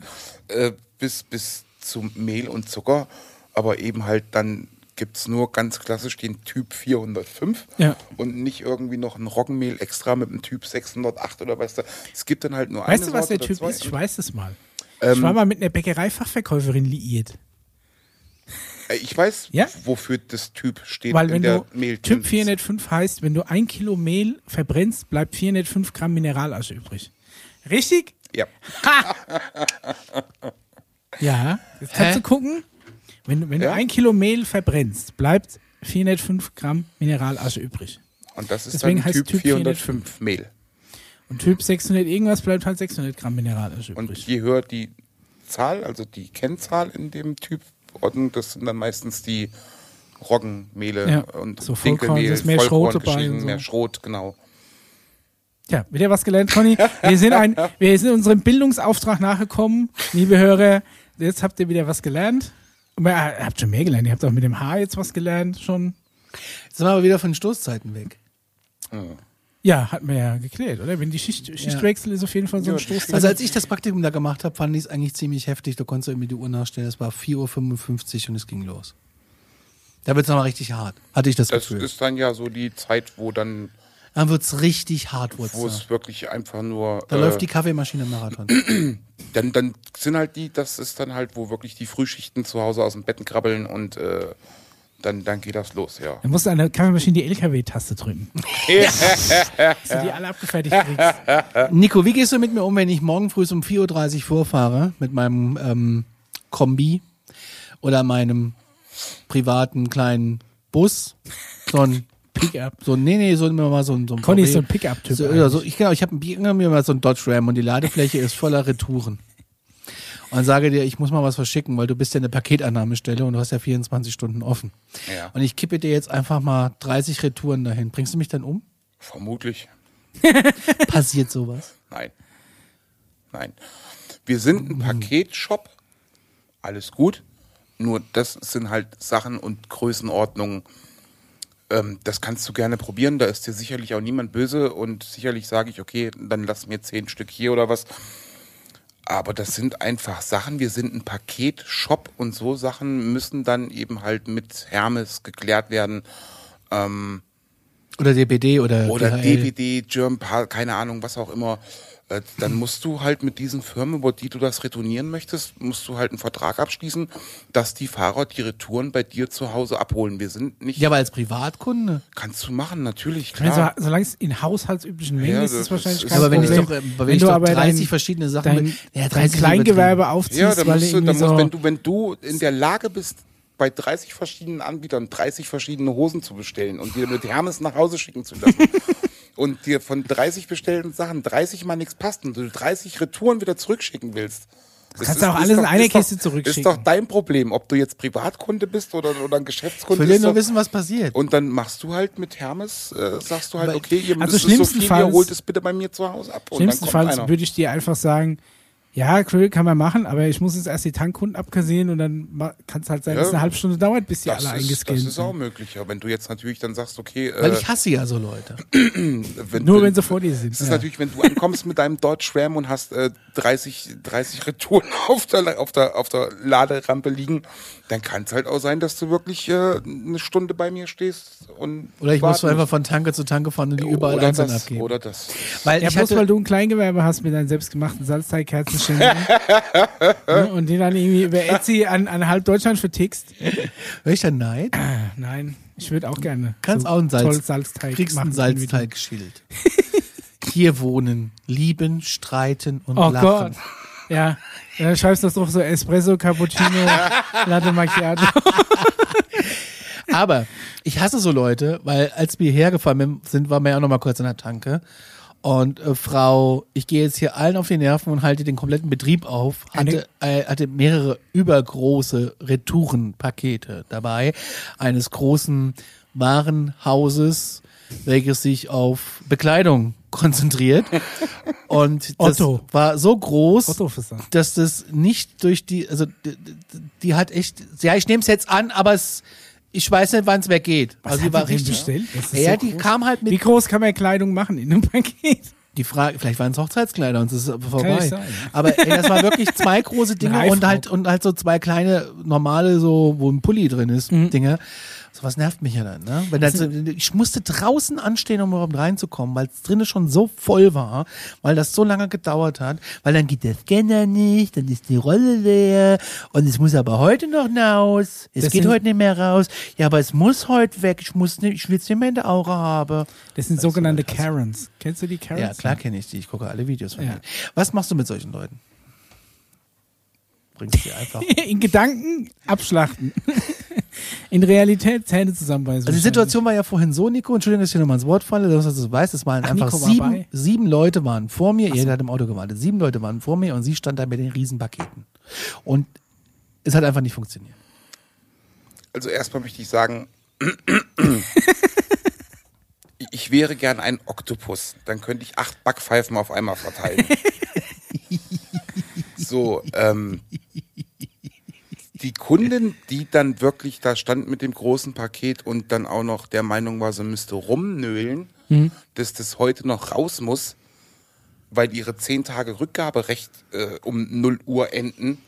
C: äh, bis, bis zum Mehl und Zucker. Aber eben halt dann gibt es nur ganz klassisch den Typ 405
A: Ja.
C: und nicht irgendwie noch ein Roggenmehl extra mit dem Typ 608 oder weißt du. Es gibt dann halt nur
A: Weißt
C: eine
A: du, was
C: Sorte
A: der Typ
C: oder
A: ist? Ich
C: zwei. Ähm,
A: weiß es mal. ich war mal mit einer Bäckereifachverkäuferin liiert.
C: Äh, Ich weiß,
A: Ja?
C: wofür das Typ steht
A: Weil
C: in
A: wenn
C: der
A: du
C: Mehl
A: Typ 405 heißt, wenn du ein Kilo Mehl verbrennst, bleibt 405 Gramm Mineralasche übrig. Richtig?
C: Ja.
A: Ja. Jetzt kannst
B: Hä?
A: du gucken, wenn, du- wenn
C: Ja.
A: du ein Kilo Mehl verbrennst, bleibt 405 Gramm Mineralasche übrig.
C: Und das ist
A: Deswegen
C: dann
A: heißt
C: typ,
A: Typ
C: 405 Mehl.
A: Und Typ 600 irgendwas bleibt halt 600 Gramm Mineralöl
C: Und
A: übrig.
C: je höher die Zahl, also die Kennzahl in dem Typ, Ordnung, das sind dann meistens die Roggenmehle
A: Ja,
C: und
A: so Vollkorn,
C: Dinkelmehl,
A: das ist mehr
C: Vollkorn
A: Schrot dabei
C: geschieden,
A: und so.
C: mehr Schrot, genau.
A: Tja, wieder was gelernt, Conny. Wir sind, ein, wir sind unserem Bildungsauftrag nachgekommen, liebe Hörer. Jetzt habt ihr wieder was gelernt. Aber Ihr habt schon mehr gelernt. Ihr habt auch mit dem Haar jetzt was gelernt schon.
B: ja. Jetzt sind wir aber wieder von den Stoßzeiten weg.
A: Ja, hat man ja geklärt, oder? Wenn die Schicht, Schichtwechsel ist auf jeden Fall so ein
C: Ja,
A: Stoß.
B: Also als ich das Praktikum da gemacht habe, fand ich es eigentlich ziemlich heftig. Da konntest du irgendwie die Uhr nachstellen. Es war 4.55 Uhr und es ging los. Da wird es nochmal richtig hart, hatte ich das,
C: Das
B: Gefühl.
C: ist dann ja so die Zeit, wo dann,
B: Dann wird es richtig hart, wurde
C: wo es wirklich einfach nur.
B: Da
C: äh,
B: läuft die Kaffeemaschine im Marathon.
C: dann, dann sind halt die, das ist dann halt, wo wirklich die Frühschichten zu Hause aus dem Betten krabbeln und äh, dann, dann geht das los, ja.
A: Dann musst du an der Kaffeemaschine die LKW-Taste drücken. Dass du die alle abgefertigt kriegst.
B: Nico, wie gehst du mit mir um, wenn ich morgen früh um 4.30 Uhr vorfahre mit meinem ähm, Kombi oder meinem privaten kleinen Bus? So ein,
A: Pick-up.
B: so ein nee, nee, so ein, mal so ein, so ein
A: Conny ist so ein
B: VW.
A: Pickup-Typ
B: So, oder so,
A: eigentlich.
B: ich genau, ich habe mir mal so ein Dodge Ram und die Ladefläche ist voller Retouren. Und sage dir, ich muss mal was verschicken, weil du bist ja eine Paketannahmestelle und du hast ja 24 Stunden offen.
C: Ja.
B: Und ich kippe dir jetzt einfach mal 30 Retouren dahin. Bringst du mich dann um?
C: Vermutlich.
B: Passiert sowas?
C: Nein. Nein. Wir sind ein Paketshop. Alles gut. Nur das sind halt Sachen und Größenordnungen. Ähm, das kannst du gerne probieren. Da ist dir sicherlich auch niemand böse. Und sicherlich sage ich, okay, dann lass mir zehn Stück hier oder was. Aber das sind einfach Sachen. Wir sind ein Paketshop und so Sachen müssen dann eben halt mit Hermes geklärt werden.
B: Oder DPD oder
C: Oder
B: DHL?
C: DVD, German, Pa- keine Ahnung, was auch immer. Äh, Dann musst du halt mit diesen Firmen, über die du das retournieren möchtest, musst du halt einen Vertrag abschließen, dass die Fahrer die Retouren bei dir zu Hause abholen. Wir sind nicht.
B: Ja, aber als Privatkunde.
C: Kannst du machen, natürlich,
A: Ich meine,
C: klar.
A: so, solange es in haushaltsüblichen Mengen
C: Ja,
A: ist, ist es
C: das
A: wahrscheinlich
C: ist-
A: kein
B: aber wenn ich
A: Problem.
B: doch, äh, wenn ich
A: du
B: doch
A: aber
B: 30
A: dein-
B: verschiedene Sachen
A: dein,
B: mit- Ja,
A: dein
B: 30 ist
A: Kleingewerbe
B: übertrieben.
A: aufziehst,
C: Ja, da
A: weil
C: musst du, da
A: irgendwie
C: musst,
A: so
C: wenn du, wenn du in der Lage bist, bei 30 verschiedenen Anbietern 30 verschiedene Hosen zu bestellen und dir mit Hermes nach Hause schicken zu lassen und dir von 30 bestellten Sachen 30 mal nichts passt und du 30 Retouren wieder zurückschicken willst. Das
A: kannst du auch alles in einer Kiste zurückschicken.
C: Ist doch dein Problem, ob du jetzt Privatkunde bist oder, oder ein Geschäftskunde.
B: Ich will ja
C: ist
B: nur
C: doch-
B: wissen, was passiert.
C: und dann machst du halt mit Hermes, äh, sagst du halt,
B: Weil-
C: okay, ihr
A: Also
C: müsst es so viel, ihr
A: schlimmstenfalls-
C: holt es bitte bei mir zu Hause ab. Und dann kommt
A: Schlimmstenfalls
C: einer.
A: würde ich dir einfach sagen, Ja, Grill kann man machen, aber ich muss jetzt erst die Tankkunden abkassieren und dann kann es halt sein,
C: Ja.
A: dass es eine halbe Stunde dauert, bis die
C: Das
A: alle
C: ist,
A: eingescannt
C: das ist auch
A: sind.
C: möglich. Ja, wenn du jetzt natürlich dann sagst, okay,
B: Weil
C: äh,
B: ich hasse ja so Leute.
C: wenn,
A: Nur wenn sie vor dir sind.
C: Es ist
A: Ja.
C: natürlich, wenn du ankommst mit deinem Dodge Ram und hast äh, 30, 30 Retouren auf der, auf, der, auf der Laderampe liegen, dann kann es halt auch sein, dass du wirklich äh, eine Stunde bei mir stehst und
B: Oder ich muss
C: warten
B: einfach von Tanke zu Tanke fahren und die überall
C: oder
B: einzeln
C: das,
B: abgeben.
C: Oder das.
B: weil Also
A: Ja,
B: ich
A: bloß
B: hatte,
A: weil du ein Kleingewerbe hast mit deinen selbstgemachten Salzteigkerzenständen ne, und die dann irgendwie über Etsy an, an halb Deutschland vertickst.
B: welcher Neid?
A: Nein, ich würde auch gerne.
B: Kannst
A: so
B: auch einen Salz,
A: Toll Salzteig
B: kriegst
A: machen.
B: ein Salzteigschild. Hier wohnen, lieben, streiten und
A: Oh
B: lachen.
A: Gott. Ja, dann schreibst du das doch so Espresso, Cappuccino, Latte Macchiato.
B: Aber ich hasse so Leute, weil als wir hergefahren sind, waren wir ja auch noch mal kurz an der Tanke. Und äh, Frau, ich gehe jetzt hier allen auf die Nerven und halte den kompletten Betrieb auf, hatte, äh, hatte mehrere übergroße Retourenpakete dabei, eines großen Warenhauses, welches sich auf Bekleidung konzentriert. Und das
A: Otto.
B: war so groß,
A: Otto Fisser.
B: dass das nicht durch die, also die, die- die hat echt, ja, ich nehme es jetzt an, aber es, ich weiß nicht, wann es weggeht.
A: Was
B: also
A: hat
B: die war
A: die denn
B: richtig.
A: bestellt? Das ist
B: ja,
A: so
B: die
A: groß.
B: kam halt
A: Wie
B: mit.
A: groß kann man Kleidung machen in einem Paket?
B: Die Frage, vielleicht waren es Hochzeitskleider und es ist vorbei.
A: nicht sein.
B: Aber ey, das war wirklich zwei große Dinge
A: Eine
B: und halt
A: Eifraub.
B: und halt so zwei kleine normale so, wo ein Pulli drin ist,
A: Mhm.
B: Dinge. Sowas nervt mich ja dann. Ne? Wenn das, ich musste draußen anstehen, um überhaupt reinzukommen, weil es drinnen schon so voll war, weil das so lange gedauert hat, weil dann geht der Scanner nicht, dann ist die Rolle leer und es muss aber heute noch raus. Es
A: Das
B: geht
A: sind-
B: heute nicht mehr raus. Ja, aber es muss heute weg. Ich muss nicht, ich will es nicht mehr in der Aura haben.
A: Das sind sogenannte Karens. Kennst du die Karens?
B: Ja, klar kenne ich die. Ich gucke alle Videos von
A: Ja.
B: denen. Was machst du mit solchen Leuten? Bringst du die einfach.
A: In Gedanken abschlachten. In Realität Zähne zusammenbeißen.
B: Also die Situation war ja vorhin so, Nico, Entschuldigung, dass ich dir nochmal ins Wort falle, dass du das weißt, es waren
A: Ach,
B: einfach
A: Nico war
B: sieben,
A: bei?
B: sieben Leute waren vor mir, jeder hat im Auto gewartet, sieben Leute waren vor mir und sie stand da mit den Riesenpaketen. Und es hat einfach nicht funktioniert.
C: Also erstmal möchte ich sagen, ich wäre gern ein Oktopus. Dann könnte ich acht Backpfeifen auf einmal verteilen. so, ähm, die Kundin, die dann wirklich da stand mit dem großen Paket und dann auch noch der Meinung war, sie müsste rumnöhlen, dass das heute noch raus muss, weil ihre zehn Tage Rückgaberecht äh, um 0 Uhr enden.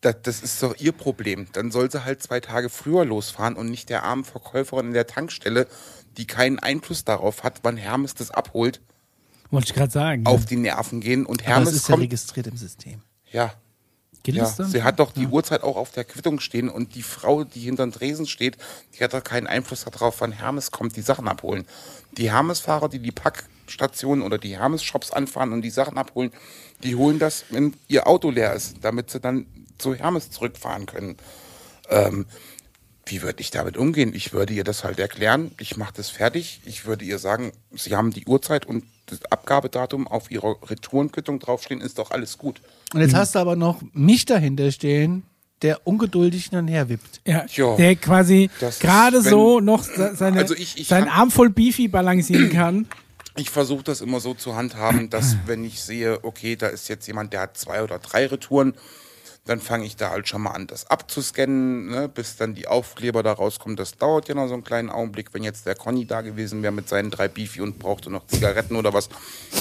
C: Das, das ist doch ihr Problem. Dann soll sie halt zwei Tage früher losfahren und nicht der armen Verkäuferin in der Tankstelle, die keinen Einfluss darauf hat, wann Hermes das abholt,
A: Wollte ich gerade sagen. ne?
C: auf die Nerven gehen. Und
B: Aber es
C: Hermes
B: ist ja
C: kommt.
B: registriert im System.
C: Ja,
A: Gilt
C: ja.
A: das dann?
C: Sie hat doch die Uhrzeit auch auf der Quittung stehen und die Frau, die hinterm Dresen steht, die hat doch keinen Einfluss darauf, wann Hermes kommt, die Sachen abholen. Die Hermes-Fahrer, die die Packstationen oder die Hermes-Shops anfahren und die Sachen abholen, die holen das, wenn ihr Auto leer ist, damit sie dann zu Hermes zurückfahren können. Ähm, wie würde ich damit umgehen? Ich würde ihr das halt erklären. Ich mache das fertig. Ich würde ihr sagen, Sie haben die Uhrzeit und das Abgabedatum auf Ihrer Retourenquittung draufstehen, ist doch alles gut.
B: Und
A: Mhm.
B: jetzt hast du aber noch mich dahinter stehen, der ungeduldig hin und her wippt.
A: Ja,
C: Tja.
A: der quasi
C: Das ist,
A: gerade
C: wenn-
A: so noch se- seine,
C: Also ich- ich
A: seinen
C: hab-
A: Arm voll Beefy balancieren kann.
C: Ich versuche das immer so zu handhaben, dass wenn ich sehe, okay, da ist jetzt jemand, der hat zwei oder drei Retouren, dann fange ich da halt schon mal an, das abzuscannen, ne, bis dann die Aufkleber da rauskommen. Das dauert ja noch so einen kleinen Augenblick. Wenn jetzt der Conny da gewesen wäre mit seinen drei Beefy und brauchte noch Zigaretten oder was,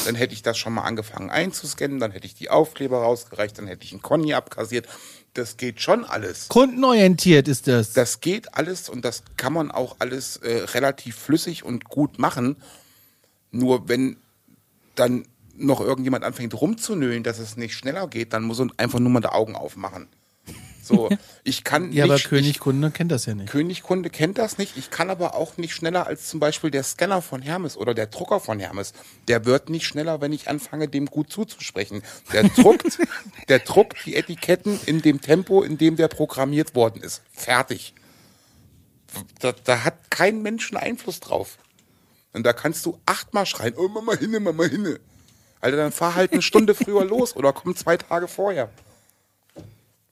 C: dann hätte ich das schon mal angefangen einzuscannen, dann hätte ich die Aufkleber rausgereicht, dann hätte ich einen Conny abkassiert. Das geht schon alles.
B: Kundenorientiert ist das.
C: Das geht alles und das kann man auch alles äh, relativ flüssig und gut machen. Nur wenn dann noch irgendjemand anfängt rumzunölen, dass es nicht schneller geht, dann muss man einfach nur mal die Augen aufmachen. So, ich kann
B: ja, aber
C: nicht.
B: König Kunde kennt das ja nicht.
C: Königkunde kennt das nicht. Ich kann aber auch nicht schneller als zum Beispiel der Scanner von Hermes oder der Drucker von Hermes. Der wird nicht schneller, wenn ich anfange, dem gut zuzusprechen. Der druckt, der druckt die Etiketten in dem Tempo, in dem der programmiert worden ist. Fertig. Da, da hat kein Mensch einen Einfluss drauf. Und da kannst du achtmal schreien, oh Mama hinne, Mama hinne. Alter, dann fahr halt eine Stunde früher los oder komm zwei Tage vorher.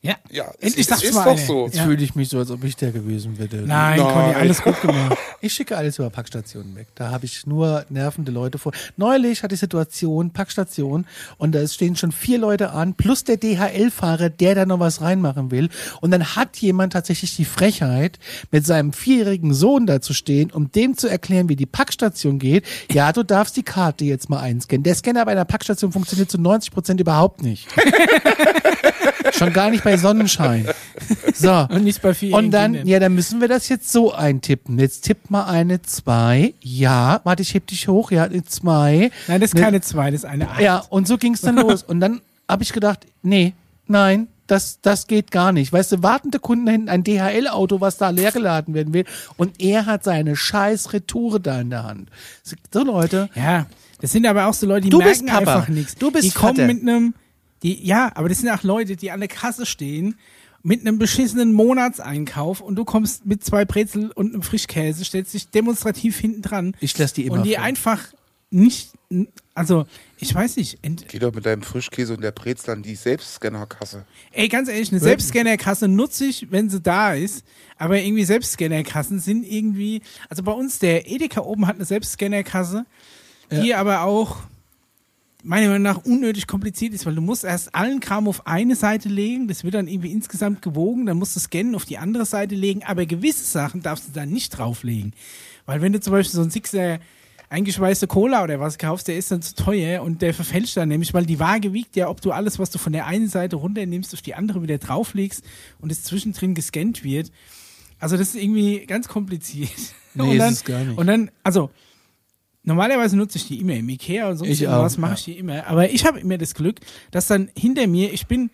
A: Ja,
C: Ja, es
A: endlich
C: ist-
A: sagst du
C: ist
A: mal
C: doch
A: eine.
C: so.
B: Jetzt
A: Ja.
B: fühle ich mich so, als ob ich der gewesen wäre. der-
A: Nein,
C: Nein.
A: Conny, alles gut gemacht.
B: Ich schicke alles über Packstationen weg. Da habe ich nur nervende Leute vor. Neulich hatte ich Situation, Packstation, und da stehen schon vier Leute an, plus der DHL-Fahrer, der da noch was reinmachen will. Und dann hat jemand tatsächlich die Frechheit, mit seinem vierjährigen Sohn da zu stehen, um dem zu erklären, wie die Packstation geht. Ja, du darfst die Karte jetzt mal einscannen. Der Scanner bei einer Packstation funktioniert zu 90 Prozent überhaupt nicht. Schon gar nicht bei Sonnenschein. So.
A: Und nicht bei vielen
B: Und dann,
A: Kindern.
B: ja, dann müssen wir das jetzt so eintippen. Jetzt tipp mal eine zwei. Ja, warte, ich heb dich hoch. Ja, eine zwei.
A: Nein, das ist
B: Ne-
A: keine 2, das ist eine 8.
B: Ja, und so ging's dann los. Und dann habe ich gedacht, nee, nein, das, das geht gar nicht. Weißt du, wartende Kunden hinten, ein DHL-Auto, was da leergeladen werden will. Und er hat seine scheiß Retoure da in der Hand. So, Leute.
A: Ja, das sind aber auch so Leute, die
B: Du bist
A: merken
B: Papa.
A: einfach nichts.
B: Du bist
A: die kommen
B: Vater.
A: mit einem, die ja, aber das sind auch Leute, die an der Kasse stehen mit einem beschissenen Monatseinkauf und du kommst mit zwei Brezel und einem Frischkäse, stellst dich demonstrativ hinten dran.
B: Ich lass die immer
A: Und die
B: vor.
A: einfach nicht, also ich weiß nicht, ent,
C: Geh doch mit deinem Frischkäse und der Brezel an die Selbstscannerkasse.
A: Ey, ganz ehrlich, eine Selbstscannerkasse nutze ich, wenn sie da ist. Aber irgendwie Selbstscannerkassen sind irgendwie. Also bei uns, der Edeka oben hat eine Selbstscannerkasse, die aber auch meiner Meinung nach unnötig kompliziert ist, weil du musst erst allen Kram auf eine Seite legen, das wird dann irgendwie insgesamt gewogen, dann musst du scannen auf die andere Seite legen, aber gewisse Sachen darfst du dann nicht drauflegen. Weil wenn du zum Beispiel so einen Sixer eingeschweißte Cola oder was kaufst, der ist dann zu teuer und der verfälscht dann nämlich, weil die Waage wiegt ja, ob du alles, was du von der einen Seite runternimmst, auf die andere wieder drauflegst und es zwischendrin gescannt wird. Also das ist irgendwie ganz kompliziert.
B: Nee,
A: und
B: ist
A: dann,
B: es gar nicht.
A: Und dann, also Normalerweise nutze ich die immer im Ikea und sonst
B: Ich
A: irgendwas
B: auch,
A: mache ich die immer. Aber ich habe immer das Glück, dass dann hinter mir, ich bin,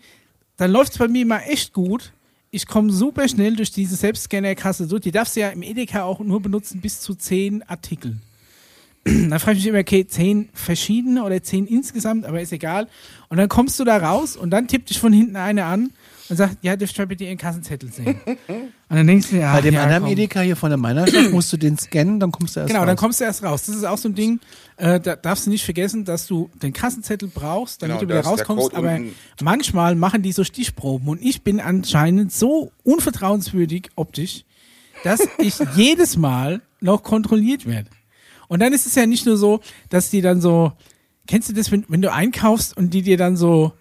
A: dann läuft es bei mir mal echt gut. Ich komme super schnell durch diese Selbstscannerkasse durch. Die darfst du ja im Edeka auch nur benutzen bis zu zehn Artikeln. dann frage ich mich immer, okay, zehn verschiedene oder zehn insgesamt, aber ist egal. Und dann kommst du da raus und dann tippt dich von hinten einer an und sagt, ja, dürft ihr bitte ihren Kassenzettel sehen. und dann denkst du, ja,
B: Bei dem
A: ja,
B: anderen
A: komm.
B: Edeka hier von der Meinerschaft musst du den scannen, dann kommst du erst
A: Genau,
B: raus.
A: dann kommst du erst raus. Das ist auch so ein Ding, äh, da darfst du nicht vergessen, dass du den Kassenzettel brauchst, damit
C: Genau,
A: du wieder
C: da ist der
A: rauskommst.
C: Code
A: Aber
C: unten.
A: manchmal machen die so Stichproben und ich bin anscheinend so unvertrauenswürdig optisch, dass ich jedes Mal noch kontrolliert werde. Und dann ist es ja nicht nur so, dass die dann so, kennst du das, wenn, wenn du einkaufst und die dir dann so,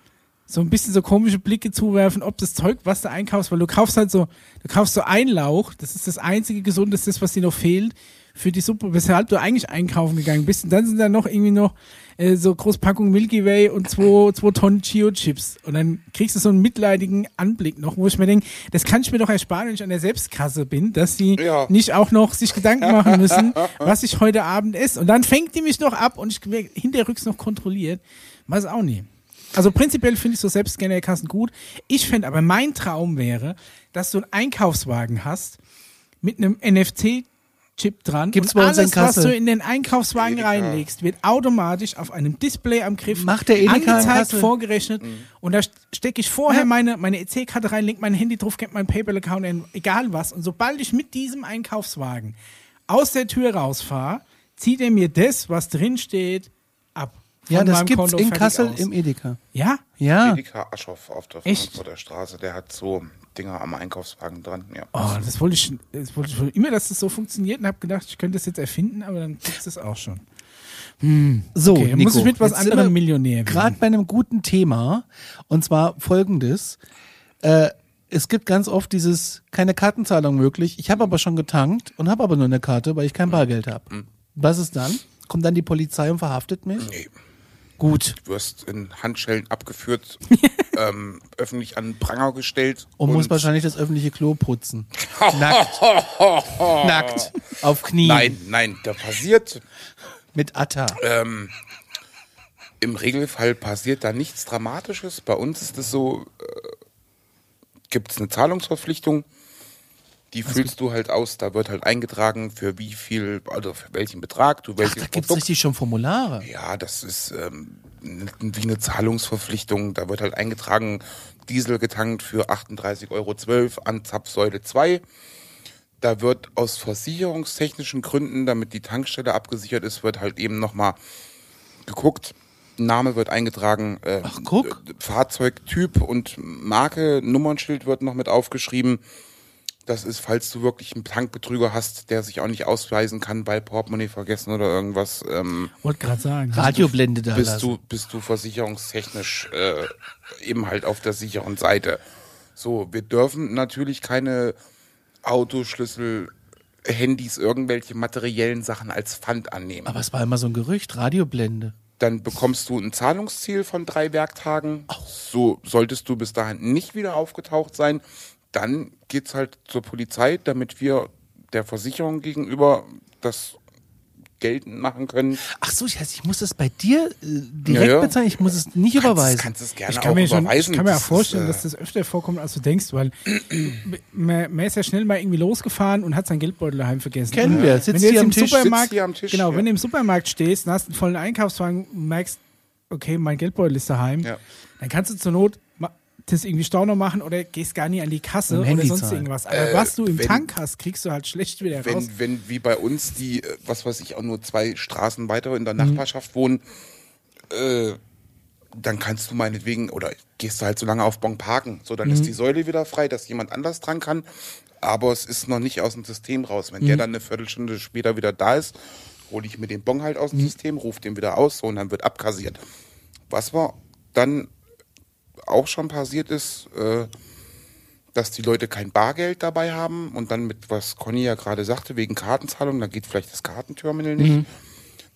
A: so ein bisschen so komische Blicke zuwerfen, ob das Zeug, was du einkaufst, weil du kaufst halt so, du kaufst so einen Lauch, das ist das einzige Gesunde, das ist das, was dir noch fehlt für die Suppe, weshalb du eigentlich einkaufen gegangen bist. Und dann sind da noch irgendwie noch äh, so Großpackung Milky Way und zwei, zwei Tonnen Chio-Chips. Und dann kriegst du so einen mitleidigen Anblick noch, wo ich mir denke, das kann ich mir doch ersparen, wenn ich an der Selbstkasse bin, dass sie
C: Ja.
A: nicht auch noch sich Gedanken machen müssen, was ich heute Abend esse. Und dann fängt die mich noch ab und ich werde hinterrücks noch kontrolliert. Weiß auch nie. Also prinzipiell finde ich so Selbstscannerkassen gut. Ich fände aber, mein Traum wäre, dass du einen Einkaufswagen hast mit einem NFC-Chip dran.
B: Gibt's
A: und
B: bei uns in
A: alles, was
B: Kassel.
A: du in den Einkaufswagen
C: Edeka.
A: reinlegst, wird automatisch auf einem Display am Griff
B: Macht der Edeka in
A: angezeigt,
B: Kassel. Mhm.
A: vorgerechnet. Und da stecke ich vorher
B: Ja.
A: meine, meine EC-Karte rein, lege mein Handy drauf, gebe meinen PayPal-Account ein, egal was. Und sobald ich mit diesem Einkaufswagen aus der Tür rausfahre, zieht er mir das, was drin steht, ab. Von
B: ja, das
A: meinem
B: gibt's
A: Konto
B: in
A: fertig
B: Kassel
A: aus.
B: im Edeka.
A: Ja?
B: Ja.
C: Edeka Aschoff auf der
A: Echt?
C: Frankfurter Straße, der hat so Dinger am Einkaufswagen dran. Ja.
A: Oh, das wollte ich, schon- das wollte ich schon immer, dass das so funktioniert und habe gedacht, ich könnte das jetzt erfinden, aber dann gibt's das auch schon.
B: So,
A: Okay, dann muss ich mit was
B: jetzt sind
A: anderem
B: wir
A: Millionär werden.
B: Gerade bei einem guten Thema, und zwar folgendes. Äh, es gibt ganz oft dieses, keine Kartenzahlung möglich. Ich habe aber schon getankt und habe aber nur eine Karte, weil ich kein Bargeld habe. Was ist dann? Kommt dann die Polizei und verhaftet mich?
C: Mhm. Nee.
B: Gut.
C: Du wirst in Handschellen abgeführt, ähm, öffentlich an den Pranger gestellt.
B: Und, muss wahrscheinlich das öffentliche Klo putzen. Nackt. Nackt. Auf Knien.
C: Oh. Nein, Äh, nein, da passiert
B: Mit Atta.
C: im Regelfall passiert da nichts Dramatisches. Bei uns ist es so, äh, gibt es eine Zahlungsverpflichtung, die füllst du halt aus, da wird halt eingetragen, für wie viel, also für welchen Betrag, du
B: Ach,
C: welches
B: da gibt's
C: Produkt.
B: richtig schon Formulare.
C: Ja, das ist ähm, wie eine Zahlungsverpflichtung, da wird halt eingetragen, Diesel getankt für 38,12 Euro an Zapfsäule 2. Da wird aus versicherungstechnischen Gründen, damit die Tankstelle abgesichert ist, wird halt eben nochmal geguckt. Name wird eingetragen, äh,
B: Ach, guck.
C: Fahrzeugtyp und Marke, Nummernschild wird noch mit aufgeschrieben. Das ist, falls du wirklich einen Tankbetrüger hast, der sich auch nicht ausweisen kann, weil Portemonnaie vergessen oder irgendwas, ähm,
A: Wollte gerade sagen.
B: Radioblende da
C: bist
B: lassen.
C: du, bist du versicherungstechnisch äh, eben halt auf der sicheren Seite. So, wir dürfen natürlich keine Autoschlüssel, Handys, irgendwelche materiellen Sachen als Pfand annehmen.
A: Ah.
B: Aber es war immer so ein Gerücht, Radioblende.
C: Dann bekommst du ein Zahlungsziel von drei Werktagen. So solltest du bis dahin nicht wieder aufgetaucht sein. Dann geht's halt zur Polizei, damit wir der Versicherung gegenüber das geltend machen können.
B: Ach so, ich, heißt, ich muss das bei dir äh, direkt
C: Ja, ja.
B: bezahlen, ich muss es nicht überweisen.
C: Kannst, kannst es gerne
A: Ich kann,
C: Also auch
A: mir schon, ich
C: überweisen.
A: kann mir auch
C: Das ist,
A: vorstellen,
C: äh,
A: dass das öfter vorkommt, als du denkst, weil man, man ist ja schnell mal irgendwie losgefahren und hat seinen Geldbeutel daheim vergessen.
B: Kennen
A: Und
B: wir, sitzt
A: wenn du
B: hier
A: jetzt
B: am
A: im
B: Tisch, sitzt
A: Supermarkt,
C: hier am Tisch,
A: genau,
C: ja.
A: wenn du im Supermarkt stehst und hast einen vollen Einkaufswagen und merkst, okay, mein Geldbeutel ist daheim,
C: Ja.
A: dann kannst du zur Not ma- das irgendwie Stauner machen oder gehst gar nie an die Kasse
B: Mit
A: oder
B: dem Handy
A: sonst
B: zahlen.
A: irgendwas. Aber was du im
C: Äh, wenn-
A: Tank hast, kriegst du halt schlecht wieder raus.
C: wenn, wenn wie bei uns die, äh, was weiß ich, auch nur zwei Straßen weiter in der Nachbarschaft wohnen, äh, dann kannst du meinetwegen, oder gehst du halt so lange auf Bon parken. So, dann ist die Säule wieder frei, dass jemand anders dran kann. Aber es ist noch nicht aus dem System raus. Wenn der dann eine Viertelstunde später wieder da ist, hole ich mir den Bon halt aus dem System, rufe den wieder aus so, und dann wird abkassiert. Was war dann auch schon passiert ist, äh, dass die Leute kein Bargeld dabei haben und dann mit, was Conny ja gerade sagte, wegen Kartenzahlung, da geht vielleicht das Kartenterminal nicht.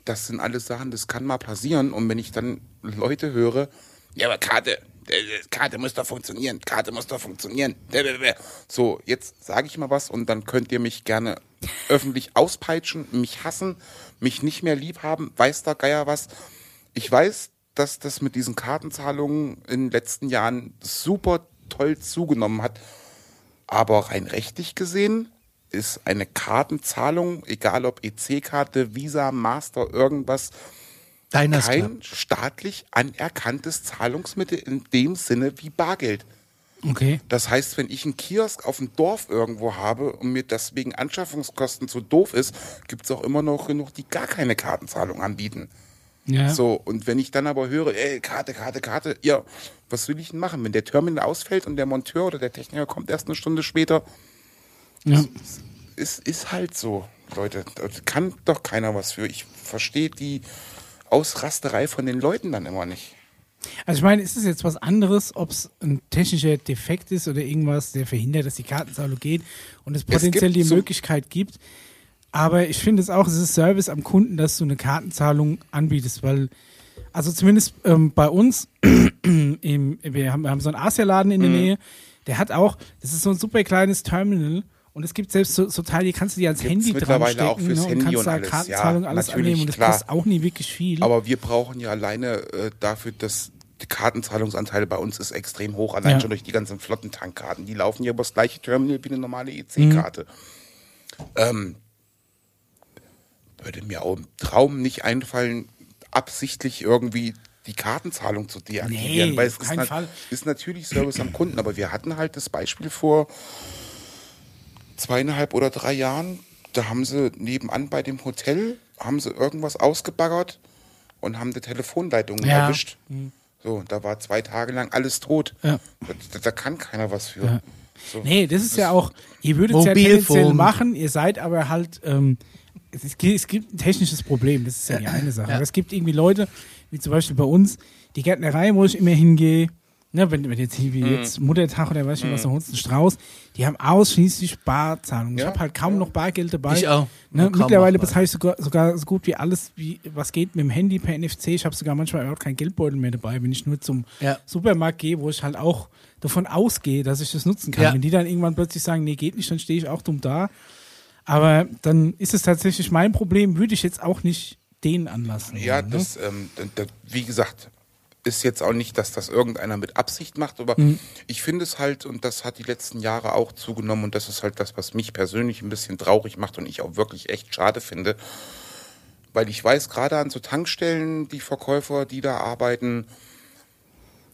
C: Das sind alles Sachen, das kann mal passieren. Und wenn ich dann Leute höre, ja, aber Karte, äh, äh, Karte muss doch funktionieren, Karte muss doch funktionieren. blablabla. So, jetzt sage ich mal was und dann könnt ihr mich gerne öffentlich auspeitschen, mich hassen, mich nicht mehr lieb haben, weiß der Geier was. Ich weiß, dass das mit diesen Kartenzahlungen in den letzten Jahren super toll zugenommen hat. Aber rein rechtlich gesehen ist eine Kartenzahlung, egal ob EC-Karte, Visa, Master, irgendwas,
B: Deiner ist
C: kein staatlich anerkanntes Zahlungsmittel in dem Sinne wie Bargeld.
A: okay.
C: Das heißt, wenn ich einen Kiosk auf dem Dorf irgendwo habe und mir das wegen Anschaffungskosten zu doof ist, gibt es auch immer noch genug, die gar keine Kartenzahlung anbieten.
A: Ja.
C: So, und wenn ich dann aber höre, ey, Karte, Karte, Karte, ja, was will ich denn machen? Wenn der Terminal ausfällt und der Monteur oder der Techniker kommt erst eine Stunde später,
A: Ja.
C: es ist halt so, Leute. Da kann doch keiner was für. Ich verstehe die Ausrasterei von den Leuten dann immer nicht.
A: Also ich meine, ist es jetzt was anderes, ob es ein technischer Defekt ist oder irgendwas, der verhindert, dass die Kartenzahlung geht und es potenziell
C: gibt
A: die
C: so-
A: Möglichkeit gibt. Aber ich finde es auch, es ist Service am Kunden, dass du eine Kartenzahlung anbietest, weil, also zumindest ähm, bei uns, im, wir, haben, wir haben so einen Asia-Laden in der
C: Mhm.
A: Nähe, der hat auch, das ist so ein super kleines Terminal und es gibt selbst so, so Teile, die kannst du dir ans
C: Gibt's
A: Handy
C: mittlerweile
A: dranstecken
C: auch fürs
A: ne, und
C: Handy
A: kannst
C: und
A: da
C: alles, ja,
A: Kartenzahlung alles
C: natürlich,
A: annehmen und das
C: klar.
A: kostet auch nie wirklich viel.
C: Aber wir brauchen ja alleine äh, dafür, dass die Kartenzahlungsanteile bei uns ist extrem hoch, allein
A: Ja.
C: schon durch die ganzen Flottentankkarten. Die laufen ja über das gleiche Terminal wie eine normale EC-Karte.
A: Mhm.
C: Ähm, würde mir auch im Traum nicht einfallen, absichtlich irgendwie die Kartenzahlung zu deaktivieren,
A: Nee,
C: weil es
A: auf
C: ist,
A: keinen
C: na-
A: Fall.
C: ist natürlich Service am Kunden, aber wir hatten halt das Beispiel vor zweieinhalb oder drei Jahren, da haben sie nebenan bei dem Hotel, haben sie irgendwas ausgebaggert und haben die Telefonleitungen
A: Ja.
C: erwischt. So, da war zwei Tage lang alles tot.
A: Ja.
C: Da, da, da kann keiner was für. So.
A: Nee, das ist ja auch, ihr würdet es ja
B: Mobilfunk.
A: tendenziell machen, ihr seid aber halt, ähm, es, ist, es gibt ein technisches Problem, das ist ja die eine Sache. Aber es gibt irgendwie Leute, wie zum Beispiel bei uns, die Gärtnerei, wo ich immer hingehe, ne, wenn, wenn jetzt hier
B: Mhm.
A: wie jetzt Muttertag oder weiß ich was, da holst du einen Strauß, die haben ausschließlich Barzahlungen. Ich
C: Ja,
A: habe halt kaum noch Bargeld dabei.
B: Ich auch.
A: Ne,
B: Kaum
A: mittlerweile
B: noch mal.
A: bezahle ich sogar, sogar so gut wie alles, wie, was geht mit dem Handy per NFC. Ich habe sogar manchmal überhaupt keinen Geldbeutel mehr dabei, wenn ich nur zum
B: Ja.
A: Supermarkt gehe, wo ich halt auch davon ausgehe, dass ich das nutzen kann.
B: Ja.
A: Wenn die dann irgendwann plötzlich sagen, nee, geht nicht, dann stehe ich auch dumm da. Aber dann ist es tatsächlich mein Problem, würde ich jetzt auch nicht denen anlassen.
C: Ja,
A: wollen, ne?
C: das, ähm, d- d- wie gesagt, ist jetzt auch nicht, dass das irgendeiner mit Absicht macht, aber ich finde es halt, und das hat die letzten Jahre auch zugenommen, und das ist halt das, was mich persönlich ein bisschen traurig macht und ich auch wirklich echt schade finde, weil ich weiß, gerade an so Tankstellen, die Verkäufer, die da arbeiten,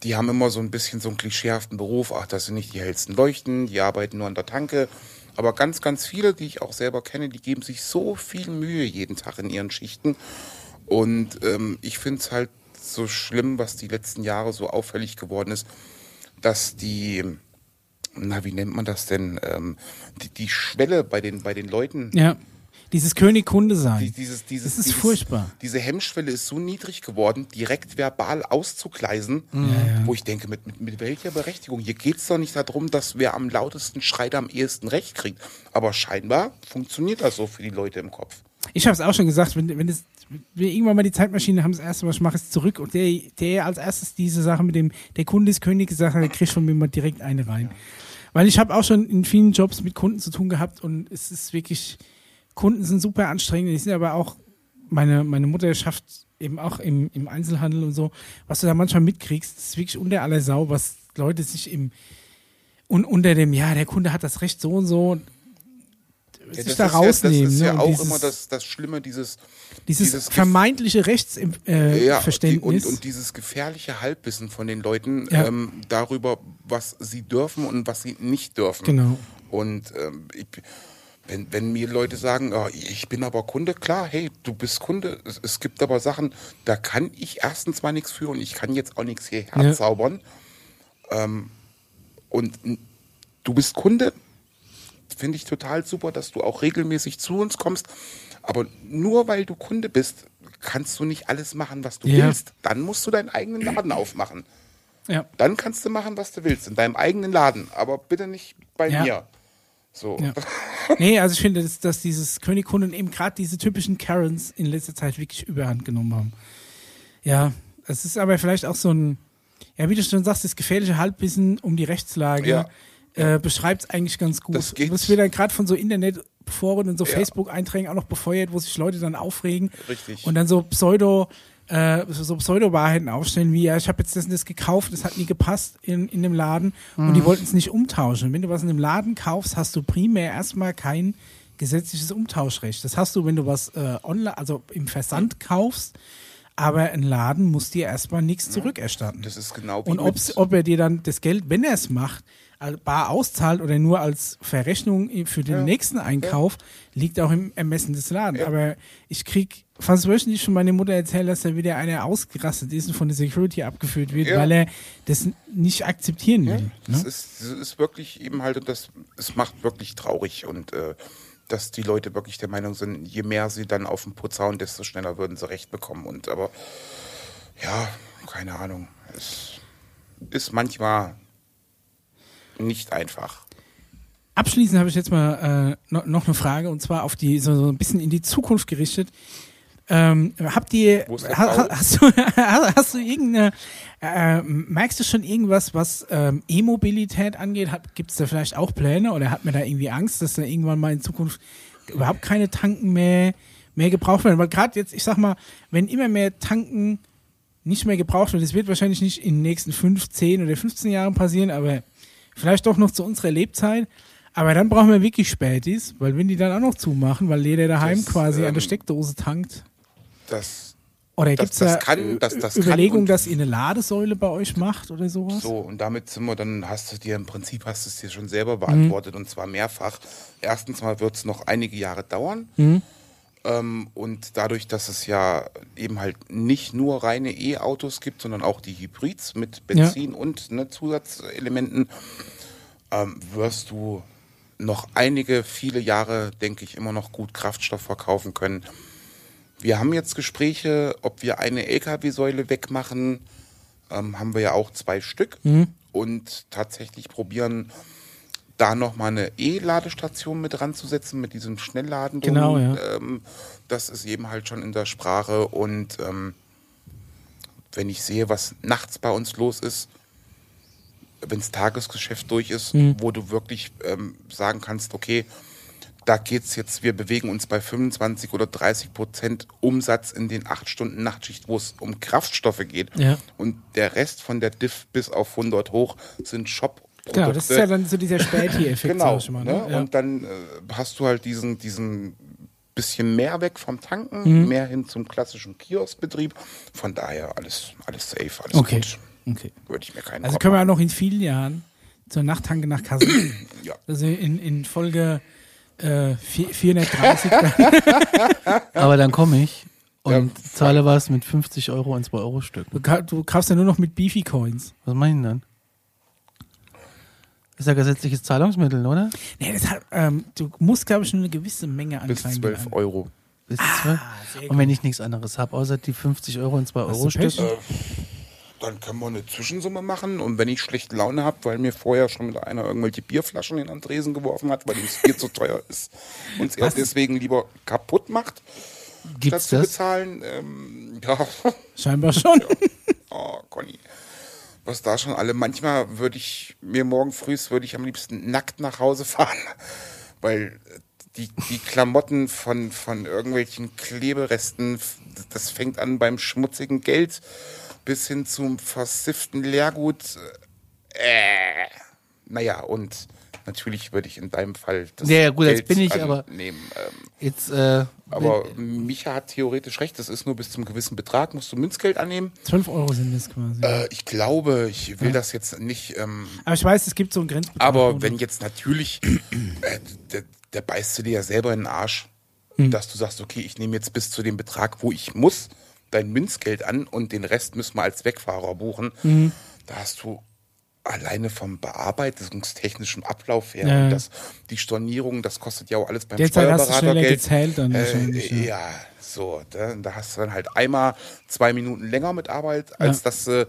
C: die haben immer so ein bisschen so einen klischeehaften Beruf. Ach, das sind nicht die hellsten Leuchten, die arbeiten nur an der Tanke. Aber ganz, ganz viele, die ich auch selber kenne, die geben sich so viel Mühe jeden Tag in ihren Schichten. Und ähm, ich finde es halt so schlimm, was die letzten Jahre so auffällig geworden ist, dass die na, wie nennt man das denn? Ähm, die, die Schwelle bei den, bei den Leuten,
A: Ja. Dieses König-Kunde sein.
C: die, dieses, dieses,
A: das ist
C: dieses,
A: furchtbar.
C: Diese Hemmschwelle ist so niedrig geworden, direkt verbal auszugleisen, wo ich denke, mit, mit, mit welcher Berechtigung? Hier geht es doch nicht darum, dass wer am lautesten schreit, am ehesten Recht kriegt. Aber scheinbar funktioniert das so für die Leute im Kopf.
A: Ich habe es auch schon gesagt, wenn, wenn, es, wenn wir irgendwann mal die Zeitmaschine haben, das erste, was ich mache, ist zurück. Und der, der als erstes diese Sache mit dem, der Kunde ist König gesagt hat, der kriegt von mir mal direkt eine rein. Weil ich habe auch schon in vielen Jobs mit Kunden zu tun gehabt und es ist wirklich, Kunden sind super anstrengend, die sind aber auch, meine, meine Mutter schafft eben auch im, im Einzelhandel und so, was du da manchmal mitkriegst, ist wirklich unter aller Sau, was Leute sich im, und unter dem, ja, der Kunde hat das Recht so und so, sich da rausnehmen.
C: Ja, das ist
A: ne?
C: ja
A: und
C: auch
A: dieses-
C: immer das, das Schlimme, dieses,
A: dieses,
C: dieses Gef-
A: vermeintliche Rechtsverständnis. Äh,
C: Ja,
A: Verständnis.
C: Die, und, und dieses gefährliche Halbwissen von den Leuten
A: Ja.
C: ähm, darüber, was sie dürfen und was sie nicht dürfen.
A: Genau.
C: Und ähm, ich, wenn, wenn mir Leute sagen, oh, ich bin aber Kunde, klar, hey, du bist Kunde. Es, es gibt aber Sachen, da kann ich erstens mal nichts für und ich kann jetzt auch nichts hierher
A: Ja.
C: zaubern. Ähm, und n- du bist Kunde, finde ich total super, dass du auch regelmäßig zu uns kommst. Aber nur weil du Kunde bist, kannst du nicht alles machen, was du
A: Ja.
C: willst. Dann musst du deinen eigenen Laden aufmachen.
A: ja.
C: Dann kannst du machen, was du willst, in deinem eigenen Laden. Aber bitte nicht bei
A: Ja.
C: mir. So.
A: Ja. Nee, also ich finde, dass, dass dieses König-Kunden eben gerade diese typischen Karens in letzter Zeit wirklich überhand genommen haben. Ja, es ist aber vielleicht auch so ein, ja, wie du schon sagst, das gefährliche Halbwissen um die Rechtslage
C: Ja.
A: äh, beschreibt es eigentlich ganz gut.
C: Das geht-
A: Was wir dann gerade von so Internetforen und so Facebook-Einträgen auch noch befeuert, wo sich Leute dann aufregen.
C: Richtig.
A: Und dann so Pseudo, äh, so so Pseudo-Wahrheiten aufstellen, wie ja, ich habe jetzt das und das gekauft, das hat nie gepasst in, in dem Laden und die wollten es nicht umtauschen. Wenn du was in dem Laden kaufst, hast du primär erstmal kein gesetzliches Umtauschrecht. Das hast du, wenn du was äh, online, also im Versand kaufst, aber ein Laden muss dir erstmal nichts zurückerstatten.
C: Das ist genau wie
A: Und
C: mit-
A: ob's, ob er dir dann das Geld, wenn er es macht, al- bar auszahlt oder nur als Verrechnung i- für den nächsten Einkauf, liegt auch im Ermessen des Ladens. Aber ich krieg fast wöchentlich schon meine Mutter erzählt, dass da wieder einer ausgerastet ist und von der Security abgeführt wird,
C: Ja.
A: weil er das n- nicht akzeptieren will.
C: Das
A: Ne?
C: ist, das ist wirklich eben halt, und das es macht wirklich traurig und äh, dass die Leute wirklich der Meinung sind, je mehr sie dann auf den Putz hauen, desto schneller würden sie recht bekommen. Und aber ja, keine Ahnung. Es ist manchmal nicht einfach.
A: Abschließend habe ich jetzt mal äh, no, noch eine Frage und zwar auf die so, so ein bisschen in die Zukunft gerichtet. Ähm, habt ihr
C: Wo ist der
A: ha, ha,
C: Paul?
A: hast du hast du irgendeine äh, merkst du schon irgendwas was ähm, E-Mobilität angeht? Gibt es da vielleicht auch Pläne oder hat man da irgendwie Angst, dass da irgendwann mal in Zukunft überhaupt keine Tanken mehr mehr gebraucht werden? Weil gerade jetzt ich sag mal, wenn immer mehr Tanken nicht mehr gebraucht wird. Es wird wahrscheinlich nicht in den nächsten 5, 10 oder 15 Jahren passieren, aber vielleicht doch noch zu unserer Lebzeit. Aber dann brauchen wir wirklich Spätis, weil wenn die dann auch noch zumachen, weil jeder daheim
C: Das,
A: quasi an
C: ähm,
A: der Steckdose tankt.
C: Das
A: Oder
C: das-
A: gibt es da
C: das kann- das- das kann
A: Überlegung,
C: und-
A: dass ihr eine Ladesäule bei euch macht oder sowas?
C: so, und damit sind wir dann, hast du dir im Prinzip hast du es dir schon selber beantwortet und zwar mehrfach. Erstens mal wird es noch einige Jahre dauern. Ähm, und dadurch, dass es ja eben halt nicht nur reine E-Autos gibt, sondern auch die Hybrids mit Benzin und ne, Zusatzelementen, ähm, wirst du noch einige, viele Jahre, denke ich, immer noch gut Kraftstoff verkaufen können. Wir haben jetzt Gespräche, ob wir eine LKW-Säule wegmachen. Ähm, haben wir ja auch zwei Stück.
A: Mhm.
C: Und tatsächlich probieren, da nochmal eine E-Ladestation mit ranzusetzen, mit diesem Schnellladen.
A: Genau, ja.
C: ähm, das ist eben halt schon in der Sprache. Und ähm, wenn ich sehe, was nachts bei uns los ist, wenns Tagesgeschäft durch ist,
A: Mhm.
C: wo du wirklich ähm, sagen kannst, okay, da geht's jetzt, wir bewegen uns bei 25 oder 30 Prozent Umsatz in den 8 Stunden Nachtschicht, wo es um Kraftstoffe geht.
A: Ja.
C: Und der Rest von der Diff bis auf 100 hoch sind Shop.
A: Genau, das ist ja dann so dieser Späti-Effekt,
C: Genau.
A: sag ich mal.
C: ne?
A: Ne? Ja.
C: Und dann äh, hast du halt diesen, diesen bisschen mehr weg vom Tanken,
A: Mhm.
C: mehr hin zum klassischen Kioskbetrieb. Von daher alles, alles safe, alles
A: Okay.
C: gut.
A: okay.
C: Würde ich mir keinen
A: Also
C: Kopf
A: können wir auch
C: machen.
A: noch in vielen Jahren zur Nachttanke nach Kassel.
C: Ja.
A: Also in, in Folge äh, vier- 430 dann
B: Aber dann komme ich und
C: Ja,
B: zahle was mit 50 Euro und 2 Euro Stück.
A: Du, ka du kaufst ja nur noch mit Beefy Coins.
B: Was mache ich denn dann? Ist ja gesetzliches Zahlungsmittel, oder?
A: Nee, das hat, ähm, du musst, glaube ich, nur eine gewisse Menge an
C: bis
A: Kleingeld
C: 12
A: ein-
C: Euro.
B: Bis
C: Ah,
B: zwölf.
A: sehr
B: und wenn ich nichts anderes habe, außer die 50 Euro und 2 Euro
A: du
B: Stück.
A: Also Pech?
C: Dann können wir eine Zwischensumme machen und wenn ich schlechte Laune habe, weil mir vorher schon mit einer irgendwelche Bierflaschen in den Tresen geworfen hat, weil ihm das Bier zu teuer ist und er deswegen lieber kaputt macht,
B: Gibt's
C: statt zu
B: das?
C: bezahlen. Ähm, ja,
A: Scheinbar schon.
C: oh, Conny. Was da schon alle. Manchmal würde ich mir morgen früh würde ich am liebsten nackt nach Hause fahren, weil die, die Klamotten von, von irgendwelchen Kleberesten, das fängt an beim schmutzigen Geld bis hin zum versifften Leergut. Äh, naja, und natürlich würde ich in deinem Fall das
B: Ja, ja, gut, jetzt
C: Geld
B: bin ich aber-
C: annehmen. Ähm,
B: Jetzt, äh,
C: aber Micha hat theoretisch recht, das ist nur bis zum gewissen Betrag, musst du Münzgeld annehmen.
A: 12 Euro sind das quasi.
C: Äh, ich glaube, ich will das jetzt nicht. Ähm,
A: Aber ich weiß, es gibt so einen Grenzbetrag.
C: aber
A: oder?
C: wenn jetzt natürlich, äh, der, der beißt du dir ja selber in den Arsch,
A: Hm.
C: dass du sagst, okay, ich nehme jetzt bis zu dem Betrag, wo ich muss, dein Münzgeld an und den Rest müssen wir als Wegfahrer buchen.
A: Hm.
C: Da hast du alleine vom bearbeitungstechnischen Ablauf her,
A: Ja.
C: und das, die Stornierung, das kostet ja auch alles beim
A: Derzeit hast du schneller
C: Steuerberatergeld.
A: gezählt dann wahrscheinlich.
C: Äh, ja, so, da, da hast du dann halt einmal zwei Minuten länger mit Arbeit, als
A: Ja.
C: dass du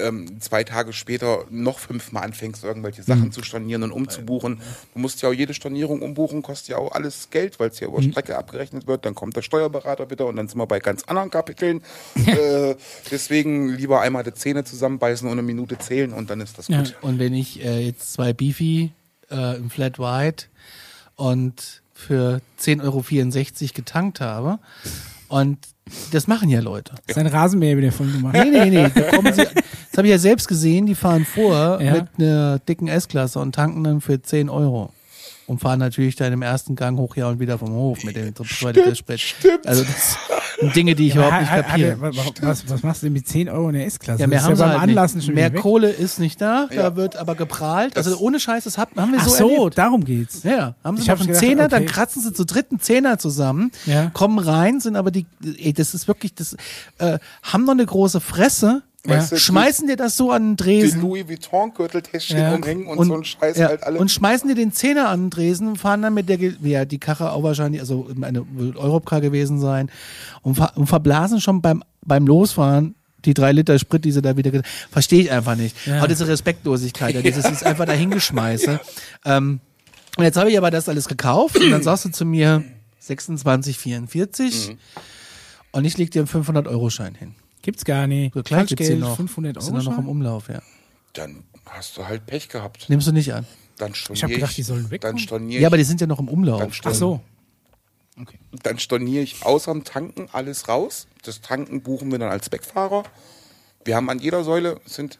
C: ähm, zwei Tage später noch fünfmal anfängst, irgendwelche Sachen zu stornieren und umzubuchen. Du musst ja auch jede Stornierung umbuchen, kostet ja auch alles Geld, weil es ja über Strecke abgerechnet wird. Dann kommt der Steuerberater wieder und dann sind wir bei ganz anderen Kapiteln. äh, deswegen lieber einmal die Zähne zusammenbeißen und eine Minute zählen und dann ist das
A: Ja.
C: gut.
B: Und wenn ich äh, jetzt zwei Beefy äh, im Flat White und für 10,64 Euro getankt habe und das machen ja Leute.
A: Sein Rasenmäher wieder voll gemacht.
B: Nee, nee, nee. Da kommen sie, das habe ich ja selbst gesehen, die fahren vor
A: Ja.
B: mit einer dicken S-Klasse und tanken dann für 10 Euro. Und fahren natürlich dann im ersten Gang hoch ja und wieder vom Hof mit dem zweiten Sprit. Also das sind Dinge, die ich überhaupt nicht
A: Ha- ha-
B: kapiere.
A: ha- wa- wa- was, was machst du denn mit 10 Euro in der S-Klasse?
B: Ja, mehr
A: Das
B: haben
A: ist
B: sie
A: ja beim
B: halt
A: Anlassen
B: nicht.
A: schon
B: Mehr
A: wieder weg.
B: Kohle ist nicht da,
C: Ja.
B: da wird aber geprahlt. also ohne Scheiß, das hab- haben wir
A: Ach
B: so,
A: so,
B: erlebt.
A: darum geht's.
B: Ja, haben sie
A: Ich
B: noch
A: hab
B: einen
A: gedacht,
B: Zehner, dann
A: okay.
B: kratzen sie zu dritt einen Zehner zusammen,
A: Ja.
B: kommen rein, sind aber die, ey, das ist wirklich, das, äh, haben noch eine große Fresse,
C: Weißt du,
B: schmeißen dir das so an den
C: Den
B: Dresen
C: Louis Vuitton-Gürtel täschchen
A: Ja.
C: umhängen und, so ein Scheiß
B: ja,
C: halt alle.
B: Und schmeißen dir den Zehner an den Dresen, fahren dann mit der, Ge- ja, die Karre auch wahrscheinlich, also eine wird Europcar gewesen sein, und, ver und verblasen schon beim, beim Losfahren die drei Liter Sprit, die sie da wieder, ge- verstehe ich einfach nicht.
A: Ja.
B: Aber diese Respektlosigkeit, ja, dieses ist einfach dahingeschmeiße. Ähm, und jetzt habe ich aber das alles gekauft und dann sagst du zu mir
C: Mhm.
B: 26,44 und ich leg dir einen 500-Euro-Schein hin.
A: Gibt's gar nicht.
B: So klein gibt's hier noch.
A: 500 Euro.
B: Sind nur noch im
A: Schein?
B: Umlauf, ja.
C: Dann hast du halt Pech gehabt.
B: Nimmst du nicht an.
C: Dann storniere
A: Ich hab gedacht, die sollen weg.
C: Dann storniere
B: Ja, aber
C: ich,
B: die sind ja noch im Umlauf. Also,
C: dann
A: Ach
C: storniere,
A: so.
C: dann storniere ich außer dem Tanken alles raus. Das Tanken buchen wir dann als Backfahrer. Wir haben an jeder Säule sind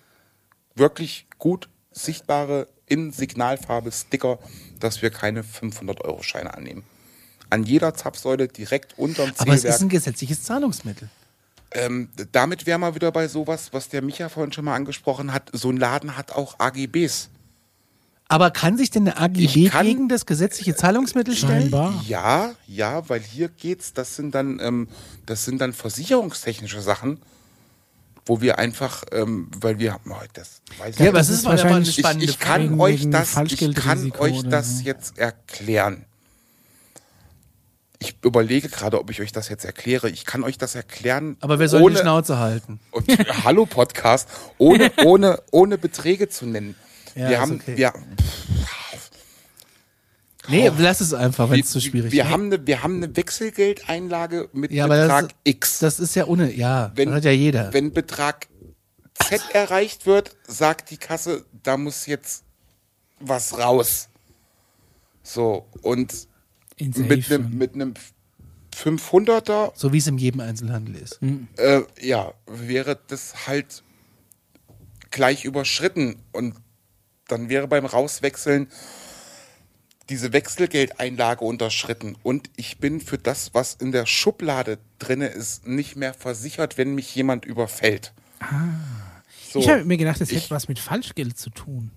C: wirklich gut sichtbare in Signalfarbe Sticker, dass wir keine 500-Euro-Scheine annehmen. An jeder Zapfsäule direkt unterm
B: Aber es ist
C: Zielwerk.
B: ein gesetzliches Zahlungsmittel.
C: Ähm, damit wären wir wieder bei sowas, was der Micha vorhin schon mal angesprochen hat. So ein Laden hat auch AGBs.
B: Aber kann sich denn eine AGB
C: Ich kann-
B: gegen das gesetzliche Zahlungsmittel stellen?
A: Scheinbar.
C: Ja, ja, weil hier geht's, das sind dann, ähm, das sind dann versicherungstechnische Sachen, wo wir einfach, ähm, weil wir haben, oh, das weiß ich
B: Ja,
C: nicht.
B: aber es
A: Das
B: ist
A: ist
B: mal aber eine
A: wahrscheinlich-
C: ich,
B: spannende
C: ich
B: Frage.
C: kann
A: Wegen-
C: euch
A: wegen
C: das, ich kann
A: Falschgeldrisiko
C: euch
A: oder
C: das
A: so.
C: jetzt erklären. Ich überlege gerade, ob ich euch das jetzt erkläre. Ich kann euch das erklären.
B: Aber wir sollen
C: ohne,
B: die Schnauze halten.
C: und äh, Hallo Podcast, ohne, ohne, ohne Beträge zu nennen.
B: Ja, ist
C: wir haben,
B: okay.
C: wir,
B: Nee, lass es einfach, wenn
C: Oh. wir,
B: es zu schwierig
C: wir
B: ist.
C: haben eine, wir haben eine Wechselgeldeinlage mit
B: ja, aber
C: Betrag
B: das,
C: X.
B: das ist ja ohne, ja,
C: wenn,
B: das hat ja jeder.
C: Wenn Betrag Z erreicht wird, sagt die Kasse, da muss jetzt was raus. So, und
A: In Safe
C: mit
A: schon.
C: einem mit nem 500er,
B: so wie es in jedem Einzelhandel ist.
A: Hm.
C: äh, ja, wäre das halt gleich überschritten. Und dann wäre beim Rauswechseln diese Wechselgeldeinlage unterschritten. Und ich bin für das, was in der Schublade drinne ist, nicht mehr versichert, wenn mich jemand überfällt. So.
A: Ah. Ich habe mir gedacht, das hätte
C: Ich-
A: was mit Falschgeld zu tun.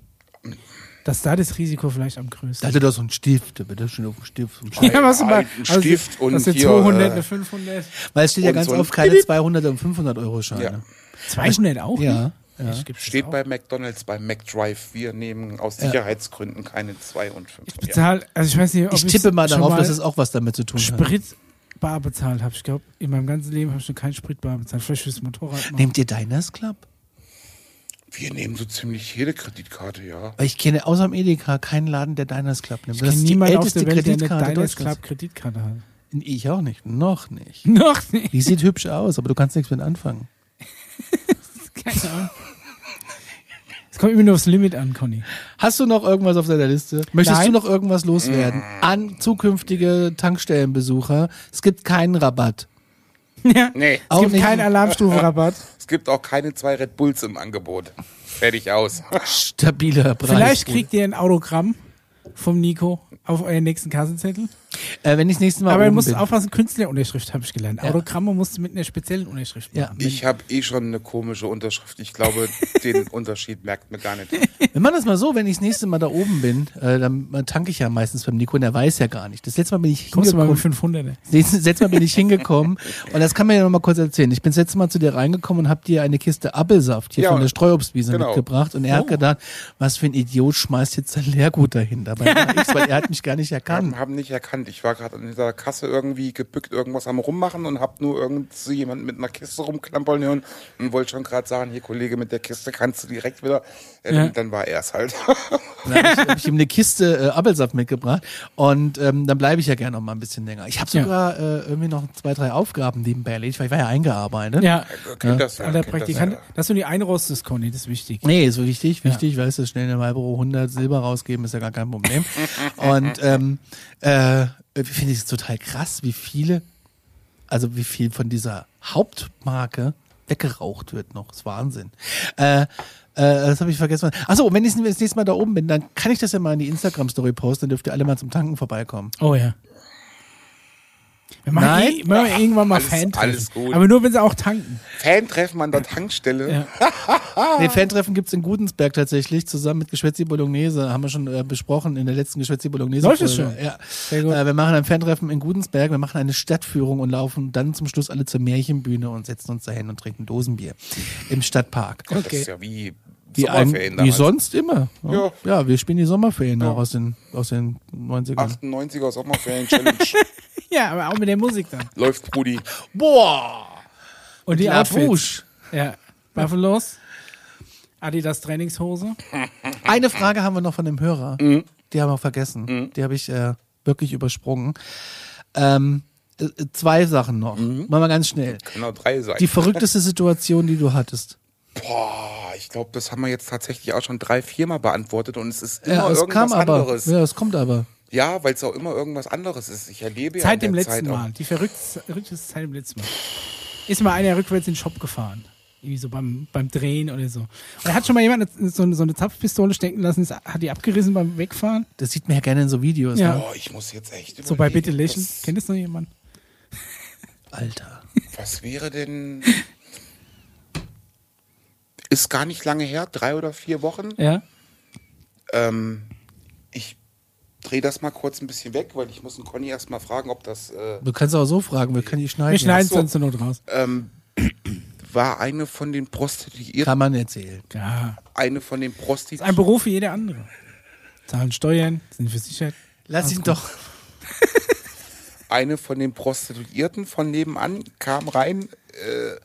A: Dass da das Risiko vielleicht am
B: Da
A: größten ist.
B: hatte doch so einen Stift, da wird das schon auf dem Stift. so ein Stift.
A: Ja, was du mal-
C: alten
A: also,
C: Stift und
A: das sind
C: hier,
A: 200,
C: äh,
A: eine 500.
B: Weil es steht ja
C: Und
B: ganz
C: so ein
B: oft keine 200 und 500 Euro
C: Ja.
B: Scheine.
A: 200 auch? ne?
B: Ja.
A: Echt, gibt's das
C: Steht
A: ne? auch?
C: bei McDonalds, bei McDrive. Wir nehmen aus Sicherheitsgründen keine 2 und 5.
A: Ich bezahle, also ich weiß nicht, ob
B: Ich tippe mal
A: schon
B: darauf, dass es auch was damit zu tun hat.
A: Spritbar bezahlt habe. Ich glaube, in meinem ganzen Leben habe ich schon keinen Spritbar bezahlt. Vielleicht fürs Motorrad. mal.
B: Nehmt ihr Diners Club?
C: Wir nehmen so ziemlich jede Kreditkarte, ja.
B: Weil ich kenne außer dem Edeka keinen Laden, der Diners Club nimmt.
A: ich kenne niemanden auf der Welt, der eine Diners Club Kreditkarte hat.
B: Ich auch nicht. Noch nicht.
A: Noch nicht.
B: Die sieht hübsch aus, aber du kannst nichts mit anfangen.
A: Keine Ahnung. Es kommt immer nur aufs Limit an, Conny.
B: Hast du noch irgendwas auf deiner Liste? Möchtest
A: Nein.
B: du noch irgendwas loswerden? An zukünftige Tankstellenbesucher. Es gibt keinen Rabatt.
A: Ja.
C: Nee,
A: Es
B: Auch
A: gibt
B: nicht.
A: keinen Alarmstufenrabatt.
C: es gibt auch keine zwei Red Bulls im Angebot. Fertig aus.
B: Stabiler Preis.
A: Vielleicht kriegt ihr ein Autogramm vom Nico auf euren nächsten Kassenzettel.
B: äh, wenn ich das nächste Mal
A: Aber ihr
B: oben
A: müsst
B: bin.
A: aufpassen, Künstlerunterschrift habe ich gelernt. Autogramme musst du mit einer speziellen Unterschrift
B: Ja.
A: machen.
C: Ich habe eh schon eine komische Unterschrift. Ich glaube, den Unterschied merkt man gar nicht.
B: Wir machen das mal so, wenn ich das nächste Mal da oben bin, äh, dann äh, tanke ich ja meistens beim Nico und er weiß ja gar nicht. Das letzte Mal bin ich
A: Kommst du mal ne?
B: hingekommen.
A: mit 500er?
B: Das letzte Mal bin ich hingekommen und das kann man ja noch mal kurz erzählen. Ich bin das letzte Mal zu dir reingekommen und habe dir eine Kiste Appelsaft hier
C: Ja,
B: von der Streuobstwiese
C: genau.
B: mitgebracht und er hat gedacht, was für ein Idiot schmeißt jetzt sein Leergut dahin. Dabei war ich's, weil er hat mich gar nicht erkannt.
C: Haben, haben nicht erkannt. Ich war gerade an dieser Kasse irgendwie gebückt, irgendwas am Rummachen und habe nur irgendjemand mit einer Kiste rumklampern hören und wollte schon gerade sagen, hier Kollege, mit der Kiste kannst du direkt wieder. Äh,
A: Ja.
C: Dann war er es halt.
B: Dann habe ich, hab ich ihm eine Kiste äh, Appelsaft mitgebracht und ähm, dann bleibe ich ja gerne noch mal ein bisschen länger. Ich habe
A: Ja.
B: sogar äh, irgendwie noch zwei, drei Aufgaben nebenbei erledigt, weil ich war ja eingearbeitet.
A: Ja.
C: Kennt das ja,
A: Alter
C: kennt das
A: Praktikant,
C: ja.
A: dass du die einrostest, Conny, das ist wichtig.
B: Nee, ist wichtig, wichtig, weißt du, schnell eine Marlboro 100 Silber rausgeben, ist ja gar kein Problem. Und ähm, äh, finde ich es total krass, wie viele, also wie viel von dieser Hauptmarke weggeraucht wird noch. Ist Wahnsinn. Äh, äh, das habe ich vergessen. Achso, wenn ich das nächste Mal da oben bin, dann kann ich das ja mal in die Instagram-Story posten, dann dürft ihr alle mal zum Tanken vorbeikommen.
A: Oh ja. Wir machen,
B: Nein.
A: eh- machen wir irgendwann mal
C: Alles-
A: Fan.
C: alles gut.
A: Aber nur wenn sie auch tanken.
C: Fantreffen an der Tankstelle.
A: Ja.
B: Nee, Fantreffen gibt's in Gudensberg tatsächlich, zusammen mit Geschwätzi Bolognese. Haben wir schon äh, besprochen in der letzten Geschwätzi Bolognese.
A: Läuft es
B: Folge.
A: schon?
B: Ja.
A: Sehr gut.
B: Äh, wir machen ein Fantreffen in Gudensberg, wir machen eine Stadtführung und laufen dann zum Schluss alle zur Märchenbühne und setzen uns dahin und trinken Dosenbier im Stadtpark.
C: Das
A: Okay.
C: ist ja wie
B: Wie, ein,
C: Sommerferien
B: wie
C: damals.
B: sonst immer. ne?
C: Ja.
B: ja, wir spielen die Sommerferien noch aus den, aus den 90ern.
C: 98er Sommerferien Challenge.
A: Ja, aber auch mit der Musik dann.
C: Läuft Brudi.
B: Boah!
A: Und die
B: La
A: Outfits.
B: Bouche.
A: Ja. Buffalo's. Adidas Trainingshose.
B: Eine Frage haben wir noch von dem Hörer.
C: Mhm.
B: Die haben wir vergessen. Die habe ich äh, wirklich übersprungen. Ähm, äh, äh, zwei Sachen noch.
C: Mhm.
B: Machen wir ganz schnell.
C: Genau, drei sein.
B: Die verrückteste Situation, die du hattest.
C: Boah, ich glaube, das haben wir jetzt tatsächlich auch schon drei, viermal beantwortet und es ist immer
B: Ja, es
C: irgendwas
B: kam aber.
C: anderes.
B: Ja, es kommt aber.
C: Ja, weil es auch immer irgendwas anderes ist. Ich erlebe ja in
A: Zeit
C: der
A: dem letzten
C: Zeit auch-
A: Mal. Die verrückteste verrückteste Zeit im letzten Mal. Ist mal einer rückwärts in den Shop gefahren. Irgendwie so beim, beim Drehen oder so. Und da hat schon mal jemand eine- so, eine- so eine Zapfpistole stecken lassen, ist- hat die abgerissen beim Wegfahren.
B: Das sieht man ja gerne in so Videos.
A: Ja.
B: Ne?
C: Boah, ich muss jetzt echt
A: So bei
C: überlegen,
A: Bitte lächeln.
C: Was,
A: Kennt das noch jemand?
B: Alter.
C: was wäre denn... Ist gar nicht lange her, drei oder vier Wochen.
A: Ja.
C: Ähm, ich drehe das mal kurz ein bisschen weg, weil ich muss den Conny erstmal fragen, ob das... Äh,
B: Du kannst auch so fragen, wir können die schneiden.
A: Wir schneiden es
C: so.
A: dann zur Not raus.
C: ähm, war eine von den Prostituierten...
B: Kann man erzählen.
A: Ja.
C: Eine von den
A: Ist ein
C: Prostituierten...
A: Beruf wie jeder andere. Zahlen Steuern, sind versichert.
B: Lass ihn doch.
C: eine von den Prostituierten von nebenan kam rein, äh,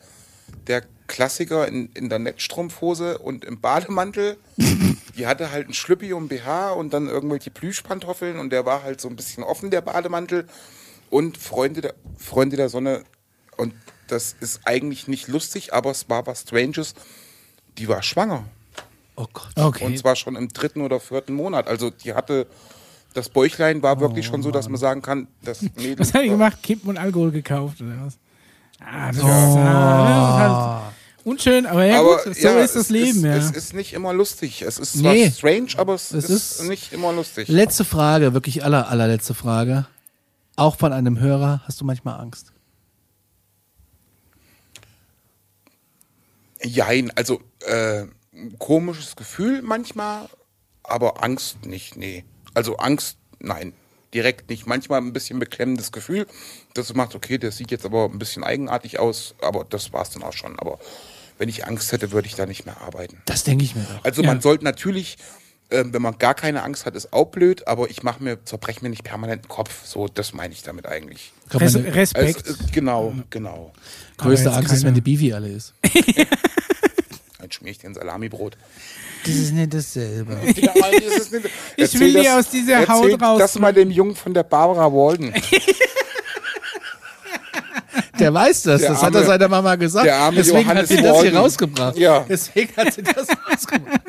C: der Klassiker in, in der Netzstrumpfhose und im Bademantel. Die hatte halt ein Schlüppi und BH und dann irgendwelche Plüschpantoffeln und der war halt so ein bisschen offen, der Bademantel. Und Freunde der, Freunde der Sonne, und das ist eigentlich nicht lustig, aber es war was Stranges, die war schwanger.
B: Oh Gott.
A: Okay.
C: Und zwar schon im dritten oder vierten Monat. Also die hatte, das Bäuchlein war wirklich schon so, dass man sagen kann, das Mädel
A: Was hat die
C: war-
A: gemacht? Kippen und Alkohol gekauft oder was? Ah, das ist, ah, das ist halt unschön, aber ja,
C: Oh. aber
A: gut, so
C: ja,
A: ist das
C: es
A: Leben,
C: Ist,
A: ja.
C: Es ist nicht immer lustig. Es ist zwar
B: Nee.
C: strange, aber es,
B: Es
C: ist,
B: ist-
C: nicht immer lustig.
B: Letzte Frage, wirklich aller, allerletzte Frage. Auch von einem Hörer, hast du manchmal Angst?
C: Jein, also äh, ein komisches Gefühl manchmal, aber Angst nicht, nee. Also Angst, nein, direkt nicht. Manchmal ein bisschen beklemmendes Gefühl, das macht okay, das sieht jetzt aber ein bisschen eigenartig aus, aber das war's dann auch schon. Aber Wenn ich Angst hätte, würde ich da nicht mehr arbeiten.
B: Das denke ich mir doch.
C: Also man sollte natürlich, ähm, wenn man gar keine Angst hat, ist auch blöd, aber ich mache mir, zerbreche mir nicht permanent den Kopf. So, das meine ich damit eigentlich.
B: Kann
A: Res
B: man eine
C: Also,
A: Respekt.
C: äh, genau, genau.
B: größte
A: jetzt
B: Angst ist,
A: keine-
B: wenn die Bivi alle ist.
C: Dann schmier ich dir ein Salamibrot.
B: Das ist nicht dasselbe.
C: Ja, Mann, das ist nicht- Erzähl
A: will dir
C: das-
A: aus dieser Haut
C: erzähl
A: raus,
C: Das mal dem Jungen von der Barbara Walden. Äh,
B: Der weiß das,
C: Der
B: das hat
C: arme-
B: er seiner Mama gesagt.
C: der arme
B: Deswegen
C: Johannes
B: hat sie das hier
C: Walden.
B: rausgebracht.
C: Ja.
B: Deswegen hat sie das rausgebracht.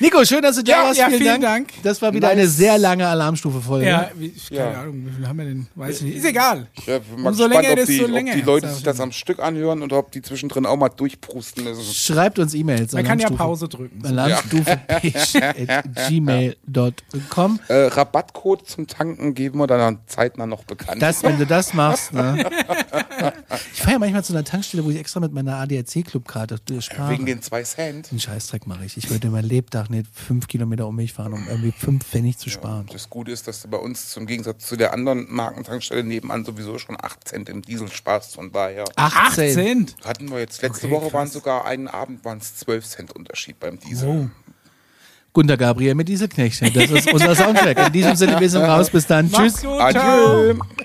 B: Nico, schön, dass du da
A: Ja,
B: warst.
A: ja,
B: vielen,
A: vielen
B: Dank.
A: Dank.
B: Das war wieder eine sehr lange Alarmstufe-Folge.
A: Ja, wie- ich, keine
C: Ja.
A: Ahnung, wie viel haben wir denn? Weiß ich nicht. Ist egal.
C: Ja, ich bin mal
A: Umso
C: gespannt,
A: länger,
C: ob,
A: desto
C: die, ob
A: länger,
C: die Leute
A: sag
C: sich
A: ich
C: das am Stück anhören und ob die zwischendrin auch mal durchpusten. Das ist-
B: Schreibt uns E-Mails.
A: Man kann ja
B: Alarmstufe-
A: Pause drücken.
B: Alarmstufe at gmail.com.
C: Äh, Rabattcode zum Tanken geben wir dann zeitnah noch bekannt.
B: Das, wenn du das machst, ne? Ich fahre ja manchmal zu einer Tankstelle, wo ich extra mit meiner ADAC-Clubkarte spare.
C: Wegen den zwei Cent.
B: Den Scheißdreck mache ich. Ich würde mein Lebtag nicht fünf Kilometer um mich fahren, um irgendwie fünf Pfennig zu sparen.
C: Das Gute ist, dass du bei uns zum Gegensatz zu der anderen Markentankstelle nebenan sowieso schon 8 Cent im Diesel sparst. Von daher
A: 18. Cent.
C: hatten wir jetzt letzte
A: Okay,
C: Woche waren
A: krass. Oh.
C: sogar einen Abend waren es 12 Cent Unterschied beim Diesel.
B: Gunter Gabriel mit Dieselknechtchen. Das ist unser Soundtrack. In diesem Sinne, wir sind raus. Bis dann. Tschüss.
A: Mach's gut, ciao.
C: Adieu.